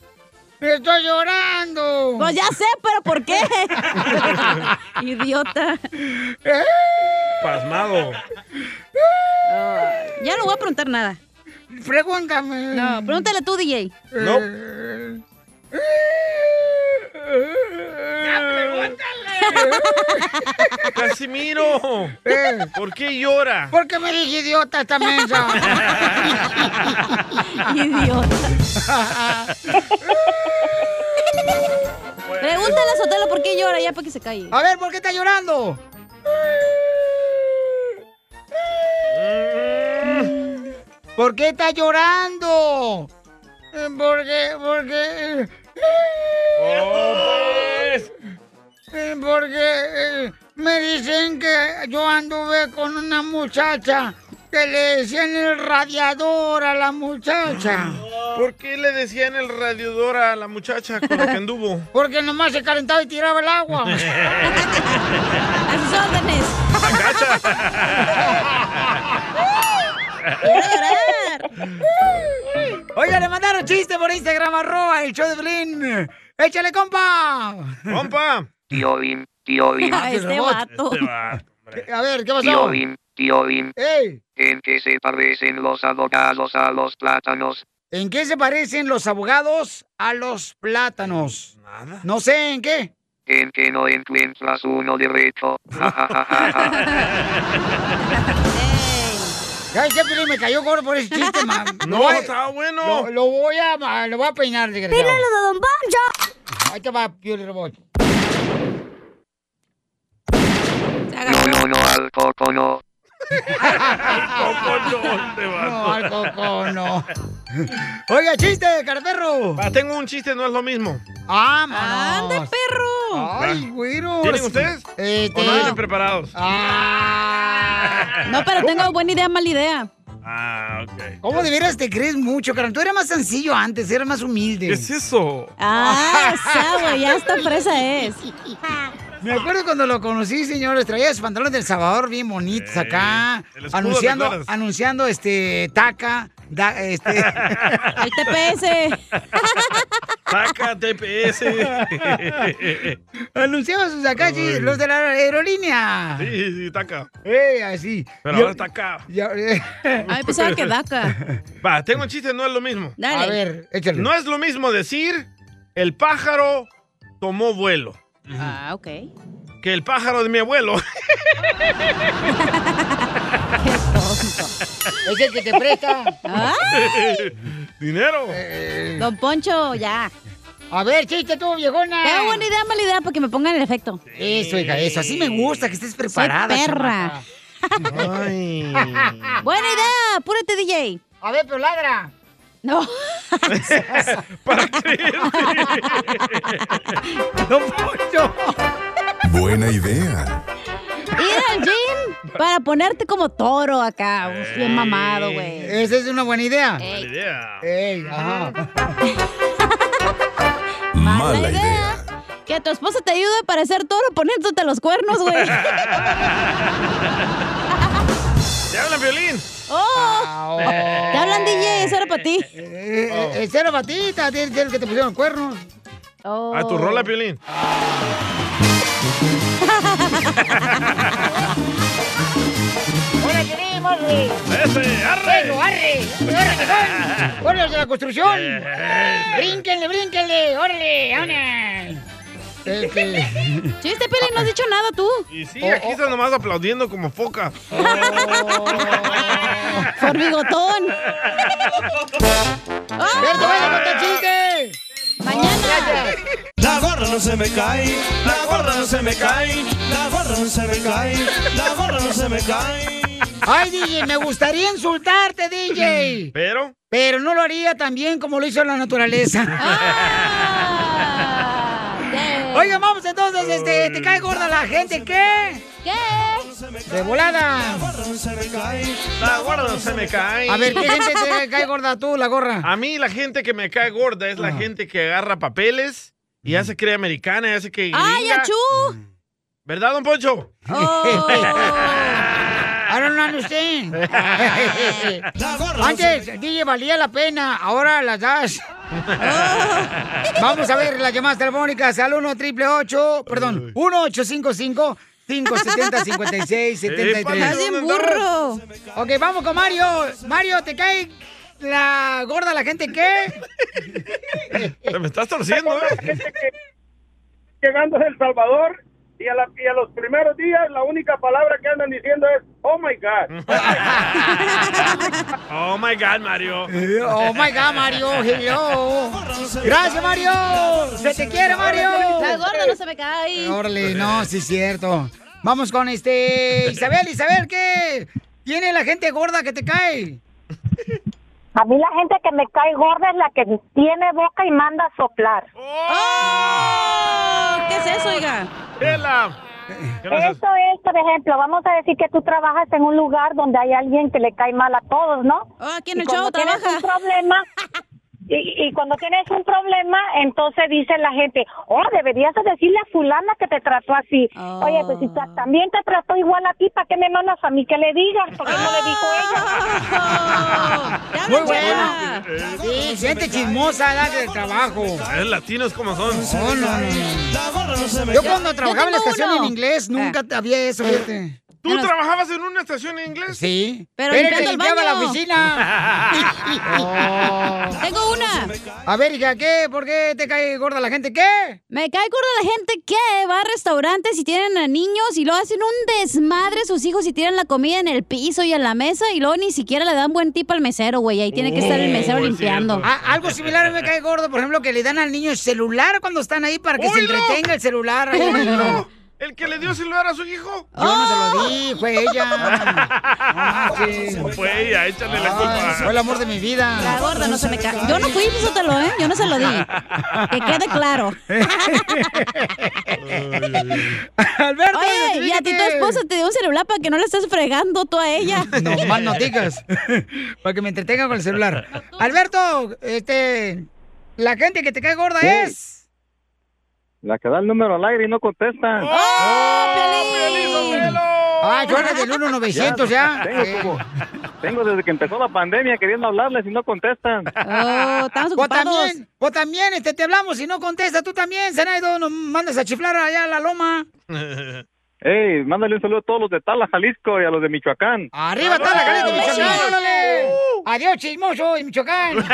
Speaker 2: Estoy llorando.
Speaker 4: Pues ya sé, pero ¿por
Speaker 2: [LAUGHS]
Speaker 4: qué? Idiota.
Speaker 2: ¿Eh?
Speaker 3: Pasmado.
Speaker 4: Ya no voy a preguntar nada.
Speaker 2: Pregúntame.
Speaker 4: No, pregúntale tú, DJ.
Speaker 3: No. ¡Casimiro! ¿Por qué llora?
Speaker 2: ¿Por qué me dije idiota esta mensa?
Speaker 6: [LAUGHS]
Speaker 4: Idiota. Pregúntale a Sotelo por qué llora, ya para que se calle.
Speaker 2: A ver, ¿por qué está llorando? ¿Por qué está llorando? Eh, Porque, porque, eh,
Speaker 3: ¡Oh, pues!
Speaker 2: eh, porque eh, me dicen que yo anduve con una muchacha que le decían el radiador a la muchacha.
Speaker 3: ¿Por qué le decían el radiador a la muchacha con la que anduvo?
Speaker 2: Porque nomás se calentaba y tiraba el agua.
Speaker 4: [LAUGHS] A sus órdenes.
Speaker 2: Quiero Oiga, le mandaron chiste por Instagram, arroba el show de Blin. ¡Échale, compa!
Speaker 3: ¡Compa!
Speaker 18: Tío Bim, tío Bim.
Speaker 2: Ah, [LAUGHS] este Este vato. vato. A ver, ¿qué pasó?
Speaker 18: Tío Bim, tío Bim.
Speaker 2: ¡Ey!
Speaker 18: ¿En qué se parecen los avocados a los plátanos?
Speaker 2: ¿En qué se parecen los abogados a los plátanos? Nada. No sé, ¿en qué?
Speaker 18: En que no encuentras uno derecho. [LAUGHS] Ja, ja, ja, ja, ja.
Speaker 2: Ay, qué Piolín? me cayó gordo por ese chiste,
Speaker 3: [LAUGHS]
Speaker 2: man.
Speaker 3: No,
Speaker 2: Lo voy-
Speaker 3: estaba bueno.
Speaker 2: Lo, lo voy a, ma- lo voy a peinar, desgraciado.
Speaker 3: Peínalo
Speaker 2: de Don Poncho! Ahí te va, Pioli Robot.
Speaker 18: No, no, no, al coco no.
Speaker 2: No, al coco no. Oiga, chiste, carterro.
Speaker 3: Ah, tengo un chiste, no es lo mismo.
Speaker 2: ¡Ah, ¡Ande, perro!
Speaker 3: Va.
Speaker 2: ¡Ay, güero!
Speaker 3: ¿Tienen ustedes?
Speaker 2: Eh, Ah.
Speaker 3: ¿O
Speaker 2: te-
Speaker 3: no vienen preparados?
Speaker 4: No, pero tengo buena idea, mala idea.
Speaker 3: Ah, ok.
Speaker 2: ¿Cómo de veras te crees mucho, carnal? Tú eras más sencillo antes, eras más humilde.
Speaker 3: ¿Qué es eso?
Speaker 2: Ah, [LAUGHS] sabe, ya esta presa
Speaker 3: [LAUGHS]
Speaker 2: es. Me acuerdo cuando lo conocí, señores, traía sus pantalones del Salvador bien bonitos acá,
Speaker 3: el escudo, ¿te
Speaker 2: anunciando,
Speaker 3: acuerdas?
Speaker 2: anunciando este taca, da- este [LAUGHS] el TPS.
Speaker 3: Saca
Speaker 2: [LAUGHS]
Speaker 3: TPS.
Speaker 2: Anunciaba sus acá, sí, los de la
Speaker 4: Ah.
Speaker 2: aerolínea.
Speaker 3: Sí, sí, taca.
Speaker 2: Eh, así.
Speaker 3: Pero
Speaker 2: Y-
Speaker 3: ahora está acá.
Speaker 2: y- eh.
Speaker 4: Ah,
Speaker 3: Va, tengo un chiste, no es lo mismo.
Speaker 2: Dale. A ver, échale.
Speaker 3: No es lo mismo decir el pájaro tomó vuelo
Speaker 4: Ah, ok.
Speaker 3: que el pájaro de mi abuelo.
Speaker 2: Es el que te presta.
Speaker 3: [LAUGHS] Dinero.
Speaker 4: [LAUGHS]
Speaker 2: Eh,
Speaker 4: Don Poncho, ya.
Speaker 2: A ver, chiste tú, viejona.
Speaker 4: Tengo buena idea, mala idea, para que me pongan el efecto.
Speaker 2: [LAUGHS] Eso, hija, eso. Así me gusta que estés preparada.
Speaker 4: Soy perra.
Speaker 2: chamaca.
Speaker 4: [LAUGHS]
Speaker 2: [LAUGHS]
Speaker 4: Buena idea, apúrate, DJ.
Speaker 2: A ver, pero ladra. [LAUGHS]
Speaker 4: No.
Speaker 8: Buena idea.
Speaker 4: Ir al gym para ponerte como toro acá, bien mamado, güey.
Speaker 2: Eh, Esa es una buena idea.
Speaker 4: Ey.
Speaker 3: idea.
Speaker 2: Ey, ajá.
Speaker 4: Mala idea. Que tu esposa te ayude para ser toro poniéndote los
Speaker 3: [LAUGHS]
Speaker 4: cuernos, güey.
Speaker 3: ¡Te hablan violín!
Speaker 2: Ah,
Speaker 4: ¡Oh! Te hablan, DJ, eso era para ti.
Speaker 2: Eh, Ese era para ti, tiene que ser el que te pusieron cuernos. Oh.
Speaker 3: A tu rola, violín.
Speaker 2: Ah, ¡Hola,
Speaker 3: Este,
Speaker 2: Piolín, morre!
Speaker 3: ¡Ese, arre!
Speaker 2: ¡Bueno, arre! ¡Órale, que son! ¡Bueno, los de la construcción! ¡Brínquenle, brínquenle! ¡Órale, vámonos!
Speaker 4: Chiste, Pelín, no has dicho nada tú.
Speaker 3: Y
Speaker 2: Oh,
Speaker 3: sí, aquí están nomás aplaudiendo como foca.
Speaker 4: [LAUGHS] Por bigotón.
Speaker 2: ¡Ah! ¡Cierto, vaya con tu chiste!
Speaker 4: ¡Mañana!
Speaker 6: La gorra no se me cae, la gorra no se me cae, la gorra no se me cae, la gorra no se me cae.
Speaker 2: ¡Ay, DJ, me gustaría insultarte, DJ!
Speaker 3: ¿Pero?
Speaker 2: Pero no lo haría tan bien como lo hizo la naturaleza. Oiga, vamos entonces, este, te cae gorda la gente, ¿qué?
Speaker 4: ¿Qué?
Speaker 2: De volada.
Speaker 3: La gorda no se me cae.
Speaker 2: A ver, ¿qué gente te cae gorda tú, la gorra? Ah.
Speaker 3: A mí la gente que me cae gorda es la gente que agarra papeles y ya se cree americana, ya se cree
Speaker 4: [LAUGHS] ¡Ay,
Speaker 3: gringa.
Speaker 4: achú!
Speaker 3: ¿Verdad, don Poncho?
Speaker 4: ¡Oh!
Speaker 3: [LAUGHS]
Speaker 2: I don't understand. Antes, DJ, valía la pena, ahora las das. Vamos a ver las llamadas telefónicas al 1 triple 8, perdón, 1 855
Speaker 3: [LAUGHS]
Speaker 2: 570
Speaker 4: Épale,
Speaker 2: 5673
Speaker 4: Estás bien ¿dónde burro.
Speaker 2: Ok, vamos con Mario. Mario, ¿te cae la gorda la gente qué?
Speaker 3: Te me estás torciendo, ¿eh?
Speaker 4: [LAUGHS]
Speaker 20: llegando de El Salvador y a, la- y a los primeros días la única palabra que andan diciendo es oh my god.
Speaker 3: Oh my God, Mario.
Speaker 2: Oh my god, Mario, hello. Gracias, Mario. Se te quiere, Mario.
Speaker 4: La gorda no se me cae.
Speaker 2: Orly, no, sí es cierto. Vamos con este. Isabel, Isabel, ¿qué? Tiene la gente gorda que te cae.
Speaker 21: A mí la gente que me cae gorda es la que tiene boca y manda a soplar.
Speaker 4: ¿Qué es eso, oiga?
Speaker 3: Tela.
Speaker 21: Eso es, por ejemplo, vamos a decir que tú trabajas en un lugar donde hay alguien que le cae mal a todos, ¿no?
Speaker 6: Oh,
Speaker 4: Ah, aquí en
Speaker 21: Y
Speaker 4: el show
Speaker 21: cuando tienes
Speaker 4: trabaja.
Speaker 21: un problema, y, y cuando tienes un problema, entonces dice la gente, oh, deberías de decirle a fulana que te trató así. Oye, pues si ta- también te trató igual a ti, ¿para qué me mandas a mí que le digas? Porque no le dijo
Speaker 4: Ah.
Speaker 21: ella.
Speaker 2: Muy bueno. Sí, gente chismosa, la del trabajo.
Speaker 3: Los latinos como son.
Speaker 2: No, no, no. Yo cuando trabajaba en la estación en inglés nunca había eso, fíjate.
Speaker 3: ¿Tú trabajabas en una estación en inglés?
Speaker 2: Sí.
Speaker 3: Pero
Speaker 2: Era el que
Speaker 3: limpiando el
Speaker 2: limpiaba la
Speaker 3: baño. [LAUGHS]
Speaker 2: oficina.
Speaker 4: Tengo una.
Speaker 2: A ver, hija, ¿qué? ¿Por qué te cae gorda la gente? ¿Qué?
Speaker 4: Me cae gorda la gente que va a restaurantes y tienen a niños y lo hacen un desmadre sus hijos y tiran la comida en el piso y en la mesa y luego ni siquiera le dan buen tip al mesero, güey. Ahí tiene que estar
Speaker 3: Uh,
Speaker 4: el mesero limpiando.
Speaker 2: A- Ah, algo similar me cae gordo, por ejemplo, que le dan al niño el celular cuando están ahí para que se
Speaker 3: ¡Oilo!
Speaker 2: entretenga el
Speaker 3: [LAUGHS]
Speaker 2: celular. ahí al niño. [LAUGHS]
Speaker 3: ¿No? ¿El que le dio celular a su hijo?
Speaker 2: Yo no se lo di, fue [LAUGHS] ella.
Speaker 3: Fue ella, échale Ah, la culpa.
Speaker 2: Ah, Fue el amor de mi vida.
Speaker 4: La gorda no se me cae. Yo no fui, fíjatelo, ¿eh? Yo no se lo di. [LAUGHS] Que quede
Speaker 2: [LAUGHS]
Speaker 4: claro.
Speaker 2: Alberto,
Speaker 4: Oye, y a ti tu esposa te dio un celular para que no le estés fregando tú a ella.
Speaker 2: No, más no digas. Para que me entretenga con el celular. Alberto, este. La gente que te cae gorda
Speaker 1: Sí.
Speaker 2: es.
Speaker 1: La que da el número al aire y no contesta.
Speaker 2: Ah, yo era del
Speaker 1: [LAUGHS]
Speaker 2: 1900 ya.
Speaker 1: Tengo,
Speaker 2: Eh,
Speaker 1: como- tengo desde que empezó la pandemia queriendo hablarles y no contestan.
Speaker 4: Oh,
Speaker 2: O Pues también, o también este, te hablamos y no contesta. Tú también, Zenaido, nos mandas a chiflar allá a la loma.
Speaker 1: Ey, mándale un saludo a todos los de Tala, Jalisco y a los de Michoacán.
Speaker 2: Arriba está la caleta, Michoacán, órale. Adiós, chismoso, y Michoacán.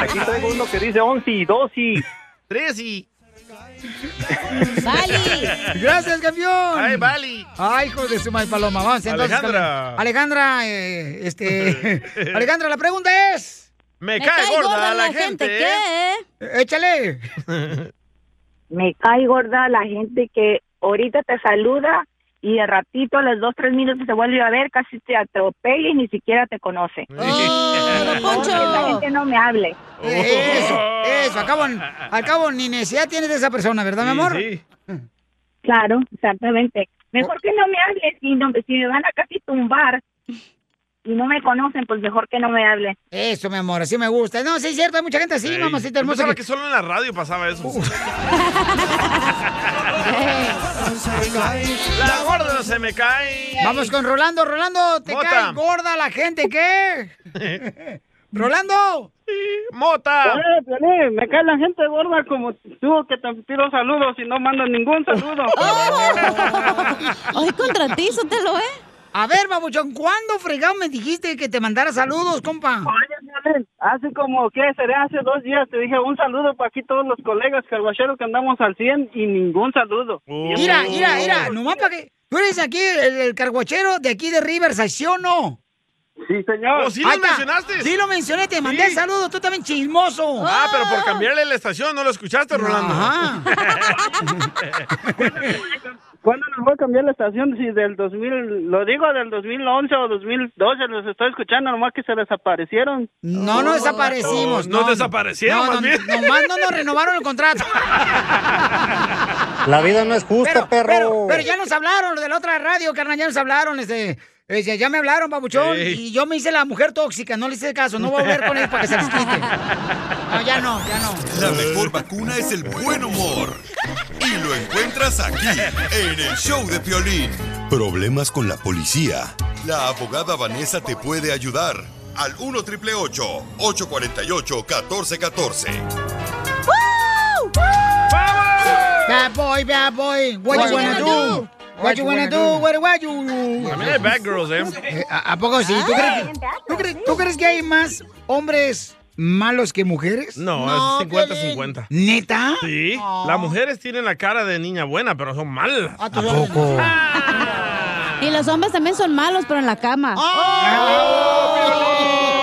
Speaker 1: Aquí traigo uno que dice 11 y 12 y...
Speaker 3: Tres y...
Speaker 2: Vale. Gracias, campeón.
Speaker 3: Ay, Bali.
Speaker 2: Ay, hijo de su madre paloma. Vamos entonces.
Speaker 3: Alejandra.
Speaker 2: campeón. Alejandra, eh,
Speaker 3: [LAUGHS]
Speaker 2: este. Alejandra, la pregunta es.
Speaker 3: Me
Speaker 21: cae cae gorda gorda la la gente, gente,
Speaker 3: ¿eh?
Speaker 2: ¿qué? Échale.
Speaker 21: Me cae gorda la gente que ahorita te saluda y de ratito, a los dos, tres minutos te vuelve a ver, casi te atropella y ni siquiera te conoce.
Speaker 4: Poncho.
Speaker 21: Que esa gente no me hable.
Speaker 2: Oh. Eso,
Speaker 3: Oh.
Speaker 2: eso. Al cabo, al cabo, ni necesidad tienes de esa persona, ¿verdad, mi amor?
Speaker 21: Claro, exactamente. Mejor que no me hables, si, no- si me van a casi tumbar y no me conocen, pues mejor que no me hablen.
Speaker 2: Eso, mi amor, así me gusta. No, sí, es cierto, hay mucha gente así,
Speaker 3: Ey,
Speaker 2: mamacita
Speaker 3: yo
Speaker 2: hermosa.
Speaker 3: pensaba
Speaker 2: que-
Speaker 3: que solo en la radio pasaba eso. [LAUGHS]
Speaker 2: [LAUGHS]
Speaker 3: la gorda no se me cae.
Speaker 2: Vamos con Rolando, Rolando, te
Speaker 3: Mota.
Speaker 2: cae gorda la gente, ¿qué? Rolando.
Speaker 3: Mota.
Speaker 22: Oye, Piolín, me cae la gente gorda como tú que te pido saludos y no mando
Speaker 2: [LAUGHS]
Speaker 22: ningún saludo.
Speaker 2: Oh,
Speaker 4: Ay, contratízatelo, ¿eh?
Speaker 2: A ver, babuchón, ¿cuándo fregado me dijiste que te mandara saludos, compa?
Speaker 22: Hace como, ¿qué? Sería hace dos días te dije un saludo para aquí todos los colegas carguacheros que andamos al 100 y ningún saludo.
Speaker 3: Oh.
Speaker 2: Mira, mira, mira, nomás para que. ¿Tú eres aquí el, el carguachero de aquí de Riverside, sí o no?
Speaker 22: Sí, señor.
Speaker 3: Oh, sí lo
Speaker 2: Ahí está.
Speaker 3: mencionaste.
Speaker 2: Sí lo mencioné, te mandé saludos, tú también chismoso.
Speaker 3: Ah, pero por cambiarle la estación no lo escuchaste, Rolando. [LAUGHS]
Speaker 22: ¿Cuándo nos va a cambiar la estación? Si del 2000, lo digo del 2011 o 2012, los estoy escuchando, nomás que se desaparecieron.
Speaker 2: No, no desaparecimos.
Speaker 3: Oh, No,
Speaker 2: no,
Speaker 3: desaparecieron,
Speaker 2: no,
Speaker 3: más
Speaker 2: no,
Speaker 3: bien.
Speaker 2: Nomás no nos renovaron
Speaker 3: [LAUGHS]
Speaker 2: el contrato.
Speaker 23: La vida no es justa, perro.
Speaker 2: Pero, pero ya nos hablaron, los de la otra radio, carnal, ya nos hablaron, este. este, ya me hablaron, babuchón,
Speaker 23: Ey.
Speaker 2: y yo me hice la mujer tóxica, no le hice caso, no voy a volver con él para que se les quite. No, ya no, ya no.
Speaker 8: La mejor vacuna es el buen humor. Y lo encuentras aquí, en el show de Piolín.
Speaker 23: [LAUGHS] Problemas con la policía.
Speaker 8: La abogada Vanessa te puede ayudar. Al 1 triple 848 1414.
Speaker 2: oh. Bad boy, bad boy, what,
Speaker 3: What
Speaker 2: you wanna, do? What you wanna do? What, what you...
Speaker 3: También hay bad girls, ¿eh?
Speaker 2: Eh, ¿A, a poco sí? ¿Tú crees, que, tú, crees, tú crees que hay más hombres malos que mujeres?
Speaker 3: No, es 50-50.
Speaker 2: ¿Neta?
Speaker 3: Sí. Las mujeres tienen la cara de niña buena, pero son malas.
Speaker 10: Ah,
Speaker 3: ¿A
Speaker 2: poco?
Speaker 4: Y los hombres también son malos, pero en la cama.
Speaker 2: ¡Ah!
Speaker 10: Ah.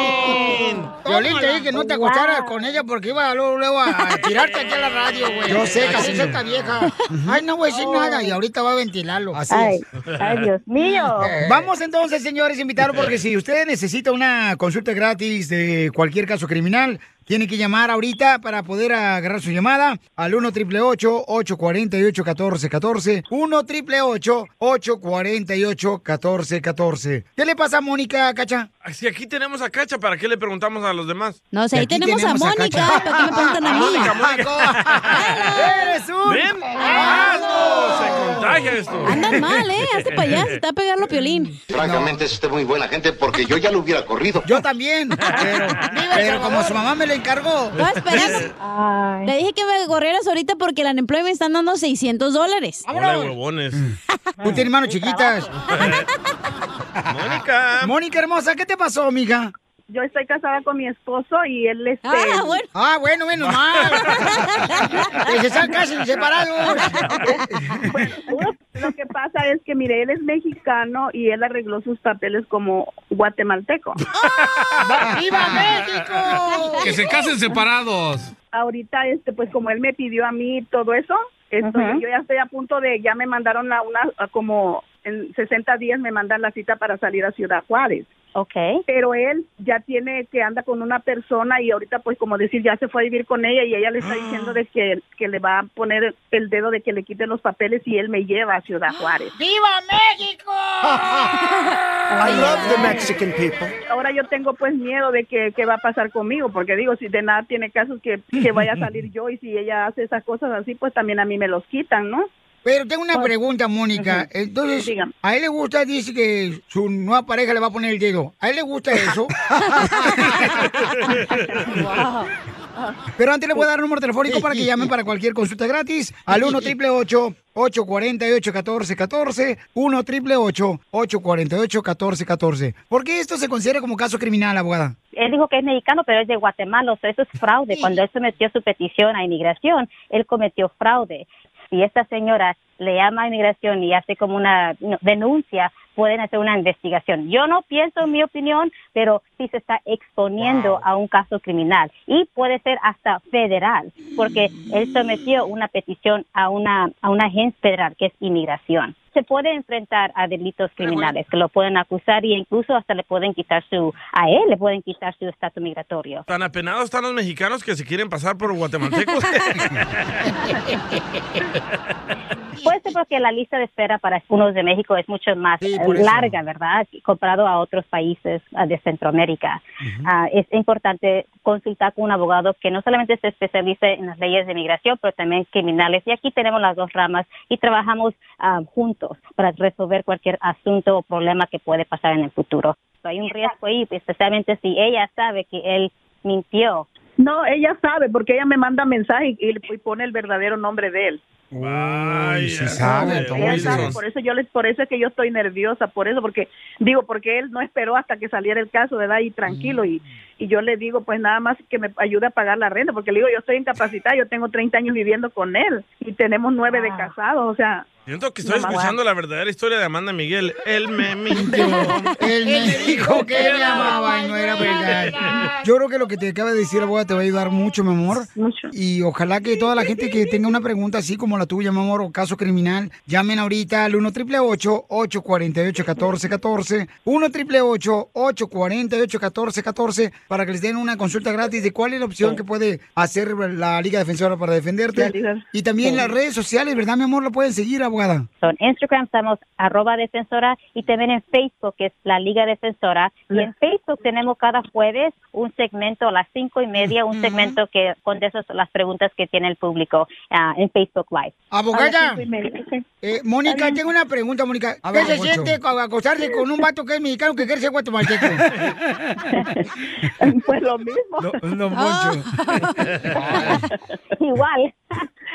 Speaker 2: Violín, te dije que no te acostaras con ella porque iba luego, luego [LAUGHS] a tirarte aquí a la radio, güey.
Speaker 23: Yo sé,
Speaker 2: Así es
Speaker 23: Casimiro.
Speaker 2: esta vieja. Ay, no voy a decir nada y ahorita va a ventilarlo. Eh.
Speaker 23: Así Ay, es. ay, Dios
Speaker 2: [LAUGHS]
Speaker 23: mío.
Speaker 2: Vamos entonces, señores, invitarlo porque si usted necesita una consulta gratis de cualquier caso criminal, Tiene que llamar ahorita para poder agarrar su llamada al 1 888 848 1414 1 888 848 1414 ¿Qué le pasa a Mónica, Cacha?
Speaker 3: Si aquí tenemos a Cacha, ¿para qué le preguntamos a los demás?
Speaker 4: No sé, ahí
Speaker 3: Aquí
Speaker 4: tenemos,
Speaker 3: tenemos
Speaker 4: a
Speaker 3: a
Speaker 4: Mónica.
Speaker 3: Cacha.
Speaker 4: ¿Para qué me preguntan a mí?
Speaker 3: Mónica,
Speaker 2: ¡Eres un
Speaker 3: [LAUGHS] ¡Ven! ¡Hazlo! Se contagia esto.
Speaker 4: Andan mal, ¿eh? Hazte para allá, se te va a pegar lo piolín.
Speaker 7: Francamente, es usted muy buena gente porque yo ya lo hubiera corrido.
Speaker 2: Yo también. Pero, pero como su mamá me lo encargó.
Speaker 4: Estaba esperando. Le dije que me corrieras ahorita porque el unemployment me están dando 600 dólares.
Speaker 3: Hola, huevones.
Speaker 2: [LAUGHS] Tú tienes manos chiquitas.
Speaker 3: [LAUGHS] Mónica.
Speaker 2: Mónica hermosa, ¿qué te pasó, mija?
Speaker 10: Yo estoy casada con mi esposo y él este...
Speaker 2: Ah,
Speaker 10: [LAUGHS]
Speaker 2: bueno. Ah, bueno, menos mal. Que se están casi
Speaker 25: [LAUGHS]
Speaker 2: separados.
Speaker 10: Lo que pasa es que, mire, él es mexicano y él arregló sus papeles como guatemalteco.
Speaker 2: ¡Viva México!
Speaker 10: Que se casen
Speaker 3: separados.
Speaker 10: Ahorita, este, pues como él me pidió a mí todo eso, esto,
Speaker 11: Ajá.
Speaker 10: yo ya estoy a punto de, ya me mandaron a una, a como en 60 días me mandan la cita para salir a Ciudad Juárez.
Speaker 11: Okay.
Speaker 10: Pero él ya tiene que anda con una persona y ahorita pues como decir ya se fue a vivir con ella y ella le está diciendo de que, que le va a poner el dedo de que le quiten los papeles y él me lleva a Ciudad Juárez.
Speaker 6: [LAUGHS]
Speaker 2: ¡Viva México!
Speaker 10: I
Speaker 6: love the Mexican people.
Speaker 10: Ahora yo tengo pues miedo de que, que va a pasar conmigo, porque digo, si de nada tiene caso que, que vaya a
Speaker 2: [LAUGHS]
Speaker 10: salir yo y si ella hace esas cosas así, pues también a mí me los quitan, ¿no? Pues,
Speaker 2: Pero tengo una pregunta, Mónica. Entonces, a él le gusta, dice que su nueva pareja le va a poner el dedo. ¿A él le gusta
Speaker 10: [LAUGHS]
Speaker 2: eso? [LAUGHS] Pero antes le voy a dar el número telefónico para que llamen para cualquier consulta gratis al 1 888 848 1414 1 888 848 1414 ¿Por qué esto se considera como caso criminal, abogada?
Speaker 11: Él dijo que es mexicano, pero es de Guatemala, o sea, eso es fraude. Cuando él sometió su petición a inmigración, él cometió fraude. Si esta señora le llama a inmigración y hace como una no, denuncia, pueden hacer una investigación. Yo no pienso en mi opinión, pero sí se está exponiendo a un caso criminal y puede ser hasta federal, porque él sometió una petición a una, a una agencia federal, que es inmigración. Se puede enfrentar a delitos criminales, que lo pueden acusar y incluso hasta le pueden quitar su, a él le pueden quitar su estatus migratorio.
Speaker 3: Tan apenados están los mexicanos que se quieren pasar por
Speaker 4: [LAUGHS]
Speaker 3: guatemaltecos.
Speaker 11: Puede ser porque la lista de espera para unos de México es mucho más eh, por eso. larga, ¿verdad? Comparado a otros países ah, de Centroamérica. Ah, es importante consultar con un abogado que no solamente se especialice en las leyes de migración, pero también criminales. Y aquí tenemos las dos ramas y trabajamos ah, juntos
Speaker 21: Oh.
Speaker 11: para resolver cualquier asunto o problema que puede pasar en el futuro. Hay un riesgo ahí, pues, especialmente si ella sabe que él mintió.
Speaker 10: No, ella sabe, porque ella me manda mensaje y, y pone el verdadero nombre de él.
Speaker 6: Ay, sí
Speaker 10: Ella sabe, Ah, por eso yo les, por eso es que yo estoy nerviosa, por eso, porque digo, porque él no esperó hasta que saliera el caso, ¿verdad? Y tranquilo, y, y yo le digo, pues nada más que me ayude a pagar la renta, porque le digo, yo estoy incapacitada, yo tengo 30 años viviendo con él y tenemos nueve de casados, o sea,
Speaker 3: Siento que estoy
Speaker 10: No,
Speaker 3: escuchando la verdadera historia de Amanda Miguel. Él me mintió.
Speaker 6: Eh,
Speaker 2: Él me dijo que me amaba y no era verdad. Yo creo que lo que te acaba de decir, abogada, te va a ayudar mucho, mi amor.
Speaker 10: Mucho.
Speaker 2: Y ojalá que toda la gente que tenga una pregunta así como la tuya, mi amor, o caso criminal, llamen ahorita al 1 888 848 1414 1 888 848 1414 para que les den una consulta gratis de cuál es la opción que puede hacer la Liga Defensora para defenderte.
Speaker 11: La Liga.
Speaker 2: Y también
Speaker 11: Sí.
Speaker 2: las redes sociales, ¿verdad, mi amor? Lo pueden seguir, abogada.
Speaker 11: So, en Instagram estamos arroba defensora y también en Facebook que es la Liga Defensora. Y en Facebook tenemos cada jueves un segmento a las cinco y media, un segmento que contesta las preguntas que tiene el público ah, en Facebook Live.
Speaker 2: Abogada, eh, Mónica, tengo una pregunta, Mónica.
Speaker 11: A
Speaker 2: ¿Qué
Speaker 11: ver,
Speaker 2: se
Speaker 11: Poncho.
Speaker 2: siente co- acostarse con un vato que es mexicano que quiere ser guatemalteco?
Speaker 11: [LAUGHS]
Speaker 10: pues lo mismo. Ah. [LAUGHS]
Speaker 2: Ah.
Speaker 11: Igual.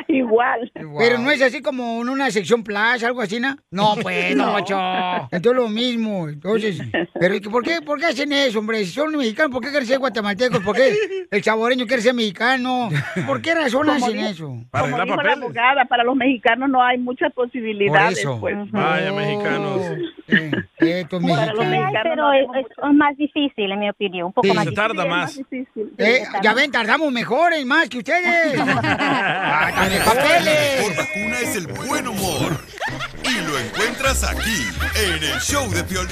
Speaker 10: Igual.
Speaker 2: Pero no es así como en una sección plaza, algo así, ¿no? No, pues, no,
Speaker 5: No.
Speaker 2: Poncho. Entonces lo mismo. Entonces, pero es que ¿por qué, ¿por qué hacen eso, hombre? Si son mexicanos, ¿por qué quieren ser guatemaltecos? ¿Por qué el saboreño quiere ser mexicano? ¿Por qué razón
Speaker 10: Como
Speaker 2: hacen
Speaker 10: di-
Speaker 2: eso?
Speaker 10: Como dijo la abogada, para los mexicanos no hay muchas posibilidades.
Speaker 2: Por eso. Eh,
Speaker 10: pues.
Speaker 3: Vaya, mexicanos.
Speaker 2: Estos
Speaker 11: Sí hay,
Speaker 2: mexicanos.
Speaker 11: pero es, es más difícil en mi opinión, un poco
Speaker 2: Sí.
Speaker 11: más
Speaker 2: Se
Speaker 11: difícil.
Speaker 2: tarda más. Eh,
Speaker 11: Eh,
Speaker 2: ya ven, tardamos mejores más
Speaker 10: [LAUGHS]
Speaker 2: que ustedes. Hasta de papeles.
Speaker 8: Por vacuna es el buen humor. Y lo encuentras aquí, en el show de Piolín.